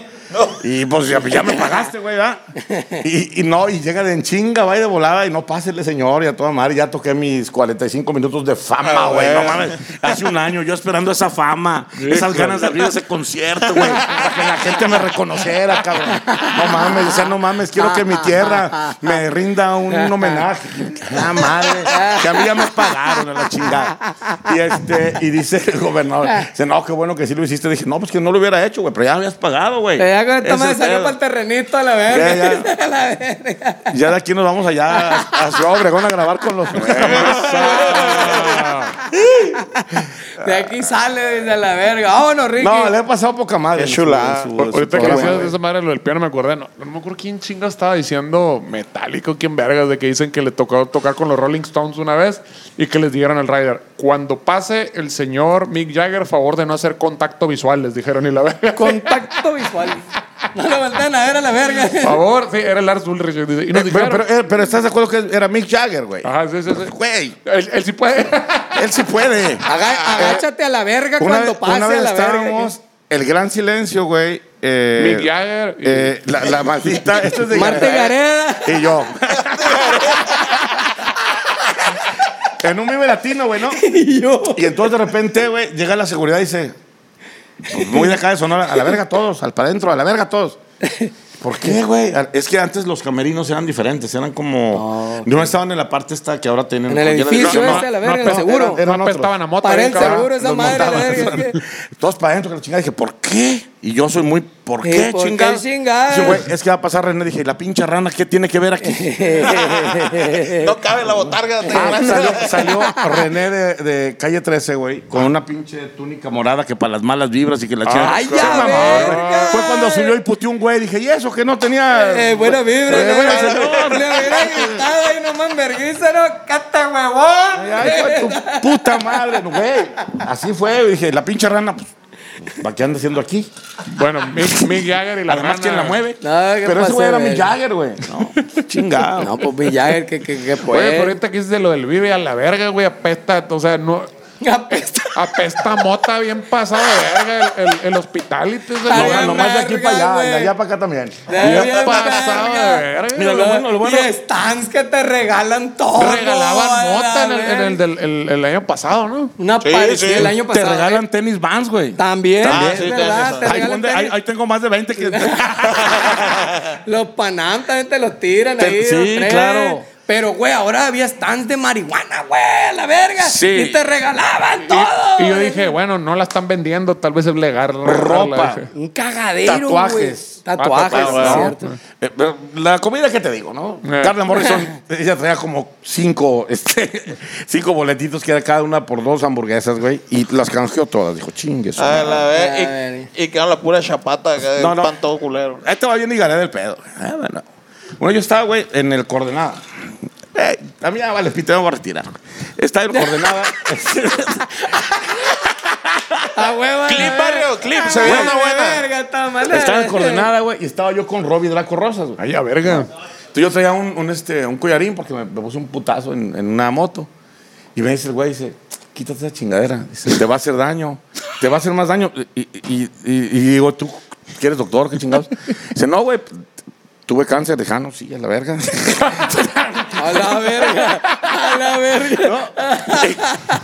Speaker 3: Y pues ya, ya me pagaste, güey, ¿verdad? Ah. Y, y no, y llega de en chinga, va y de volada, y no pásele, señor, y a toda madre, ya toqué mis 45 minutos de fama,
Speaker 6: Ah,
Speaker 3: güey.
Speaker 6: güey.
Speaker 3: No mames. Hace un año yo esperando esa fama, esas ganas de abrir ese concierto, güey. Para que la gente me reconociera, cabrón. No mames, o sea, no mames, quiero que mi tierra me rinda un, homenaje. La madre. Que a mí ya me pagaron a la chingada. Y este, y dice el gobernador, dice, no, qué bueno que sí lo hiciste. Dije, no, pues que no lo hubiera hecho, güey, pero ya me habías pagado, güey.
Speaker 4: Ya con
Speaker 3: Ese
Speaker 4: esta madre Eh, salió
Speaker 3: pedo.
Speaker 4: para el terrenito a la verga.
Speaker 3: Ya, ya.
Speaker 4: A la verga.
Speaker 3: Ya de aquí nos vamos allá a, a Ciudad Obregón a grabar con los.
Speaker 4: De aquí sale desde la verga. Vámonos, Ricky.
Speaker 3: no, le he pasado poca madre.
Speaker 6: Qué chulada.
Speaker 3: Su- su- su
Speaker 1: Ahorita que
Speaker 3: programa,
Speaker 1: decías
Speaker 3: güey.
Speaker 1: de esa madre lo del piano, me acordé. No, no me acuerdo quién chinga estaba diciendo metálico, quién vergas, de que dicen que le tocó tocar con los Rolling Stones una vez y que les dijeron al rider: Cuando pase el señor Mick Jagger, favor de no hacer contacto visual, les dijeron. Y la verga.
Speaker 4: Contacto visual. No lo voltean a ver a la verga.
Speaker 1: favor, sí, era el Lars Ulrich. Y dice- y nos
Speaker 3: Eh, pero,
Speaker 1: dijeron.
Speaker 3: pero, eh, pero estás de acuerdo que era Mick Jagger, güey.
Speaker 1: Ajá, sí, sí, sí.
Speaker 3: Güey, Eh,
Speaker 1: Él, él sí puede.
Speaker 3: él sí puede.
Speaker 4: Aga- agáchate a la verga
Speaker 3: Una
Speaker 4: cuando
Speaker 3: vez,
Speaker 4: pase
Speaker 3: una vez
Speaker 4: a la verga.
Speaker 3: estábamos, el gran silencio, güey. eh,
Speaker 1: Mick Jagger y-
Speaker 3: eh, la, la maldita. Esto es de
Speaker 4: Marte Gareda. eh,
Speaker 3: Y yo. en un vive latino, güey, ¿no?
Speaker 4: Y yo.
Speaker 3: Y entonces de repente, güey, llega la seguridad y dice, pues, muy de acá de Sonora, a la verga todos, al para adentro, a la verga todos. ¿Por qué, güey? Al- Es que antes los camerinos eran diferentes, eran como... No estaban en la parte esta que ahora tienen...
Speaker 4: Ah, En el
Speaker 3: cualquiera-
Speaker 4: edificio
Speaker 3: no,
Speaker 4: ese, a la
Speaker 3: no,
Speaker 4: verga,
Speaker 3: no,
Speaker 4: el seguro.
Speaker 3: eran- eran
Speaker 1: no
Speaker 3: otros.
Speaker 1: apestaban a mota.
Speaker 4: Para
Speaker 1: bien
Speaker 4: el
Speaker 1: cabrón.
Speaker 4: seguro, esa
Speaker 3: Los
Speaker 4: madre, la
Speaker 3: montaban.
Speaker 4: verga. es que-
Speaker 3: Todos para adentro, que la chingada. Dije, ¿por qué? Y yo soy muy, ¿por
Speaker 4: Sí,
Speaker 3: qué,
Speaker 4: ¿por qué
Speaker 3: chingada?
Speaker 4: chingada?
Speaker 3: Dice, güey, es que va a pasar René. Dije, ¿y la pinche rana qué tiene que ver aquí?
Speaker 6: No cabe la botarga. te
Speaker 3: Ah,
Speaker 6: gracias.
Speaker 3: salió, salió René de, de calle 13, güey, con una pinche túnica morada que para las malas vibras y que la chica.
Speaker 4: Ah. ¡Ay, ya, verga!
Speaker 3: Fue cuando subió y puteó un güey. Dije, ¿y eso que no tenía.
Speaker 4: Eh, buena vibra,
Speaker 3: Eh,
Speaker 4: ¿no?
Speaker 3: buena
Speaker 4: Le
Speaker 3: señor.
Speaker 4: hubiera gritado ahí nomás vergüenza, ¿no? ¡Cata huevón!
Speaker 3: Ay, hijo de tu puta madre, güey. Así fue. Dije, la pinche rana, pues. ¿pa' ¿Qué anda haciendo aquí?
Speaker 1: Bueno, Mick, Mick Jagger y la
Speaker 3: Además,
Speaker 1: rana-
Speaker 3: ¿quién la mueve?
Speaker 4: No, ¿qué
Speaker 3: Pero ese
Speaker 4: pasó,
Speaker 3: güey era
Speaker 4: güey?
Speaker 3: mi Jagger, güey. No, chingado.
Speaker 4: No, pues Villager, que, que, que
Speaker 1: Oye, pero
Speaker 4: pues.
Speaker 1: ahorita que dices de lo del vive a la verga, güey, apesta. O sea, no.
Speaker 4: Apesta.
Speaker 1: Apesta mota bien pasado de verga el, el, el hospital y te
Speaker 4: Ay,
Speaker 3: Nomás-
Speaker 4: bien
Speaker 3: nomás de aquí
Speaker 4: verga,
Speaker 3: para allá,
Speaker 4: güey.
Speaker 3: de allá para acá también.
Speaker 4: Bien
Speaker 1: bien pasado de verga.
Speaker 3: Mira, lo bueno, lo bueno.
Speaker 4: Y stands que te regalan todo. a
Speaker 1: Regalaban
Speaker 4: la
Speaker 1: mota en el, en el
Speaker 4: verga.
Speaker 1: del el- el año pasado, ¿no?
Speaker 4: Una parecida el año pasado.
Speaker 3: Te regalan
Speaker 4: ¿eh?
Speaker 3: tenis vans, güey.
Speaker 4: También,
Speaker 6: Ah,
Speaker 4: es
Speaker 6: sí,
Speaker 4: verdad,
Speaker 6: también.
Speaker 4: te
Speaker 3: Ahí,
Speaker 4: regalan
Speaker 3: donde- ahí-
Speaker 4: tenis.
Speaker 3: ahí tengo más de 20 que.
Speaker 4: Los panam también te los tiran
Speaker 3: Te-
Speaker 4: ahí.
Speaker 3: sí,
Speaker 4: dos, tres.
Speaker 3: claro.
Speaker 4: Pero, güey, ahora había stands de marihuana, güey, a la verga.
Speaker 3: Sí.
Speaker 4: Y te regalaban
Speaker 1: Y-
Speaker 4: todo.
Speaker 1: Y, yo
Speaker 4: güey.
Speaker 1: dije, bueno, no la están vendiendo, tal vez es legal.
Speaker 3: Ropa.
Speaker 4: Un cagadero,
Speaker 3: Tatuajes.
Speaker 4: güey. Tatuajes.
Speaker 1: Ah, tatuajes,
Speaker 4: es
Speaker 1: ¿no?
Speaker 4: cierto.
Speaker 3: Eh, pero La comida que te digo, ¿no?
Speaker 1: Eh.
Speaker 3: Carla Morrison, ella traía como cinco, este, cinco boletitos que era cada una por dos hamburguesas, güey. Y las canjeó todas. Dijo, chingues.
Speaker 2: Ah.
Speaker 6: A la vez,
Speaker 4: A ver.
Speaker 6: y, y quedaron la pura chapata, que
Speaker 3: No, no.
Speaker 6: pan todo culero.
Speaker 3: Este va bien y gané del pedo. Ah, bueno. Bueno, yo estaba, güey, en el coordenada. Eh, a mí ya vale, pito, me voy a retirar. Estaba en el coordenada.
Speaker 4: A Ah, huevo.
Speaker 6: Clip, barrio, clip, se ve una buena.
Speaker 3: estaba en el coordenada, güey, y estaba yo con Robbie Draco Rosas, güey.
Speaker 1: Ay, a verga.
Speaker 3: Entonces yo traía un, un, este, un collarín porque me, me puse un putazo en, en una moto. Y me dice el güey, dice, quítate esa chingadera. Dice, te va a hacer daño. Te va a hacer más daño. Y, y- y- y digo, ¿tú quieres doctor? ¿Qué chingados? Dice, no, güey. Tuve cáncer de Jano, sí, a la verga.
Speaker 4: A la verga. A la verga.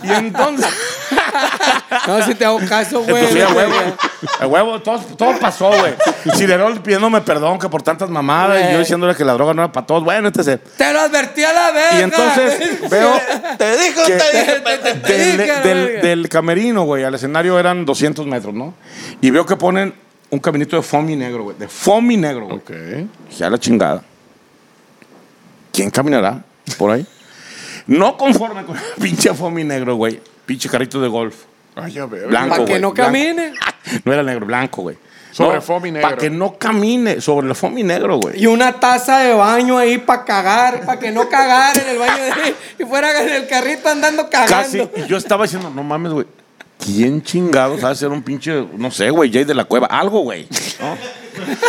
Speaker 3: y entonces...
Speaker 4: No, si te hago caso, güey.
Speaker 3: Entonces, a
Speaker 4: la
Speaker 3: huevo,
Speaker 4: verga.
Speaker 3: a huevo, todo, todo pasó, güey. Cirerol pidiéndome perdón que por tantas mamadas y yo
Speaker 4: Güey.
Speaker 3: diciéndole que la droga no era para todos. Bueno, este entonces...
Speaker 4: Te lo advertí a la verga.
Speaker 3: Y entonces veo...
Speaker 6: Te dijo,
Speaker 3: ¿Qué?
Speaker 6: te dije,
Speaker 4: Te-
Speaker 2: eh,
Speaker 4: te- te-
Speaker 3: del,
Speaker 4: Sí, claro,
Speaker 3: del-
Speaker 4: verga.
Speaker 3: del camerino, güey, al escenario eran 200 metros, ¿no? Y veo que ponen un caminito de foamy negro, güey. De foamy negro, güey.
Speaker 1: Ok.
Speaker 3: Ya la chingada. ¿Quién caminará por ahí? No conforme con el pinche foamy negro, güey. Pinche carrito de golf.
Speaker 1: Ay, a verga.
Speaker 3: Blanco,
Speaker 4: Para que
Speaker 3: güey,
Speaker 4: no
Speaker 3: blanco.
Speaker 4: camine.
Speaker 3: No era negro, blanco, güey.
Speaker 1: Sobre
Speaker 3: no,
Speaker 1: foamy
Speaker 3: Para
Speaker 1: negro.
Speaker 3: que no camine sobre el foamy negro, güey.
Speaker 4: Y una taza de baño ahí para cagar, para que no cagar en el baño de Y fuera en el carrito andando
Speaker 3: Casi.
Speaker 4: cagando.
Speaker 3: Y yo estaba diciendo, no mames, güey. ¿Quién chingado sabe ser un pinche, no sé, güey, Jay de la Cueva? Algo, güey. ¿No?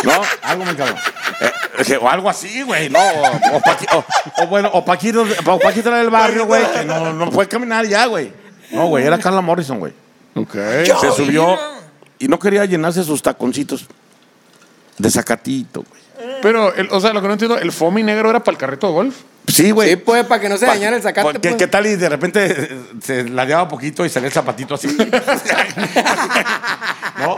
Speaker 3: No, algo me cabrón. Eh, dije, o algo así, güey, no. O, o Paqui- o- o bueno, o Paquito, o Paquito era del barrio, güey, que no, no puede caminar ya, güey. No, güey, era Carla Morrison, güey.
Speaker 1: Ok.
Speaker 3: Se subió y no quería llenarse sus taconcitos.
Speaker 6: de Zacatito, güey.
Speaker 1: Pero, el- o sea, lo que no entiendo, el foamy negro era para el carrito de golf.
Speaker 6: Sí, güey.
Speaker 4: Sí, pues, para que no se
Speaker 6: Pa-
Speaker 4: dañara el zacate.
Speaker 3: Porque,
Speaker 4: Pues.
Speaker 3: ¿Qué tal y de repente eh, se ladeaba poquito y salía el zapatito así? ¿No?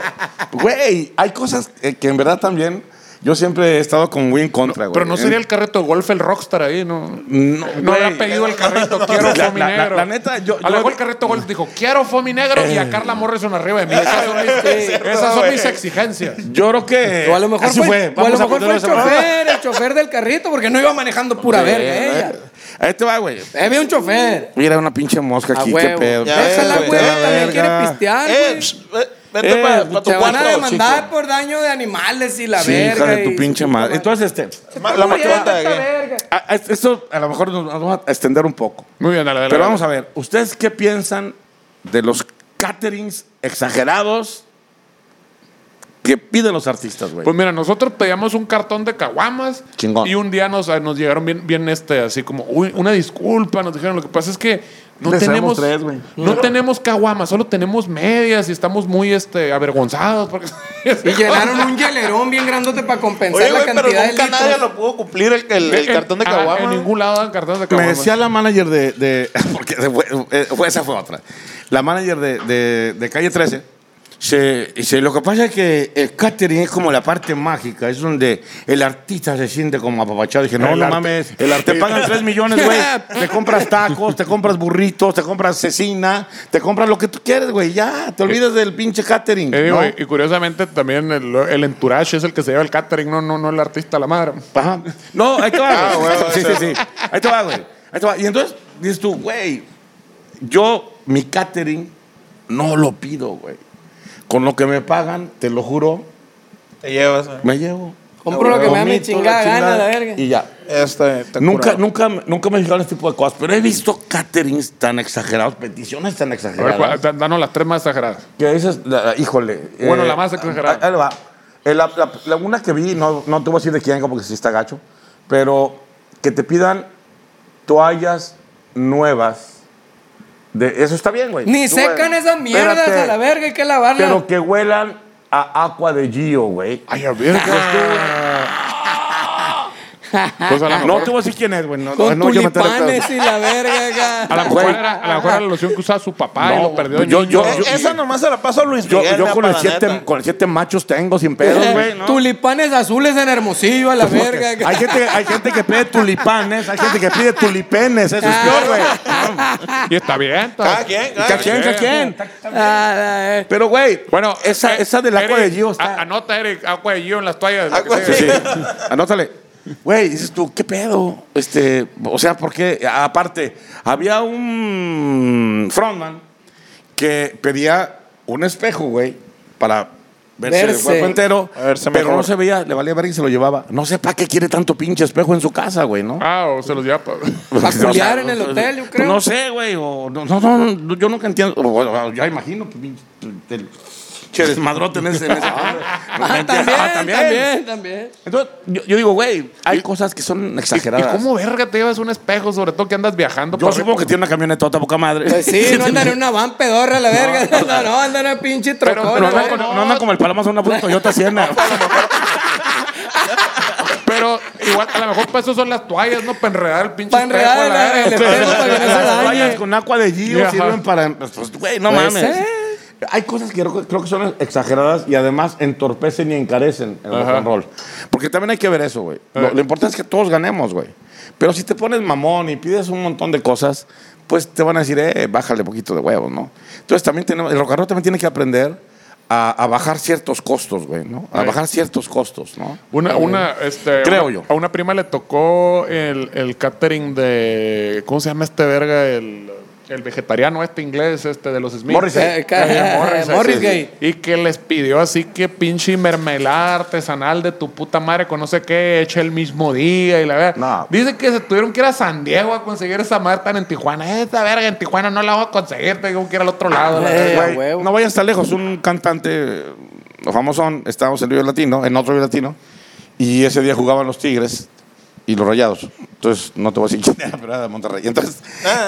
Speaker 6: Güey, hay cosas eh, que en verdad también yo siempre he estado con muy en contra, güey.
Speaker 1: Pero
Speaker 3: Pues.
Speaker 1: no sería el carrito de golf el rockstar ahí, ¿no?
Speaker 6: No,
Speaker 1: No
Speaker 6: güey.
Speaker 1: habrá pedido el carrito,
Speaker 6: No,
Speaker 1: quiero
Speaker 6: la- la-
Speaker 1: foamy
Speaker 6: la-
Speaker 1: negro.
Speaker 6: la neta, yo- yo- Eh.
Speaker 1: A lo mejor el carrito de golf dijo, quiero foamy negro y a Carla Morrison arriba de mí. Esas son mis, esas son
Speaker 6: güey.
Speaker 1: mis exigencias.
Speaker 6: Yo creo que.
Speaker 4: O a lo mejor
Speaker 6: así
Speaker 4: fue,
Speaker 6: fue.
Speaker 4: o a lo
Speaker 6: Vamos a
Speaker 4: mejor fue el
Speaker 6: ponerlo esa-
Speaker 4: chofer, el chofer del carrito, porque no iba manejando pura verga ella. Eh,
Speaker 6: Ahí te va, güey.
Speaker 4: Había un chofer.
Speaker 6: Mira una pinche mosca
Speaker 4: A
Speaker 6: aquí, qué
Speaker 4: huevo.
Speaker 6: pedo.
Speaker 2: Ya ves,
Speaker 4: Déjala,
Speaker 2: güey.
Speaker 4: güey,
Speaker 2: Ya,
Speaker 4: también quiere
Speaker 6: verga.
Speaker 4: pistear,
Speaker 2: Eh,
Speaker 4: güey.
Speaker 2: psh, ve- vete
Speaker 6: Eh,
Speaker 2: para
Speaker 6: pues,
Speaker 2: tu
Speaker 4: Te van a
Speaker 2: cuarto,
Speaker 4: demandar
Speaker 6: chico.
Speaker 4: por daño de animales y la
Speaker 6: Sí,
Speaker 4: verga.
Speaker 6: hija de
Speaker 4: y-
Speaker 6: tu pinche madre. Entonces, este.
Speaker 2: Ma- La maquinita de qué?
Speaker 6: a- a- esto a lo mejor nos vamos a extender un poco.
Speaker 1: Muy bien, dale, dale.
Speaker 6: Pero
Speaker 1: dale.
Speaker 6: vamos a ver, ¿ustedes qué piensan de los caterings exagerados que piden los artistas, güey?
Speaker 1: Pues mira, nosotros pedíamos un cartón de caguamas.
Speaker 6: Chingón.
Speaker 1: Y un día nos, eh, nos llegaron bien, bien este, así como, uy, una disculpa. Nos dijeron, lo que pasa es que no
Speaker 6: Les
Speaker 1: tenemos.
Speaker 6: sabemos tres, güey.
Speaker 1: no tenemos caguamas, solo tenemos medias y estamos muy este, avergonzados. Porque
Speaker 4: Y llenaron un hielerón bien grandote para compensar
Speaker 2: Oye,
Speaker 4: la
Speaker 2: güey, pero
Speaker 4: cantidad de
Speaker 2: nunca
Speaker 4: litros.
Speaker 2: nadie lo pudo cumplir el, el- el
Speaker 1: En-
Speaker 2: cartón de
Speaker 1: ah,
Speaker 2: caguama.
Speaker 1: En ningún lado dan cartones de
Speaker 3: Me
Speaker 1: caguama.
Speaker 3: decía la manager de. de- porque se fue- eh, fue- esa fue otra. La manager de, de- de calle 13. Se, dice, lo que pasa es que el catering es como la parte mágica, es donde el artista se siente como apapachado. Dije, no,
Speaker 1: El
Speaker 3: no
Speaker 1: arte-
Speaker 3: mames, te pagan 3 millones, güey. Te compras tacos, te compras burritos, te compras cecina, te compras lo que tú quieres, güey. Ya, te olvidas del pinche catering.
Speaker 1: Eh, digo,
Speaker 3: ¿no?
Speaker 1: y- Y curiosamente también el, el entourage es el que se lleva el catering, no, no, no el artista a la madre.
Speaker 3: Ajá. No, ahí te va,
Speaker 6: Ah,
Speaker 3: güey.
Speaker 6: huevo,
Speaker 3: sí,
Speaker 6: ese.
Speaker 3: sí, sí. Ahí te va, güey. Ahí te va. Y entonces dices tú, güey, yo mi catering no lo pido, güey. Con lo que me pagan, te lo juro,
Speaker 2: Te llevas, eh. güey.
Speaker 3: me llevo.
Speaker 4: Compro lo que me da mi
Speaker 3: Vomito, la
Speaker 4: chingada gana, la
Speaker 3: chingada,
Speaker 4: verga.
Speaker 3: Y ya.
Speaker 2: Este, te
Speaker 3: Nunca,
Speaker 2: curaba.
Speaker 3: nunca, nunca me he fijado en este tipo de cosas, pero he visto caterings tan exagerados, peticiones tan
Speaker 1: A ver,
Speaker 3: exageradas.
Speaker 1: cuál- dan- danos las tres más exageradas.
Speaker 3: Que dices, la- la- híjole. eh,
Speaker 1: Bueno, la más exagerada.
Speaker 3: Ahí va. Eh, la, la- la una que vi, no, no te voy a decir de quién, porque sí está gacho, pero que te pidan toallas nuevas. De, eso está bien, güey.
Speaker 4: Ni
Speaker 3: Tú,
Speaker 4: secan
Speaker 3: güey,
Speaker 4: esas mierdas
Speaker 3: espérate,
Speaker 4: a la verga, hay que lavarlas.
Speaker 3: Pero que huelan a agua de Gio, güey.
Speaker 1: Ay, a ver. pues a lo
Speaker 3: No
Speaker 1: mejor,
Speaker 3: te voy a decir quién es, güey. No,
Speaker 4: Ah, con
Speaker 3: no, yo me enteré,
Speaker 4: tulipanes y la verga acá.
Speaker 1: a lo mejor
Speaker 3: Güey.
Speaker 1: era, a lo mejor era la loción que usaba su papá y
Speaker 3: No, pues
Speaker 1: lo perdió. de
Speaker 3: yo- yo-
Speaker 1: niño.
Speaker 2: Eh, Esa nomás se la paso a Luis
Speaker 3: Yo,
Speaker 2: Miguel.
Speaker 3: yo
Speaker 2: neta,
Speaker 3: con, el
Speaker 2: la
Speaker 3: siete,
Speaker 2: neta.
Speaker 3: con el siete machos tengo sin pedos, güey. ¿no?
Speaker 4: Tulipanes azules en Hermosillo a la verga acá.
Speaker 3: Hay gente, hay gente que pide tulipanes, hay gente que pide tulipenes, eso es
Speaker 4: Ah.
Speaker 3: peor, güey.
Speaker 1: Y está bien. está-
Speaker 2: Cada quien, cada
Speaker 3: ¿A quién? ¿A quién?
Speaker 4: Ah, la- eh.
Speaker 3: Pero, güey,
Speaker 1: Bueno,
Speaker 3: esa,
Speaker 1: eh,
Speaker 3: esa del agua
Speaker 1: Eric,
Speaker 3: de Gio
Speaker 1: a-
Speaker 3: está.
Speaker 1: anota, Eric, agua de Gio en las toallas.
Speaker 2: Agua
Speaker 1: lo que
Speaker 2: de
Speaker 1: sea.
Speaker 2: Gio.
Speaker 3: Anótale.
Speaker 6: Güey, dices tú, ¿qué pedo? Este, o sea, porque aparte,
Speaker 3: Había un frontman que pedía un espejo, güey, para verse,
Speaker 4: Verse.
Speaker 3: el cuerpo entero,
Speaker 2: A verse
Speaker 3: pero
Speaker 2: mejor.
Speaker 3: no se veía, le valía verga y se lo llevaba. No sé para qué quiere tanto pinche espejo en su casa, güey, ¿no?
Speaker 1: Ah, o se los lleva. pa-
Speaker 3: No,
Speaker 4: Pa'
Speaker 3: o sea, pues
Speaker 4: culiar en el hotel, yo creo.
Speaker 3: No sé, güey. o No, no, no, yo nunca entiendo. o, Bueno, ya imagino. pues, pinche, El che desmadrote en ese. en ese-
Speaker 4: Ah, también, también, también.
Speaker 3: Entonces, yo, yo digo, güey, hay cosas que son
Speaker 1: ¿Y,
Speaker 3: exageradas.
Speaker 1: ¿Y cómo verga te llevas un espejo, sobre todo que andas viajando?
Speaker 3: Ah. Yo
Speaker 1: para
Speaker 3: supongo que
Speaker 1: arriba?
Speaker 3: tiene una camionetota poca madre.
Speaker 4: Pues sí, no andan en una van pedorra a la verga. No, no, andan en una pinche
Speaker 1: Pero-
Speaker 4: trocona.
Speaker 3: No
Speaker 4: la
Speaker 3: andan
Speaker 4: verga.
Speaker 3: como- no andan como el paloma de una puta Toyota Siena.
Speaker 4: Pues
Speaker 1: Pero igual, a lo mejor para eso son las toallas, ¿no? Para enredar el pinche
Speaker 4: Para enredar
Speaker 1: espejo a la
Speaker 4: el-
Speaker 1: verga.
Speaker 4: el espejo para que no se
Speaker 3: Las
Speaker 4: dañe.
Speaker 3: toallas con agua de Gio
Speaker 1: Ajá.
Speaker 3: sirven para. pues, güey, no
Speaker 4: Puede
Speaker 3: mames.
Speaker 4: ser.
Speaker 3: Hay cosas que creo, creo que son exageradas y además entorpecen y encarecen el rock
Speaker 1: Ajá.
Speaker 3: and roll. Porque también hay que ver eso, güey. Lo, lo importante es que todos ganemos, güey. Pero si te pones mamón y pides un montón de cosas, pues te van a decir, eh, bájale poquito de huevos, ¿no? Entonces también tenemos, el rock and roll también tiene que aprender a, a bajar ciertos costos, güey, ¿no? A
Speaker 1: Sí.
Speaker 3: bajar ciertos costos, ¿no?
Speaker 1: Una, una, este,
Speaker 3: Creo
Speaker 1: una-
Speaker 3: yo.
Speaker 1: A una prima le tocó el, el catering de. ¿Cómo se llama este verga? El, el vegetariano este inglés, este de los Smith.
Speaker 3: Morrissey.
Speaker 4: Eh, ca-
Speaker 1: Eh, Morrissey,
Speaker 4: Morrissey.
Speaker 1: sí. Y que les pidió así que pinche mermelada artesanal de tu puta madre con no sé qué, hecha el mismo día y la verdad.
Speaker 3: No.
Speaker 1: Dice que se tuvieron que ir a San Diego a conseguir esa madre tan en Tijuana. Esa verga en Tijuana no la voy a conseguir, tengo que ir al otro lado.
Speaker 3: Ah,
Speaker 1: la
Speaker 4: Eh,
Speaker 1: verga.
Speaker 4: a
Speaker 3: Güey,
Speaker 4: huevo.
Speaker 3: No vayas tan lejos. Un cantante eh, famosón, estábamos en el Vive Latino, en otro Vive Latino, y ese día jugaban los Tigres y los Rayados. Entonces, no te voy a decir quién era, pero
Speaker 2: Ah.
Speaker 3: era de Monterrey. Entonces,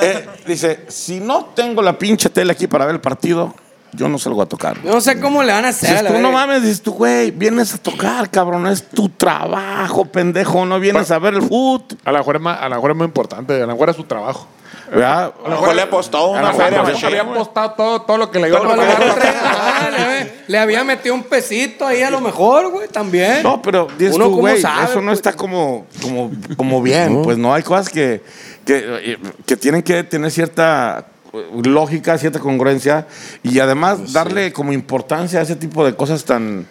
Speaker 3: eh, dice, si no tengo la pinche tele aquí para ver el partido, yo no salgo a tocar.
Speaker 4: No sé cómo le van a hacer. a
Speaker 3: Dices
Speaker 4: la
Speaker 3: tú, no
Speaker 4: verga.
Speaker 3: mames, dices tú, güey, vienes a tocar, cabrón, es tu trabajo, pendejo, no vienes a ver el foot.
Speaker 1: A lo mejor es más- a lo mejor es muy importante, a lo mejor es su trabajo.
Speaker 3: ¿Verdad?
Speaker 2: A lo mejor le apostó
Speaker 1: A lo
Speaker 2: una
Speaker 1: mejor
Speaker 2: feria.
Speaker 1: le- le
Speaker 2: machín,
Speaker 1: había
Speaker 2: güey.
Speaker 1: apostado todo, todo lo que le iba
Speaker 4: Pero a lo mejor
Speaker 1: a
Speaker 4: trae- ah, le- Le había metido un pesito ahí a lo mejor, güey, también.
Speaker 3: No, pero dices
Speaker 4: Uno
Speaker 3: tú,
Speaker 4: cómo
Speaker 3: güey,
Speaker 4: sabe,
Speaker 3: eso no
Speaker 4: pues.
Speaker 3: está como, como, como bien. Pues no, hay cosas que, que, eh, que tienen que tener cierta eh, lógica, cierta congruencia y además darle como importancia a ese tipo de cosas tan...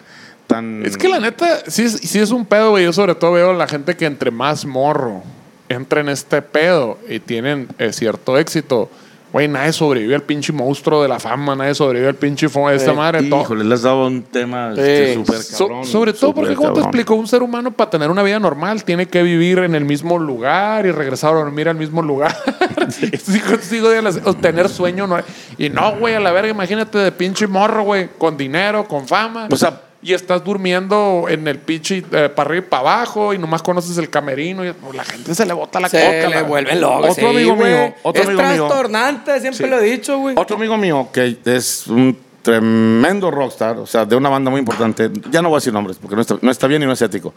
Speaker 3: tan
Speaker 1: Es que la neta, sí, es- sí es un pedo, güey. Yo sobre todo veo la gente que entre más morro entra en este pedo y tienen eh, cierto éxito. Güey, nadie sobrevive al pinche monstruo de la fama, nadie sobrevive al pinche fo de esta madre. todo.
Speaker 3: Híjole, les daba un tema este,
Speaker 4: Eh,
Speaker 3: súper
Speaker 1: So-
Speaker 3: cabrón.
Speaker 1: sobre todo porque,
Speaker 3: súper
Speaker 1: como te
Speaker 3: cabrón.
Speaker 1: explico, un ser humano para tener una vida normal tiene que vivir en el mismo lugar y regresar a dormir al mismo lugar. sí, consigo de las- o tener sueño. no- y no, güey, a la verga, imagínate de pinche morro, güey, con dinero, con fama.
Speaker 3: O sea-
Speaker 1: y estás durmiendo en el pinche eh, para arriba y para abajo y nomás conoces el camerino. Y, pues, la gente se le bota la coca.
Speaker 4: Se
Speaker 1: la-
Speaker 4: le vuelve loco.
Speaker 3: Otro
Speaker 4: sí,
Speaker 3: amigo
Speaker 4: güey.
Speaker 3: mío, otro
Speaker 4: es
Speaker 3: amigo mío.
Speaker 4: trastornante, siempre
Speaker 3: Sí.
Speaker 4: lo he dicho, güey.
Speaker 3: Otro amigo mío que es un tremendo rockstar, o sea, de una banda muy importante. Ya no voy a decir nombres porque no está, no está bien y no es ético.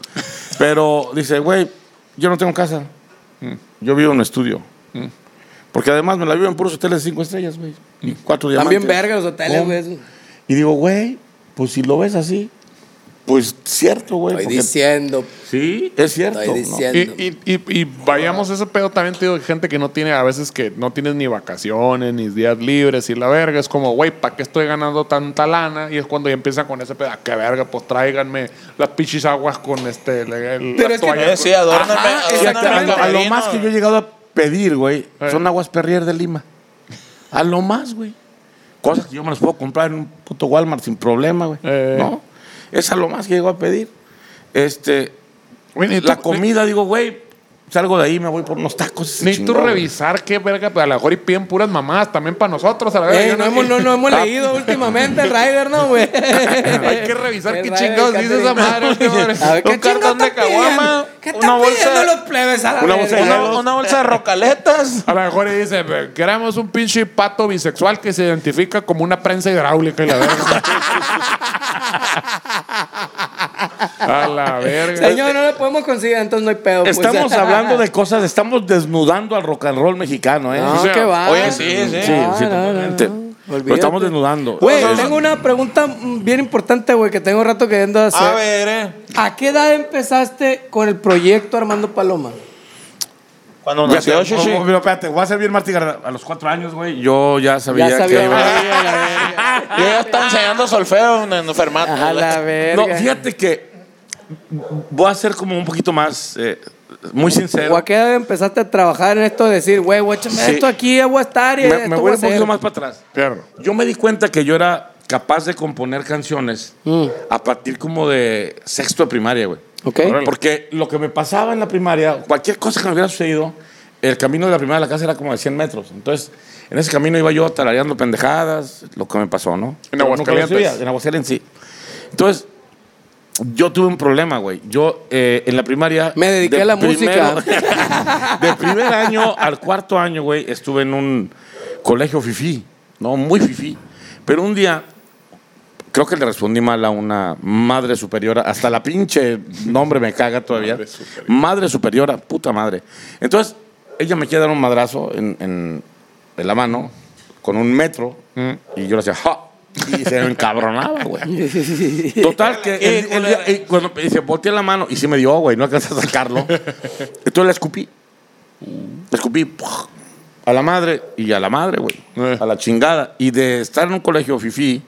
Speaker 3: Pero dice, güey, yo no tengo casa. Yo vivo en un estudio. Porque además me la vivo en puros hoteles de cinco estrellas, güey. Y cuatro diamantes.
Speaker 4: También verga los hoteles,
Speaker 3: Pum.
Speaker 4: güey. eso.
Speaker 3: Y digo, güey, pues si lo ves así, pues cierto, güey.
Speaker 4: Estoy
Speaker 3: porque-
Speaker 4: diciendo,
Speaker 3: Sí, es cierto.
Speaker 4: estoy
Speaker 3: ¿no?
Speaker 4: diciendo.
Speaker 1: Y, y, y, y vayamos a ese pedo también, tío, de gente que no tiene, a veces que no tienes ni vacaciones, ni días libres, y la verga, es como, güey, ¿para qué estoy ganando tanta lana? Y es cuando ya empiezan con ese pedo, "Ah, qué verga, pues tráiganme las pichis aguas con este, el, el-
Speaker 4: Pero
Speaker 1: la
Speaker 4: es que-
Speaker 1: toalla".
Speaker 2: Eh, Sí, adórname.
Speaker 4: Ajá,
Speaker 2: adórname
Speaker 3: A
Speaker 4: exactamente.
Speaker 3: lo,
Speaker 2: el
Speaker 3: a lo
Speaker 2: camerino.
Speaker 3: más que yo he llegado a pedir, güey,
Speaker 1: Eh.
Speaker 3: son aguas perrier de Lima. A lo más, güey. Cosas que yo me las puedo comprar en un puto Walmart sin problema, güey.
Speaker 1: Eh.
Speaker 3: No. Es a lo más que llego a pedir. Este,
Speaker 1: Güey, necesito-
Speaker 3: la comida, digo, güey, salgo de ahí, me voy por unos tacos. ese
Speaker 1: Necesito
Speaker 3: chingón, güey.
Speaker 1: revisar qué verga, pues a lo mejor y piden puras mamadas también para nosotros, a la verga.
Speaker 4: Ey,
Speaker 1: Yo
Speaker 4: Eh,
Speaker 1: Ah,
Speaker 4: no, hemos, no, no hemos leído últimamente el Rider, ¿no, güey?
Speaker 1: Hay que revisar
Speaker 4: El
Speaker 1: qué
Speaker 4: Rider
Speaker 1: chingados dice esa madre.
Speaker 4: Catering. A ver,
Speaker 1: Un
Speaker 4: ¿qué
Speaker 1: cartón
Speaker 4: chingados
Speaker 1: de
Speaker 4: está pidiendo?
Speaker 1: caguama,
Speaker 4: ¿Qué
Speaker 2: una
Speaker 4: están
Speaker 2: bolsa-
Speaker 4: pidiendo los plebes a la
Speaker 3: una bolsa de
Speaker 4: verga?
Speaker 3: hielo.
Speaker 2: Una, una bolsa de rocaletas.
Speaker 1: A lo mejor y dice, queremos un pinche pato bisexual que se identifica como una prensa hidráulica y la verga. A la verga.
Speaker 4: Señor, no lo podemos conseguir, entonces no hay pedo. pues.
Speaker 3: Estamos hablando de cosas, estamos desnudando al rock and roll mexicano, ¿eh?
Speaker 4: No,
Speaker 1: O sea,
Speaker 4: que va.
Speaker 2: oye, sí, sí.
Speaker 3: Sí,
Speaker 4: No,
Speaker 3: sí,
Speaker 4: no, no,
Speaker 3: totalmente.
Speaker 4: no.
Speaker 3: Lo estamos Pues
Speaker 4: Olvídate.
Speaker 3: desnudando.
Speaker 4: Güey, tengo una pregunta mm, bien importante, güey, que tengo rato queriendo hacer.
Speaker 2: A ver, eh.
Speaker 4: ¿A qué edad empezaste con el proyecto Armando Paloma?
Speaker 2: Cuando
Speaker 3: Fíjate,
Speaker 2: nació
Speaker 3: oh,
Speaker 2: Shishi.
Speaker 3: oh, Pero espérate, voy a ser bien Martí Garra- A los cuatro años, güey, yo ya sabía, Ah,
Speaker 4: Ya sabía.
Speaker 3: que iba-
Speaker 4: güey, a la verga.
Speaker 2: Yo ya estaba enseñando solfeo en el enfermato.
Speaker 4: Ah, Ajá, la verga.
Speaker 3: No, fíjate que voy a ser como un poquito más, eh, muy
Speaker 4: ¿O
Speaker 3: sincero.
Speaker 4: a qué edad empezaste a trabajar en esto de decir, güey, güey, échame
Speaker 3: Sí.
Speaker 4: esto aquí, ya voy a estar y
Speaker 3: Me,
Speaker 4: esto
Speaker 3: me
Speaker 4: voy
Speaker 3: voy
Speaker 4: a
Speaker 3: un poquito
Speaker 4: hacer?
Speaker 3: más para atrás.
Speaker 1: Perro.
Speaker 3: Yo me di cuenta que yo era capaz de componer canciones a partir como de sexto de primaria, güey.
Speaker 4: Ok.
Speaker 3: Porque lo que me pasaba en la primaria, cualquier cosa que me hubiera sucedido, el camino de la primaria a la casa era como de 100 metros. Entonces, en ese camino iba yo tarareando pendejadas, lo que me pasó, ¿no? Pero nunca lo
Speaker 1: Aguascalientes.
Speaker 3: subía, En Aguascalientes, sí. Entonces, yo tuve un problema, güey. Yo eh, en la primaria...
Speaker 4: Me dediqué
Speaker 3: de
Speaker 4: a la
Speaker 3: primero-
Speaker 4: música.
Speaker 3: de primer año al cuarto año, güey, estuve en un colegio fifí, ¿no? Muy fifí. Pero un día, creo que le respondí mal a una madre superiora, hasta la pinche nombre me caga todavía. Madre superiora, puta madre. Entonces, ella me quiere dar un madrazo en, en- en la mano, con un metro,
Speaker 4: Mm.
Speaker 3: y yo le hacía, ¡ja! Y se me encabronaba, güey. Total, que
Speaker 2: ¿Qué,
Speaker 3: el- el día-
Speaker 2: culera?
Speaker 3: y cuando me dice, volteé la mano, y sí me dio, güey, no alcancé a sacarlo. Entonces la escupí. La escupí ¡puf! a la madre y a la madre, güey.
Speaker 1: Eh.
Speaker 3: A la chingada. Y de estar en un colegio fifí,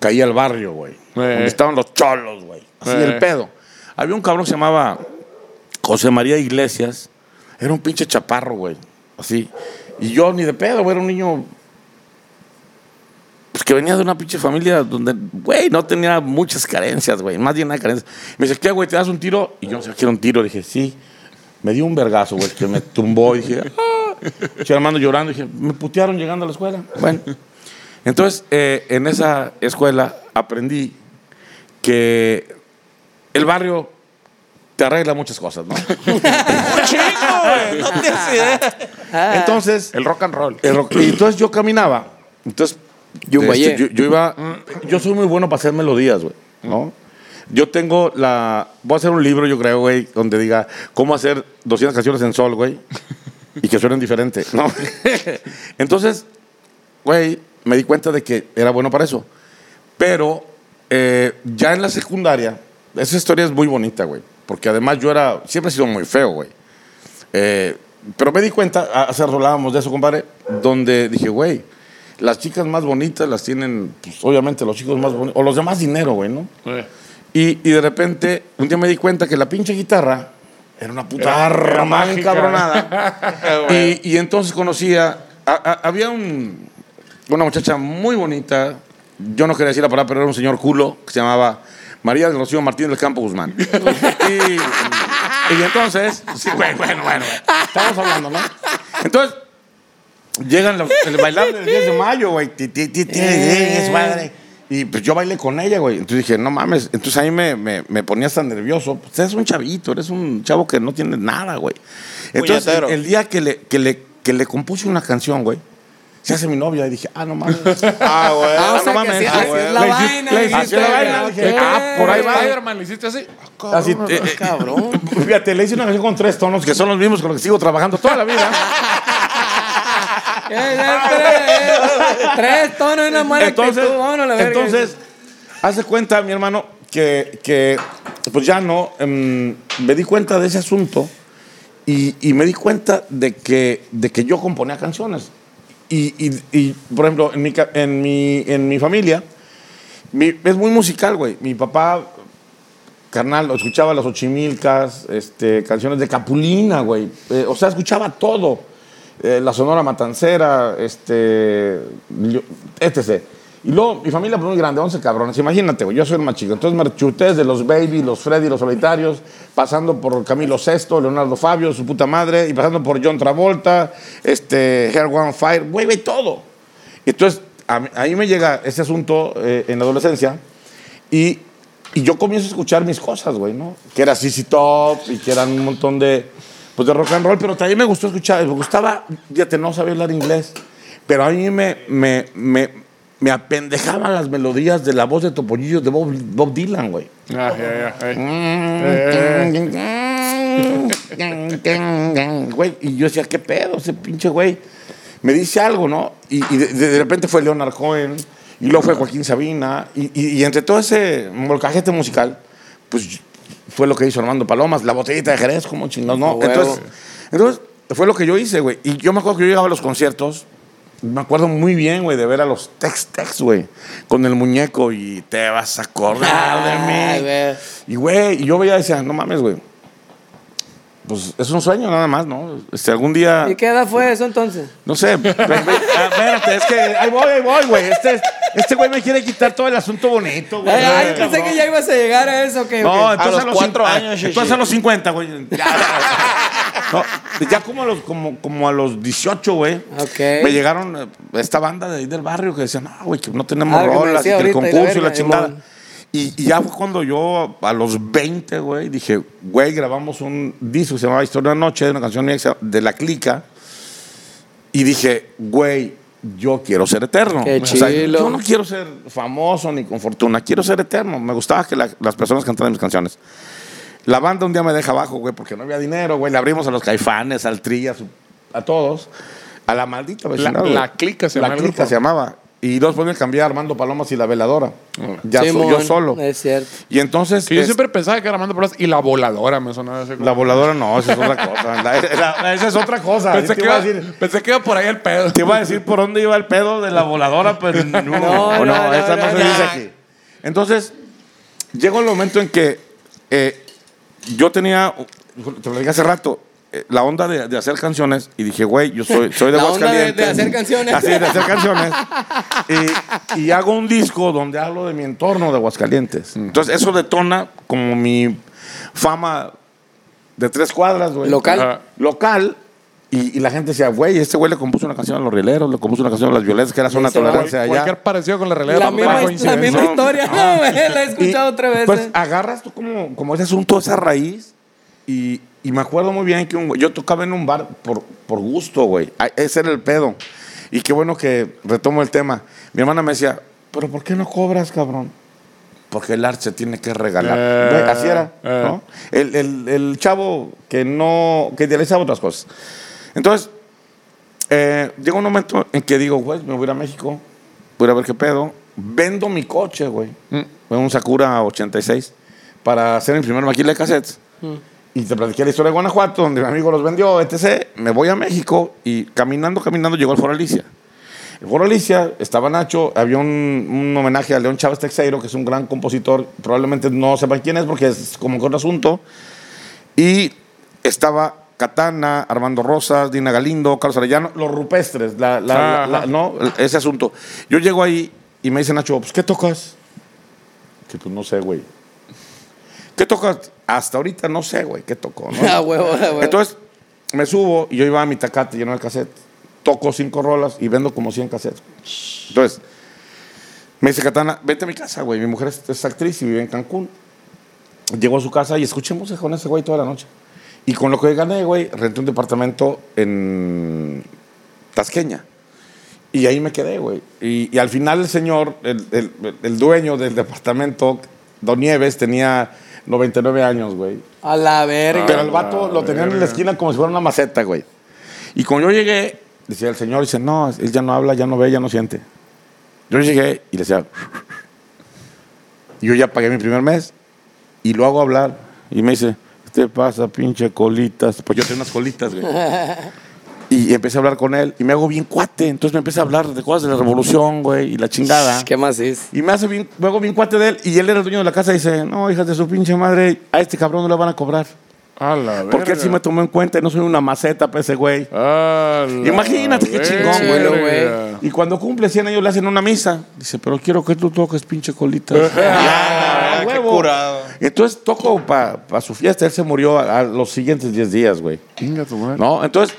Speaker 3: caí al barrio, güey. Donde estaban los cholos, güey. Así
Speaker 1: Eh.
Speaker 3: el pedo. Había un cabrón que se llamaba José María Iglesias. Era un pinche chaparro, güey. Así. Y yo ni de pedo, güey, era un niño pues que venía de una pinche familia donde, güey, no tenía muchas carencias, güey. Más bien nada de carencias. Me dice, ¿qué, güey? ¿Te das un tiro? Y yo no sé, quiero un tiro. Le dije, sí. Me dio un vergazo, güey, que me tumbó. Y dije, ah. Estoy armando llorando. Dije, me putearon llegando a la escuela. Bueno. Entonces, eh, en esa escuela aprendí que el barrio te arregla muchas cosas, ¿no?
Speaker 2: Chingo, güey. No tienes idea.
Speaker 3: Entonces,
Speaker 1: El rock and roll.
Speaker 3: el rock- y entonces yo caminaba. Entonces
Speaker 4: Yumbayé.
Speaker 3: Este, yo, yo iba. Yo soy muy bueno para hacer melodías, güey. ¿No? Yo tengo la. Voy a hacer un libro, yo creo, güey, donde diga cómo hacer 200 canciones en sol, güey. y que suenen diferente, ¿no? Entonces, güey, me di cuenta de que era bueno para eso. Pero eh, ya en la secundaria, esa historia es muy bonita, güey. Porque además yo era. Siempre he sido muy feo, güey. Eh, pero me di cuenta, a- hace rato hablábamos de eso, compadre, donde dije, güey, las chicas más bonitas las tienen, pues, obviamente, los chicos más bonitos, o los de más dinero, güey, ¿no? Y, y de repente, un día me di cuenta que la pinche guitarra era una puta arma
Speaker 1: mágica.
Speaker 3: encabronada. y, y entonces conocía, a- a- había un, una muchacha muy bonita, yo no quería decir la palabra, pero era un señor culo, que se llamaba María del Rocío Martínez del Campo Guzmán. y, y entonces, sí, güey, bueno, bueno, estamos hablando, ¿no? Entonces, llegan los, el bailable del 10 de mayo, güey. ti, ti, ti, ti, es madre. Y pues yo bailé con ella, güey. Entonces dije, no mames. Entonces ahí me, me, me ponías tan nervioso. Pues eres un chavito, eres un chavo que no tiene nada, güey. Entonces, el,
Speaker 2: Puñetero.
Speaker 3: el día que le, que, le, que le compuse una canción, güey, se hace mi novia y dije, ah, no mames.
Speaker 6: Ah, güey.
Speaker 4: Ah, o
Speaker 6: Ah,
Speaker 4: sea,
Speaker 6: no
Speaker 4: que sí,
Speaker 6: mames.
Speaker 4: así
Speaker 6: Ah,
Speaker 4: es
Speaker 6: güey.
Speaker 4: la
Speaker 3: Le hici-
Speaker 4: vaina,
Speaker 3: le
Speaker 4: dijiste,
Speaker 3: hiciste la vaina,
Speaker 4: ok.
Speaker 3: dije, ah, por ahí va.
Speaker 1: Spider-Man, le hiciste así.
Speaker 3: Así, eh, eh,
Speaker 4: Cabrón.
Speaker 3: Fíjate, le hice una canción con tres tonos que son los mismos con los que sigo trabajando toda la vida.
Speaker 4: Eh, eh, tres, eh, Tres tonos y una mala
Speaker 3: entonces,
Speaker 4: actitud, vámonos a la verga.
Speaker 3: entonces, hace cuenta, mi hermano, que, que, pues ya no, em, me di cuenta de ese asunto y, y me di cuenta de que, de que yo componía canciones. Y, y- y, por ejemplo, en mi, ca- en mi, en mi familia, mi- es muy musical, güey. Mi papá, carnal, escuchaba las ochimilcas, este, canciones de Capulina, güey. Eh, o sea, escuchaba todo. Eh, la Sonora Matancera, este, yo- etc. Y luego, mi familia fue muy grande, 11 cabrones. Imagínate, güey, yo soy el más chico. Entonces me chuté desde los Baby, los Freddy, los Solitarios, pasando por Camilo VI, Leonardo Fabio, su puta madre, y pasando por John Travolta, este, Hair One Fire, güey, güey, todo. Y entonces, a mí- ahí me llega ese asunto eh, en la adolescencia y, y yo comienzo a escuchar mis cosas, güey, ¿no? Que era CC Top y que eran un montón de, pues, de rock and roll, pero también me gustó escuchar, me gustaba, ya te no sabía hablar inglés, pero a mí me, me, me, me apendejaban las melodías de la voz de Topollillo de Bob, Bob Dylan, güey.
Speaker 1: Ah, ya, ya. eh.
Speaker 3: Mm. Güey, y yo decía, ¿qué pedo ese pinche güey? Me dice algo, ¿no? Y, y de, de repente fue Leonard Cohen, y luego fue Joaquín Sabina, y, y- y entre todo ese molcajete musical, pues fue lo que hizo Armando Palomas, la botellita de Jerez, como chingados, ¿no?
Speaker 4: huevo.
Speaker 3: Entonces, entonces, fue lo que yo hice, güey. Y yo me acuerdo que yo llegaba a los conciertos, me acuerdo muy bien, güey, de ver a los Tex Tex, güey, con el muñeco y te vas a
Speaker 4: Ah,
Speaker 3: acordar de mí.
Speaker 4: Ay, güey.
Speaker 3: Y, güey, y yo veía y decía, no mames, güey. Pues es un sueño nada más, ¿no? Este, algún día,
Speaker 4: ¿Y qué edad fue eso entonces?
Speaker 3: no sé. pues, ve- ah, espérate, es que ahí voy, ahí voy, güey. Este, este güey me quiere quitar todo el asunto bonito, güey.
Speaker 4: Ay, ay, pensé que ya ibas a llegar a eso. que
Speaker 3: No,
Speaker 4: que-
Speaker 3: entonces
Speaker 6: los
Speaker 3: cin-
Speaker 6: cuatro
Speaker 3: a-
Speaker 6: años, sí,
Speaker 3: Entonces
Speaker 6: sí.
Speaker 3: a los 50, güey. Ya, no, ya como, a los, como, como a los 18, güey.
Speaker 4: Ok.
Speaker 3: Me llegaron eh, esta banda de ahí del barrio que decían, no, güey, que no tenemos
Speaker 4: Ah, lo que me
Speaker 3: rolas, y
Speaker 4: decía
Speaker 3: que el
Speaker 4: ahorita, y la
Speaker 3: concurso y la,
Speaker 4: verga,
Speaker 3: chingada.
Speaker 4: Simón.
Speaker 3: Y, y ya fue cuando yo, a los 20, güey, dije, güey, grabamos un disco que se llamaba Historia de la Noche, de una canción mía que se llama- de La Clica. Y dije, güey, yo quiero ser eterno.
Speaker 4: Qué chilo.
Speaker 3: yo no quiero ser famoso ni con fortuna, quiero ser eterno. Me gustaba que la- las personas cantaran mis canciones. La banda un día me deja abajo, güey, porque no había dinero, güey. Le abrimos a los caifanes, al Tri, a, su- a todos. A la maldita vecindad,
Speaker 1: La-
Speaker 3: güey.
Speaker 1: La Clica se
Speaker 3: La
Speaker 1: llamaba el
Speaker 3: clica
Speaker 1: grupo.
Speaker 3: se llamaba. Y después me cambié a Armando Palomas y La Veladora. Ya so-
Speaker 4: Simón,
Speaker 3: yo solo.
Speaker 4: Es cierto.
Speaker 3: Y entonces...
Speaker 1: Que yo
Speaker 3: es-
Speaker 1: siempre pensaba que era Armando Pérez y la voladora me sonaba así. como-
Speaker 3: La voladora no, esa es otra cosa. La- la- la- esa es otra cosa.
Speaker 1: Pensé
Speaker 3: Te
Speaker 1: que,
Speaker 3: iba a
Speaker 1: iba,
Speaker 3: decir-
Speaker 1: pensé que iba por ahí el pedo.
Speaker 3: Te iba a decir por dónde iba el pedo de la voladora, pero no, no,
Speaker 4: no, no,
Speaker 3: esa no,
Speaker 4: no,
Speaker 3: se
Speaker 4: no.
Speaker 3: dice aquí. Entonces, llegó el momento en que eh, yo tenía, te lo dije hace rato, eh, la onda de, de hacer canciones y dije, güey, yo soy, soy de
Speaker 4: La onda de- de
Speaker 3: Aguascalientes.
Speaker 4: hacer canciones.
Speaker 3: Así, de hacer canciones. y, y hago un disco donde hablo de mi entorno de Aguascalientes.
Speaker 4: Mm.
Speaker 3: Entonces, eso detona como mi fama de tres cuadras, güey.
Speaker 4: Local.
Speaker 3: Ajá. Local. Y, y la gente decía, güey, este güey le compuso una canción a los rieleros, le compuso una canción a las violencias, que era zona de
Speaker 4: Ese güey.
Speaker 3: tolerancia allá.
Speaker 1: Cualquier parecido con la realidad
Speaker 4: La
Speaker 1: fue
Speaker 4: misma, la
Speaker 1: coincidencia.
Speaker 4: misma
Speaker 3: No,
Speaker 4: historia,
Speaker 3: no.
Speaker 4: güey, la he escuchado
Speaker 3: Ah. Y,
Speaker 4: otra vez.
Speaker 3: Pues
Speaker 4: eh.
Speaker 3: agarras tú como, como ese asunto, esa raíz. Y, y me acuerdo muy bien que un güey- yo tocaba en un bar por, por gusto, güey. Ah, Ese era el pedo. Y qué bueno que retomo el tema. Mi hermana me decía, pero ¿por qué no cobras, cabrón? Porque el arte se tiene que regalar.
Speaker 1: Eh,
Speaker 3: Güey, Así era,
Speaker 1: eh.
Speaker 3: ¿no? El, el- el chavo que no, que idealizaba otras cosas. Entonces, eh, llega un momento en que digo, güey, me voy a ir a México, voy a ir a ver qué pedo. Vendo mi coche, güey.
Speaker 1: Mm.
Speaker 3: Un Sakura 86 para hacer mi primer maquila de cassettes.
Speaker 1: Mm.
Speaker 3: Y te platiqué la historia de Guanajuato, donde mi amigo los vendió, etc. Me voy a México y caminando, caminando, llegó al Foro Alicia. El Foro Alicia, estaba Nacho, había un, un homenaje a León Chávez Texeiro, que es un gran compositor. Probablemente no sepan quién es porque es como que otro asunto. Y estaba Catana, Armando Rosas, Dina Galindo, Carlos Arellano, los rupestres, la- la-
Speaker 1: Ah,
Speaker 3: la-
Speaker 1: ajá.
Speaker 3: ¿no? ese asunto. Yo llego ahí y me dice Nacho, pues, ¿qué tocas? Que pues no sé, güey. ¿Qué tocas? Hasta ahorita no sé, güey, qué tocó, ¿no?
Speaker 4: Ah, huevo, ah, huevo.
Speaker 3: Entonces, me subo y yo iba a mi tacate lleno de cassette. Toco cinco rolas y vendo como 100 cassettes. Entonces, me dice Catana, vete a mi casa, güey. Mi mujer es, es actriz y vive en Cancún. Llegó a su casa y escuché música con ese güey toda la noche. Y con lo que gané, güey, renté un departamento en Tasqueña. Y ahí me quedé, güey. Y, y al final el señor, el, el- el dueño del departamento, Don Nieves, tenía 99 años, güey.
Speaker 4: A la verga.
Speaker 3: Pero el vato lo tenían en la esquina como si fuera una maceta, güey. Y cuando yo llegué, decía el señor, dice, no, él ya no habla, ya no ve, ya no siente. Yo llegué y le decía, y yo ya pagué mi primer mes y lo hago hablar. Y me dice, ¿qué te pasa, pinche colitas? Pues yo tengo unas colitas, güey. Y empecé a hablar con él y me hago bien cuate. Entonces me empecé a hablar de cosas de la revolución, güey, y la chingada.
Speaker 4: ¿Qué más es?
Speaker 3: Y me hace bien, me hago bien cuate de él. Y él era el dueño de la casa y dice, no, hijas de su pinche madre, a este cabrón no le van a cobrar.
Speaker 1: A la verga.
Speaker 3: Porque él sí me tomó en cuenta y no soy una maceta para ese güey.
Speaker 1: A la
Speaker 3: Imagínate qué chingón,
Speaker 4: güey,
Speaker 1: verga.
Speaker 4: güey.
Speaker 3: Y cuando cumple 100 años le hacen una misa. Dice, pero quiero que tú toques pinche colita. "Ah,
Speaker 6: Ah, qué curado.
Speaker 3: Entonces toco para su fiesta. Él se murió a, a los siguientes 10 días, güey.
Speaker 1: Chinga tu madre.
Speaker 3: ¿No? Entonces,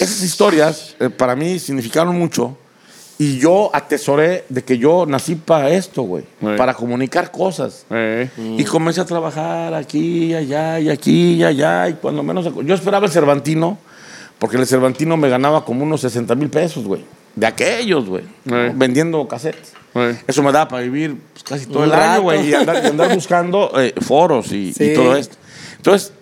Speaker 3: esas historias eh, para mí significaron mucho. Y yo atesoré de que yo nací para esto, güey.
Speaker 1: Güey.
Speaker 3: Para comunicar cosas.
Speaker 1: Eh.
Speaker 3: Y
Speaker 4: Mm.
Speaker 3: comencé a trabajar aquí, allá, y aquí, y allá, y cuando menos... Yo esperaba el Cervantino, porque el Cervantino me ganaba como unos 60 mil pesos, güey. De aquellos, güey. ¿no?
Speaker 1: Eh.
Speaker 3: Vendiendo cassettes.
Speaker 1: Eh.
Speaker 3: Eso me daba para vivir pues, casi todo
Speaker 4: Un
Speaker 3: el año,
Speaker 4: rato.
Speaker 3: güey. Y andar, y andar buscando eh, foros y, y
Speaker 4: Sí.
Speaker 3: todo esto. Entonces,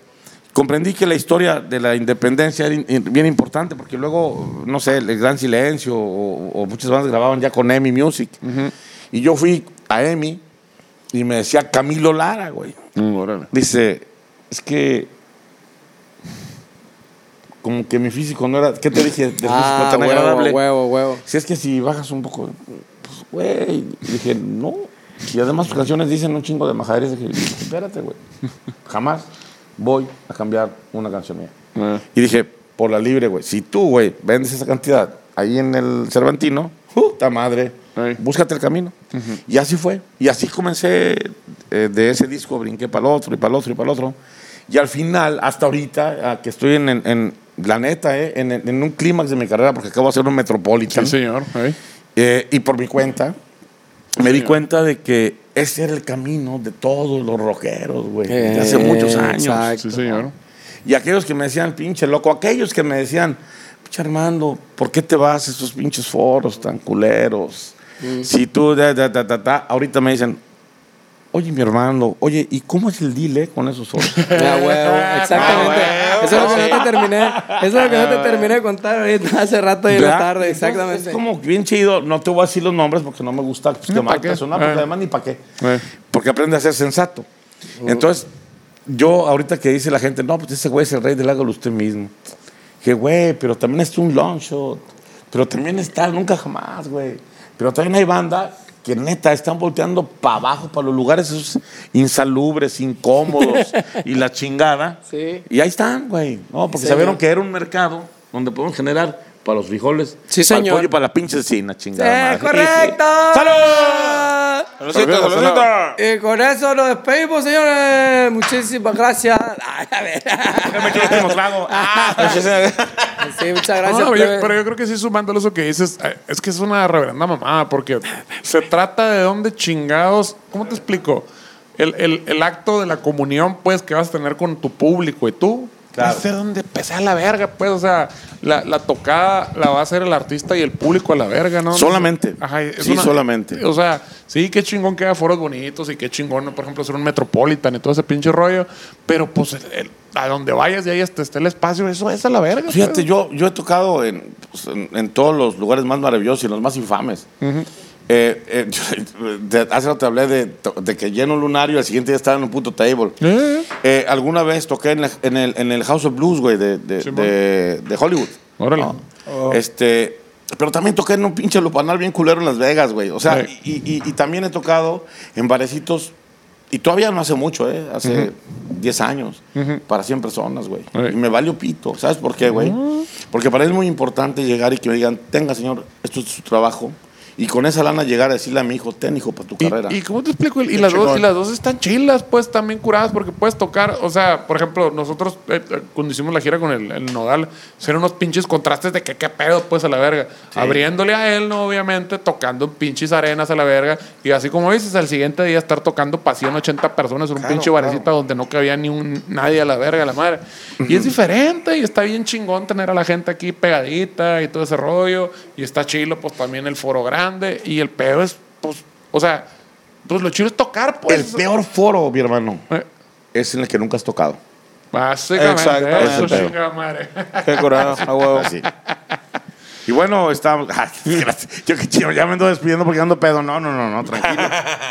Speaker 3: comprendí que la historia de la independencia era in- in- bien importante, porque luego, no sé, el Gran Silencio o, o muchas bandas grababan ya con EMI Music. Y yo fui a EMI y me decía Camilo Lara, güey.
Speaker 1: Mm, órale.
Speaker 3: Dice, es que como que mi físico no era, ¿qué te dije? Del físico
Speaker 4: Ah,
Speaker 3: tan agradable.
Speaker 4: huevo, huevo, huevo.
Speaker 3: Si es que si bajas un poco, pues, güey, dije, no. Y además sus canciones dicen un chingo de majaderías. Dije, espérate, güey. Jamás voy a cambiar una canción mía.
Speaker 1: Eh.
Speaker 3: Y dije, por la libre, güey. Si tú, güey, vendes esa cantidad ahí en el Cervantino, puta madre,
Speaker 1: Ey.
Speaker 3: búscate el camino. Y así fue. Y así comencé eh, de ese disco, brinqué para el otro y para el otro y para el otro. Y al final, hasta ahorita, ah, que estoy en, en- en- la neta, eh, en, en un clímax de mi carrera, porque acabo de hacer un Metropolitan,
Speaker 1: Sí, señor. Eh.
Speaker 3: eh, y por mi cuenta, me di cuenta de que ese era el camino de todos los rockeros, güey, de hace
Speaker 4: Eh,
Speaker 3: muchos años.
Speaker 4: exacto.
Speaker 1: Sí, señor.
Speaker 3: Y aquellos que me decían, pinche loco, aquellos que me decían, pinche Armando, ¿por qué te vas a esos pinches foros tan culeros? Si tú, da, da, da, da, da, ahorita me dicen, oye, mi hermano, oye, ¿y cómo es el dile con esos foros?
Speaker 4: Ah, huevo, exactamente. Eso es lo que no te terminé. Eso es lo que
Speaker 3: Ah.
Speaker 4: no te terminé de contar ahorita hace rato y en la
Speaker 3: ¿Verdad?
Speaker 4: tarde,
Speaker 3: Entonces,
Speaker 4: exactamente. Eh,
Speaker 3: Es como bien chido, no te voy a decir los nombres porque no me gusta pues, quemar
Speaker 1: pa' qué.
Speaker 3: personal, porque
Speaker 1: Eh.
Speaker 3: además ni para qué.
Speaker 1: Eh.
Speaker 3: Porque aprende a ser sensato. Entonces, yo ahorita que dice la gente, no, pues ese güey es el rey del hágalo usted mismo. Que güey, pero también está un long shot. Pero también está el nunca jamás, güey. Pero también hay banda que neta están volteando para abajo, para los lugares esos insalubres, incómodos y la chingada.
Speaker 4: Sí.
Speaker 3: Y ahí están, güey. No, porque
Speaker 4: Sí,
Speaker 3: sabieron
Speaker 4: señor.
Speaker 3: que era un mercado donde podemos generar para los frijoles,
Speaker 4: Sí,
Speaker 3: para el
Speaker 4: señor.
Speaker 3: pollo, y para la pinche cecina, chingada.
Speaker 4: ¡Eh,
Speaker 3: madre.
Speaker 4: correcto!
Speaker 3: ¡Salud!
Speaker 6: Saludcita, saludcita.
Speaker 4: Y Eh, con eso nos despedimos, señores. Muchísimas gracias. Ay, a ver.
Speaker 3: Me eché el último trago. Ah,
Speaker 6: Ah.
Speaker 4: Sí, muchas
Speaker 1: No,
Speaker 4: gracias.
Speaker 1: no, yo-
Speaker 4: plebe.
Speaker 1: pero yo creo que sí sumando eso que dices, eh, es que es una reverenda mamada, porque se trata de dónde chingados, ¿cómo te explico? El, el- el acto de la comunión, pues, que vas a tener con tu público y tú, Va a ser donde pese a la verga, pues. O sea, la, la tocada la va a hacer el artista y el público a la verga, ¿no?
Speaker 3: Solamente.
Speaker 1: Ajá, es
Speaker 3: Sí, solamente.
Speaker 1: O sea, sí, qué chingón que haya foros bonitos y qué chingón, ¿no? por ejemplo, hacer un Metropolitan y todo ese pinche rollo. Pero pues el- el- a donde vayas y ahí hasta esté el espacio, eso es a la verga.
Speaker 3: Fíjate,
Speaker 1: pues.
Speaker 3: yo, yo he tocado en, pues, en- en todos los lugares más maravillosos y los más infames. Eh, eh, yo- de- hace rato te hablé de, to- de que lleno lunario, el siguiente día estaba en un puto table. Eh, alguna vez toqué en, la- en el, en el House of Blues, güey, de, de- de- de Hollywood.
Speaker 1: Órale.
Speaker 3: No. Este, pero también toqué en un pinche lupanal bien culero en Las Vegas, güey. O sea,
Speaker 1: Sí.
Speaker 3: y, y- y también he tocado en barecitos, y todavía no hace mucho, ¿eh? Hace 10 años, para 100 personas, güey.
Speaker 1: Sí.
Speaker 3: Y me valió pito. ¿Sabes por qué, güey? Porque para él es muy importante llegar y que me digan, tenga, señor, esto es su trabajo. Y con esa lana llegar a decirle a mi hijo, ten, hijo, para tu carrera.
Speaker 1: Y, y cómo te explico, y
Speaker 3: Qué
Speaker 1: las, dos,
Speaker 3: chingón.
Speaker 1: y las dos están chilas, pues también curadas, porque puedes tocar, o sea, por ejemplo, nosotros eh, eh, cuando hicimos la gira con el, el Nodal, eran unos pinches contrastes de que qué pedo, pues a la verga. Abriéndole a él, ¿no? Obviamente, tocando en pinches arenas a la verga, y así como dices, al siguiente día estar tocando para 100, 80 personas en un pinche barecita donde no cabía ni un, nadie a la verga, a la madre. Y es diferente, y está bien chingón tener a la gente aquí pegadita y todo ese rollo, y está chilo, pues también el foro grande, y el pedo es, pues, o sea, pues lo chido es tocar,
Speaker 3: el
Speaker 1: pues.
Speaker 3: peor foro, mi hermano,
Speaker 1: Eh,
Speaker 3: es en el que nunca has tocado.
Speaker 1: Básicamente,
Speaker 2: Exactamente.
Speaker 1: eso,
Speaker 3: Pero-
Speaker 1: chingada madre.
Speaker 2: Qué curado, a huevo.
Speaker 3: Así. Oh. Y bueno, estábamos. Ay, gracias. Yo qué chido, ya me ando despidiendo porque ando pedo. No, no, no, no, tranquilo.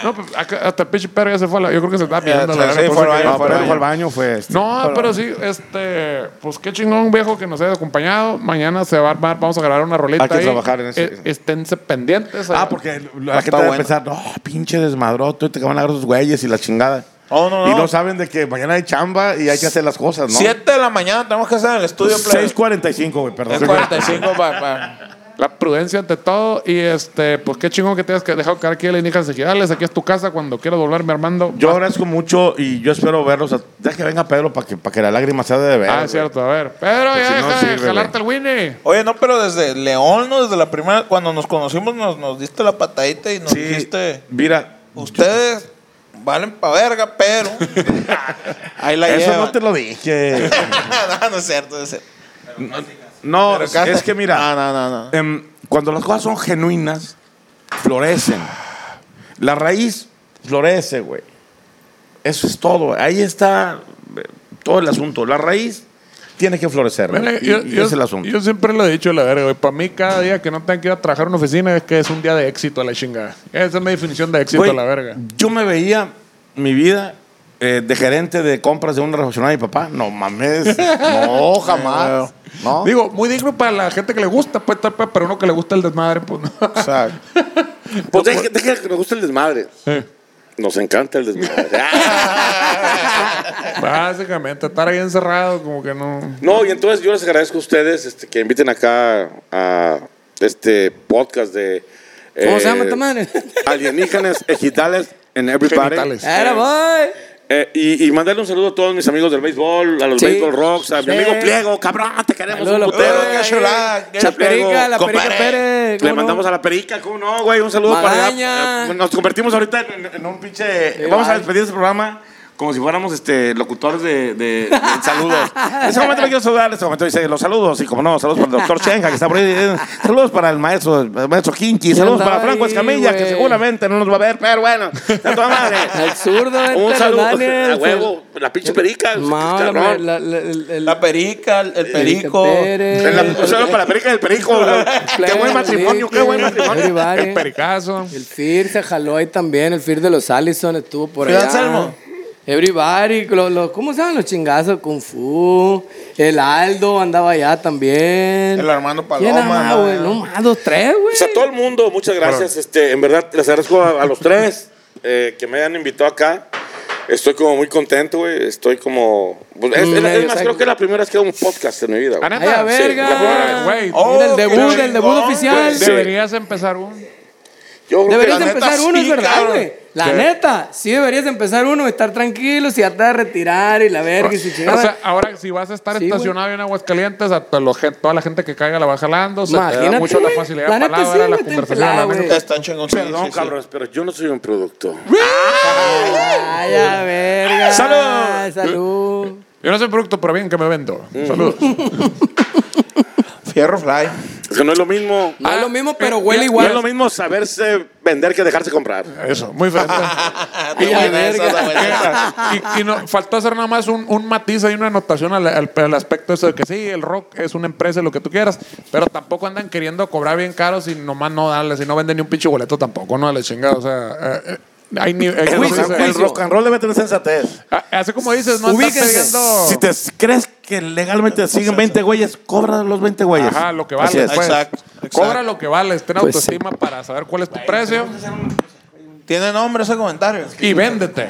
Speaker 1: No, pues, acá- hasta el pinche perro ya se fue. a la- yo creo que se está pidiendo.
Speaker 2: sí,
Speaker 1: la verdad,
Speaker 2: fue
Speaker 1: por
Speaker 2: al
Speaker 1: eso que-
Speaker 2: baño,
Speaker 3: No,
Speaker 2: fue
Speaker 3: pero
Speaker 2: al
Speaker 3: dijo al baño, fue. este.
Speaker 1: No, pero sí, este, pues qué chingón viejo que nos hayas acompañado. Mañana se va a armar, vamos a grabar una roleta.
Speaker 3: Hay que
Speaker 1: ahí.
Speaker 3: trabajar en ese-
Speaker 1: Eh, esténse pendientes.
Speaker 3: Ah,
Speaker 1: Eh,
Speaker 3: porque la gente va a
Speaker 2: bueno.
Speaker 3: pensar, no, pinche desmadroto, te van a agarrar sus güeyes y la chingada.
Speaker 2: No, Oh, no,
Speaker 3: Y
Speaker 2: no.
Speaker 3: no saben de que mañana hay chamba y hay que hacer las cosas, ¿no?
Speaker 2: 7 de la mañana tenemos que estar en el estudio, plebes.
Speaker 3: 6.45, güey, perdón.
Speaker 2: 45 para. Pa.
Speaker 1: La prudencia ante todo. Y este, pues qué chingón que te hayas dejado caer aquí en Lenías Ejidales. Aquí es tu casa cuando quieras volverme, Armando.
Speaker 3: Yo agradezco mucho y yo espero verlos. a- Ya que venga Pedro para que, para que la lágrima sea de ver.
Speaker 1: ah, es cierto, a ver. Pero ya
Speaker 3: Pues si no
Speaker 1: deja de
Speaker 3: sirve,
Speaker 1: jalarte el Winnie.
Speaker 2: Oye, no, pero desde León, ¿no? desde la primera, cuando nos conocimos, nos, nos diste la patadita y nos
Speaker 3: Sí,
Speaker 2: dijiste,
Speaker 3: mira,
Speaker 2: ustedes valen pa' verga, pero ahí la
Speaker 3: eso
Speaker 2: llevan.
Speaker 3: no te lo dije.
Speaker 2: no, no es cierto, no es cierto.
Speaker 3: No,
Speaker 2: Pero casi-
Speaker 3: es que mira.
Speaker 2: No, no, no, no.
Speaker 3: Em, cuando las cosas son genuinas, florecen. La raíz florece, güey. Eso es todo. Ahí está eh, todo el asunto. La raíz tiene que florecer. güey.
Speaker 1: Mira,
Speaker 3: Y-
Speaker 1: yo,
Speaker 3: y
Speaker 1: yo-
Speaker 3: ese es el asunto.
Speaker 1: yo siempre lo he dicho, la verga, güey. Para mí, cada día que no tenga que ir a trabajar a una oficina es que es un día de éxito a la chingada. Esa es mi definición de éxito
Speaker 3: Güey,
Speaker 1: a la verga.
Speaker 3: Yo me veía mi vida eh, de gerente de compras de una refaccionaria de mi papá. No mames. No, jamás. No.
Speaker 1: Digo, muy digno para la gente que le gusta, pues, tal, pues, pero uno que le gusta el desmadre, pues no.
Speaker 6: Pues deja, deja que nos guste el desmadre.
Speaker 1: Eh.
Speaker 6: Nos encanta el desmadre.
Speaker 1: Básicamente, estar ahí encerrado, como que no.
Speaker 6: No, y entonces yo les agradezco a ustedes este, que inviten acá a este podcast de.
Speaker 4: ¿Cómo se
Speaker 6: eh,
Speaker 4: llama esta madre?
Speaker 6: Alienígenas Ejidales en Everybody.
Speaker 1: Genitales.
Speaker 4: Ahora voy.
Speaker 6: Eh, y, y mandarle un saludo a todos mis amigos del béisbol, a los
Speaker 4: Sí.
Speaker 6: béisbol rocks, a
Speaker 4: Sí.
Speaker 6: mi amigo Pliego, cabrón, te queremos
Speaker 4: Saludos a
Speaker 6: un
Speaker 4: los
Speaker 6: putero.
Speaker 4: Pliego,
Speaker 6: Eh,
Speaker 4: qué chulada,
Speaker 6: che,
Speaker 4: la
Speaker 6: Pliego,
Speaker 4: Perica, la
Speaker 6: compadre.
Speaker 4: Perica Pérez,
Speaker 6: Le
Speaker 4: ¿cómo
Speaker 6: mandamos
Speaker 4: no?
Speaker 6: a la perica, ¿cómo no, güey? Un saludo para
Speaker 4: Magaña.
Speaker 6: allá. Eh, Nos convertimos ahorita en, en un pinche. vamos a
Speaker 4: vale.
Speaker 6: despedir este programa como si fuéramos este, locutores de, de- de saludos.
Speaker 3: En ese momento lo quiero saludar, en ese momento dice los saludos, y como no, saludos para el doctor Chenja, que está por ahí, eh, saludos para el maestro, el maestro Kinky, saludos
Speaker 4: andaba
Speaker 3: para Franco
Speaker 4: ahí,
Speaker 3: Escamilla, que
Speaker 4: güey.
Speaker 3: seguramente no nos va a ver, pero bueno, a toda madre.
Speaker 4: El zurdo este,
Speaker 6: un
Speaker 4: los
Speaker 6: saludo.
Speaker 4: Daniels,
Speaker 6: a huevo, la pinche perica. este
Speaker 4: Ma, la-
Speaker 6: cabrón.
Speaker 4: la- la- el- el-
Speaker 2: La perica, el, el perico.
Speaker 4: Pérez.
Speaker 6: En la- un saludo para la perica del perico. qué buen matrimonio, qué buen matrimonio.
Speaker 4: Everybody.
Speaker 1: El pericazo.
Speaker 4: El FIR se jaló ahí también, el FIR de los Allison estuvo por
Speaker 2: Fidel
Speaker 4: allá.
Speaker 2: Salmo.
Speaker 4: Everybody, lo- lo- ¿cómo se llaman los chingazos? Kung Fu, el Aldo andaba allá también.
Speaker 2: El Armando
Speaker 4: ¿Quién
Speaker 2: Paloma,
Speaker 4: más, güey? No más, dos, tres, güey.
Speaker 6: Pues a todo el mundo, muchas gracias. Este, en verdad, les agradezco a, a los tres eh, que me hayan invitado acá. Estoy como muy contento, güey. Estoy como. pues, es,
Speaker 4: Mm,
Speaker 6: es- es
Speaker 4: medio
Speaker 6: más,
Speaker 4: psycho.
Speaker 6: creo que es la primera vez que hago un podcast en mi vida. güey.
Speaker 1: Ah,
Speaker 4: Ay, a
Speaker 1: neta, sí,
Speaker 4: verga.
Speaker 6: la primera,
Speaker 1: güey.
Speaker 4: Oh,
Speaker 2: qué
Speaker 4: del debut, del debut
Speaker 2: chingón,
Speaker 4: oficial.
Speaker 6: güey.
Speaker 1: Deberías empezar un.
Speaker 6: Yo creo que
Speaker 4: Deberías
Speaker 6: la
Speaker 4: de
Speaker 6: neta,
Speaker 4: empezar uno,
Speaker 2: sí,
Speaker 4: es verdad,
Speaker 2: cabrón.
Speaker 4: güey. La neta, sí deberías de empezar uno, estar tranquilo, si hasta de retirar y la verga y su chingada.
Speaker 1: O sea, ahora si vas a estar
Speaker 4: Sí, güey.
Speaker 1: estacionado en Aguascalientes, a to- lo gen- toda la gente que caiga la va jalando. Se te da
Speaker 4: Imagínate,
Speaker 1: mucho la
Speaker 4: güey.
Speaker 1: facilidad
Speaker 4: La
Speaker 1: de
Speaker 4: neta,
Speaker 1: palabra,
Speaker 4: sí,
Speaker 1: la
Speaker 4: vete en
Speaker 1: conversación, la
Speaker 4: pelada,
Speaker 1: verga.
Speaker 4: güey.
Speaker 2: Está chingón. sí,
Speaker 6: Perdón,
Speaker 2: sí, sí.
Speaker 6: cabrones, pero yo no soy un producto.
Speaker 4: Ay, a verga.
Speaker 3: Salud.
Speaker 4: Salud.
Speaker 1: Yo no soy producto, pero bien que me vendo. Saludos.
Speaker 2: Fierro Fly.
Speaker 3: Es que no es lo mismo.
Speaker 4: No es lo mismo, pero
Speaker 1: eh,
Speaker 4: huele
Speaker 1: ya-
Speaker 3: No es lo
Speaker 4: igual.
Speaker 3: mismo saberse vender que dejarse comprar.
Speaker 1: Eso, muy diferente.
Speaker 2: Ah,
Speaker 4: Ay, la verga.
Speaker 1: y, y no, faltó hacer nada más un, un matiz y una anotación al, al- al aspecto eso de que sí, el rock es una empresa, lo que tú quieras, pero tampoco andan queriendo cobrar bien caro si nomás no darle, si no venden ni un pinche boleto tampoco, no dale chingada. O sea, eh, eh, hay ni- hay-
Speaker 3: El,
Speaker 1: ¿cómo
Speaker 3: rock-
Speaker 1: se
Speaker 3: el
Speaker 1: dice?
Speaker 3: rock and roll debe tener sensatez.
Speaker 1: Ah, Así como dices, no andas
Speaker 4: Ubíquense.
Speaker 1: pidiendo.
Speaker 7: Si te crees que legalmente siguen 20 güeyes, cobra los 20 güeyes.
Speaker 1: Ajá, lo que vale.
Speaker 7: Así es.
Speaker 1: pues.
Speaker 2: Exacto, exacto.
Speaker 1: Cobra lo que vale, ten
Speaker 4: Pues sí.
Speaker 1: autoestima para saber cuál es tu precio
Speaker 2: Tiene nombre ese comentario.
Speaker 1: y véndete.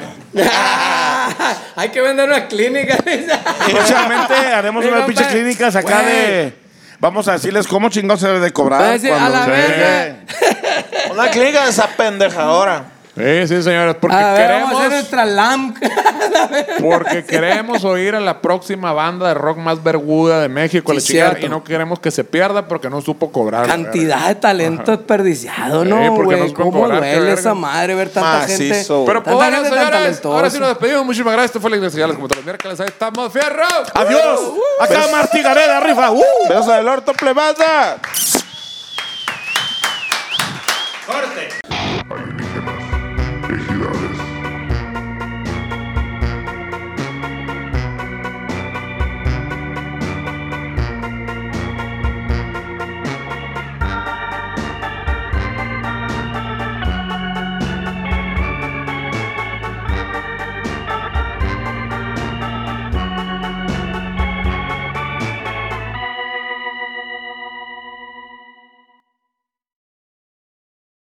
Speaker 4: Hay que vender una clínica.
Speaker 1: Ah,
Speaker 7: Próximamente haremos
Speaker 4: Digo,
Speaker 7: una pinche
Speaker 4: ve-
Speaker 7: clínica acá
Speaker 4: güey.
Speaker 7: de. Vamos a decirles cómo chingados se debe de cobrar.
Speaker 4: Va a decir,
Speaker 7: cuando-
Speaker 4: Pues, a la
Speaker 7: Sí.
Speaker 4: verga.
Speaker 2: Una clínica de esa pendejadora.
Speaker 1: Sí, sí, señores, porque
Speaker 4: A ver, vamos a hacer
Speaker 1: queremos,
Speaker 4: nuestra LAMP.
Speaker 1: porque queremos oír a la próxima banda de rock más verguda de México,
Speaker 4: Sí,
Speaker 1: la chingada,
Speaker 4: cierto.
Speaker 1: y no queremos que se pierda porque no supo cobrar.
Speaker 4: Cantidad de talento desperdiciado,
Speaker 1: Sí,
Speaker 4: ¿no,
Speaker 1: porque
Speaker 4: güey?
Speaker 1: nos pueden
Speaker 4: ¿Cómo
Speaker 1: cobrar, qué
Speaker 4: duele
Speaker 1: verga.
Speaker 4: esa madre ver tanta
Speaker 2: Macizo,
Speaker 4: gente?
Speaker 2: güey.
Speaker 1: Pero pues,
Speaker 4: tanta
Speaker 1: bueno,
Speaker 4: gente tan
Speaker 1: señores,
Speaker 4: talentosa.
Speaker 1: ahora sí nos despedimos. Muchísimas gracias. Esto fue la Iglesia como todos los miércoles. Ahí estamos, fierro.
Speaker 7: Adiós.
Speaker 4: Pues,
Speaker 7: Acá Martí Gareda, rifa. ¡Uh!
Speaker 2: Besos del orto plebada.
Speaker 8: Corte.
Speaker 9: Ejidal.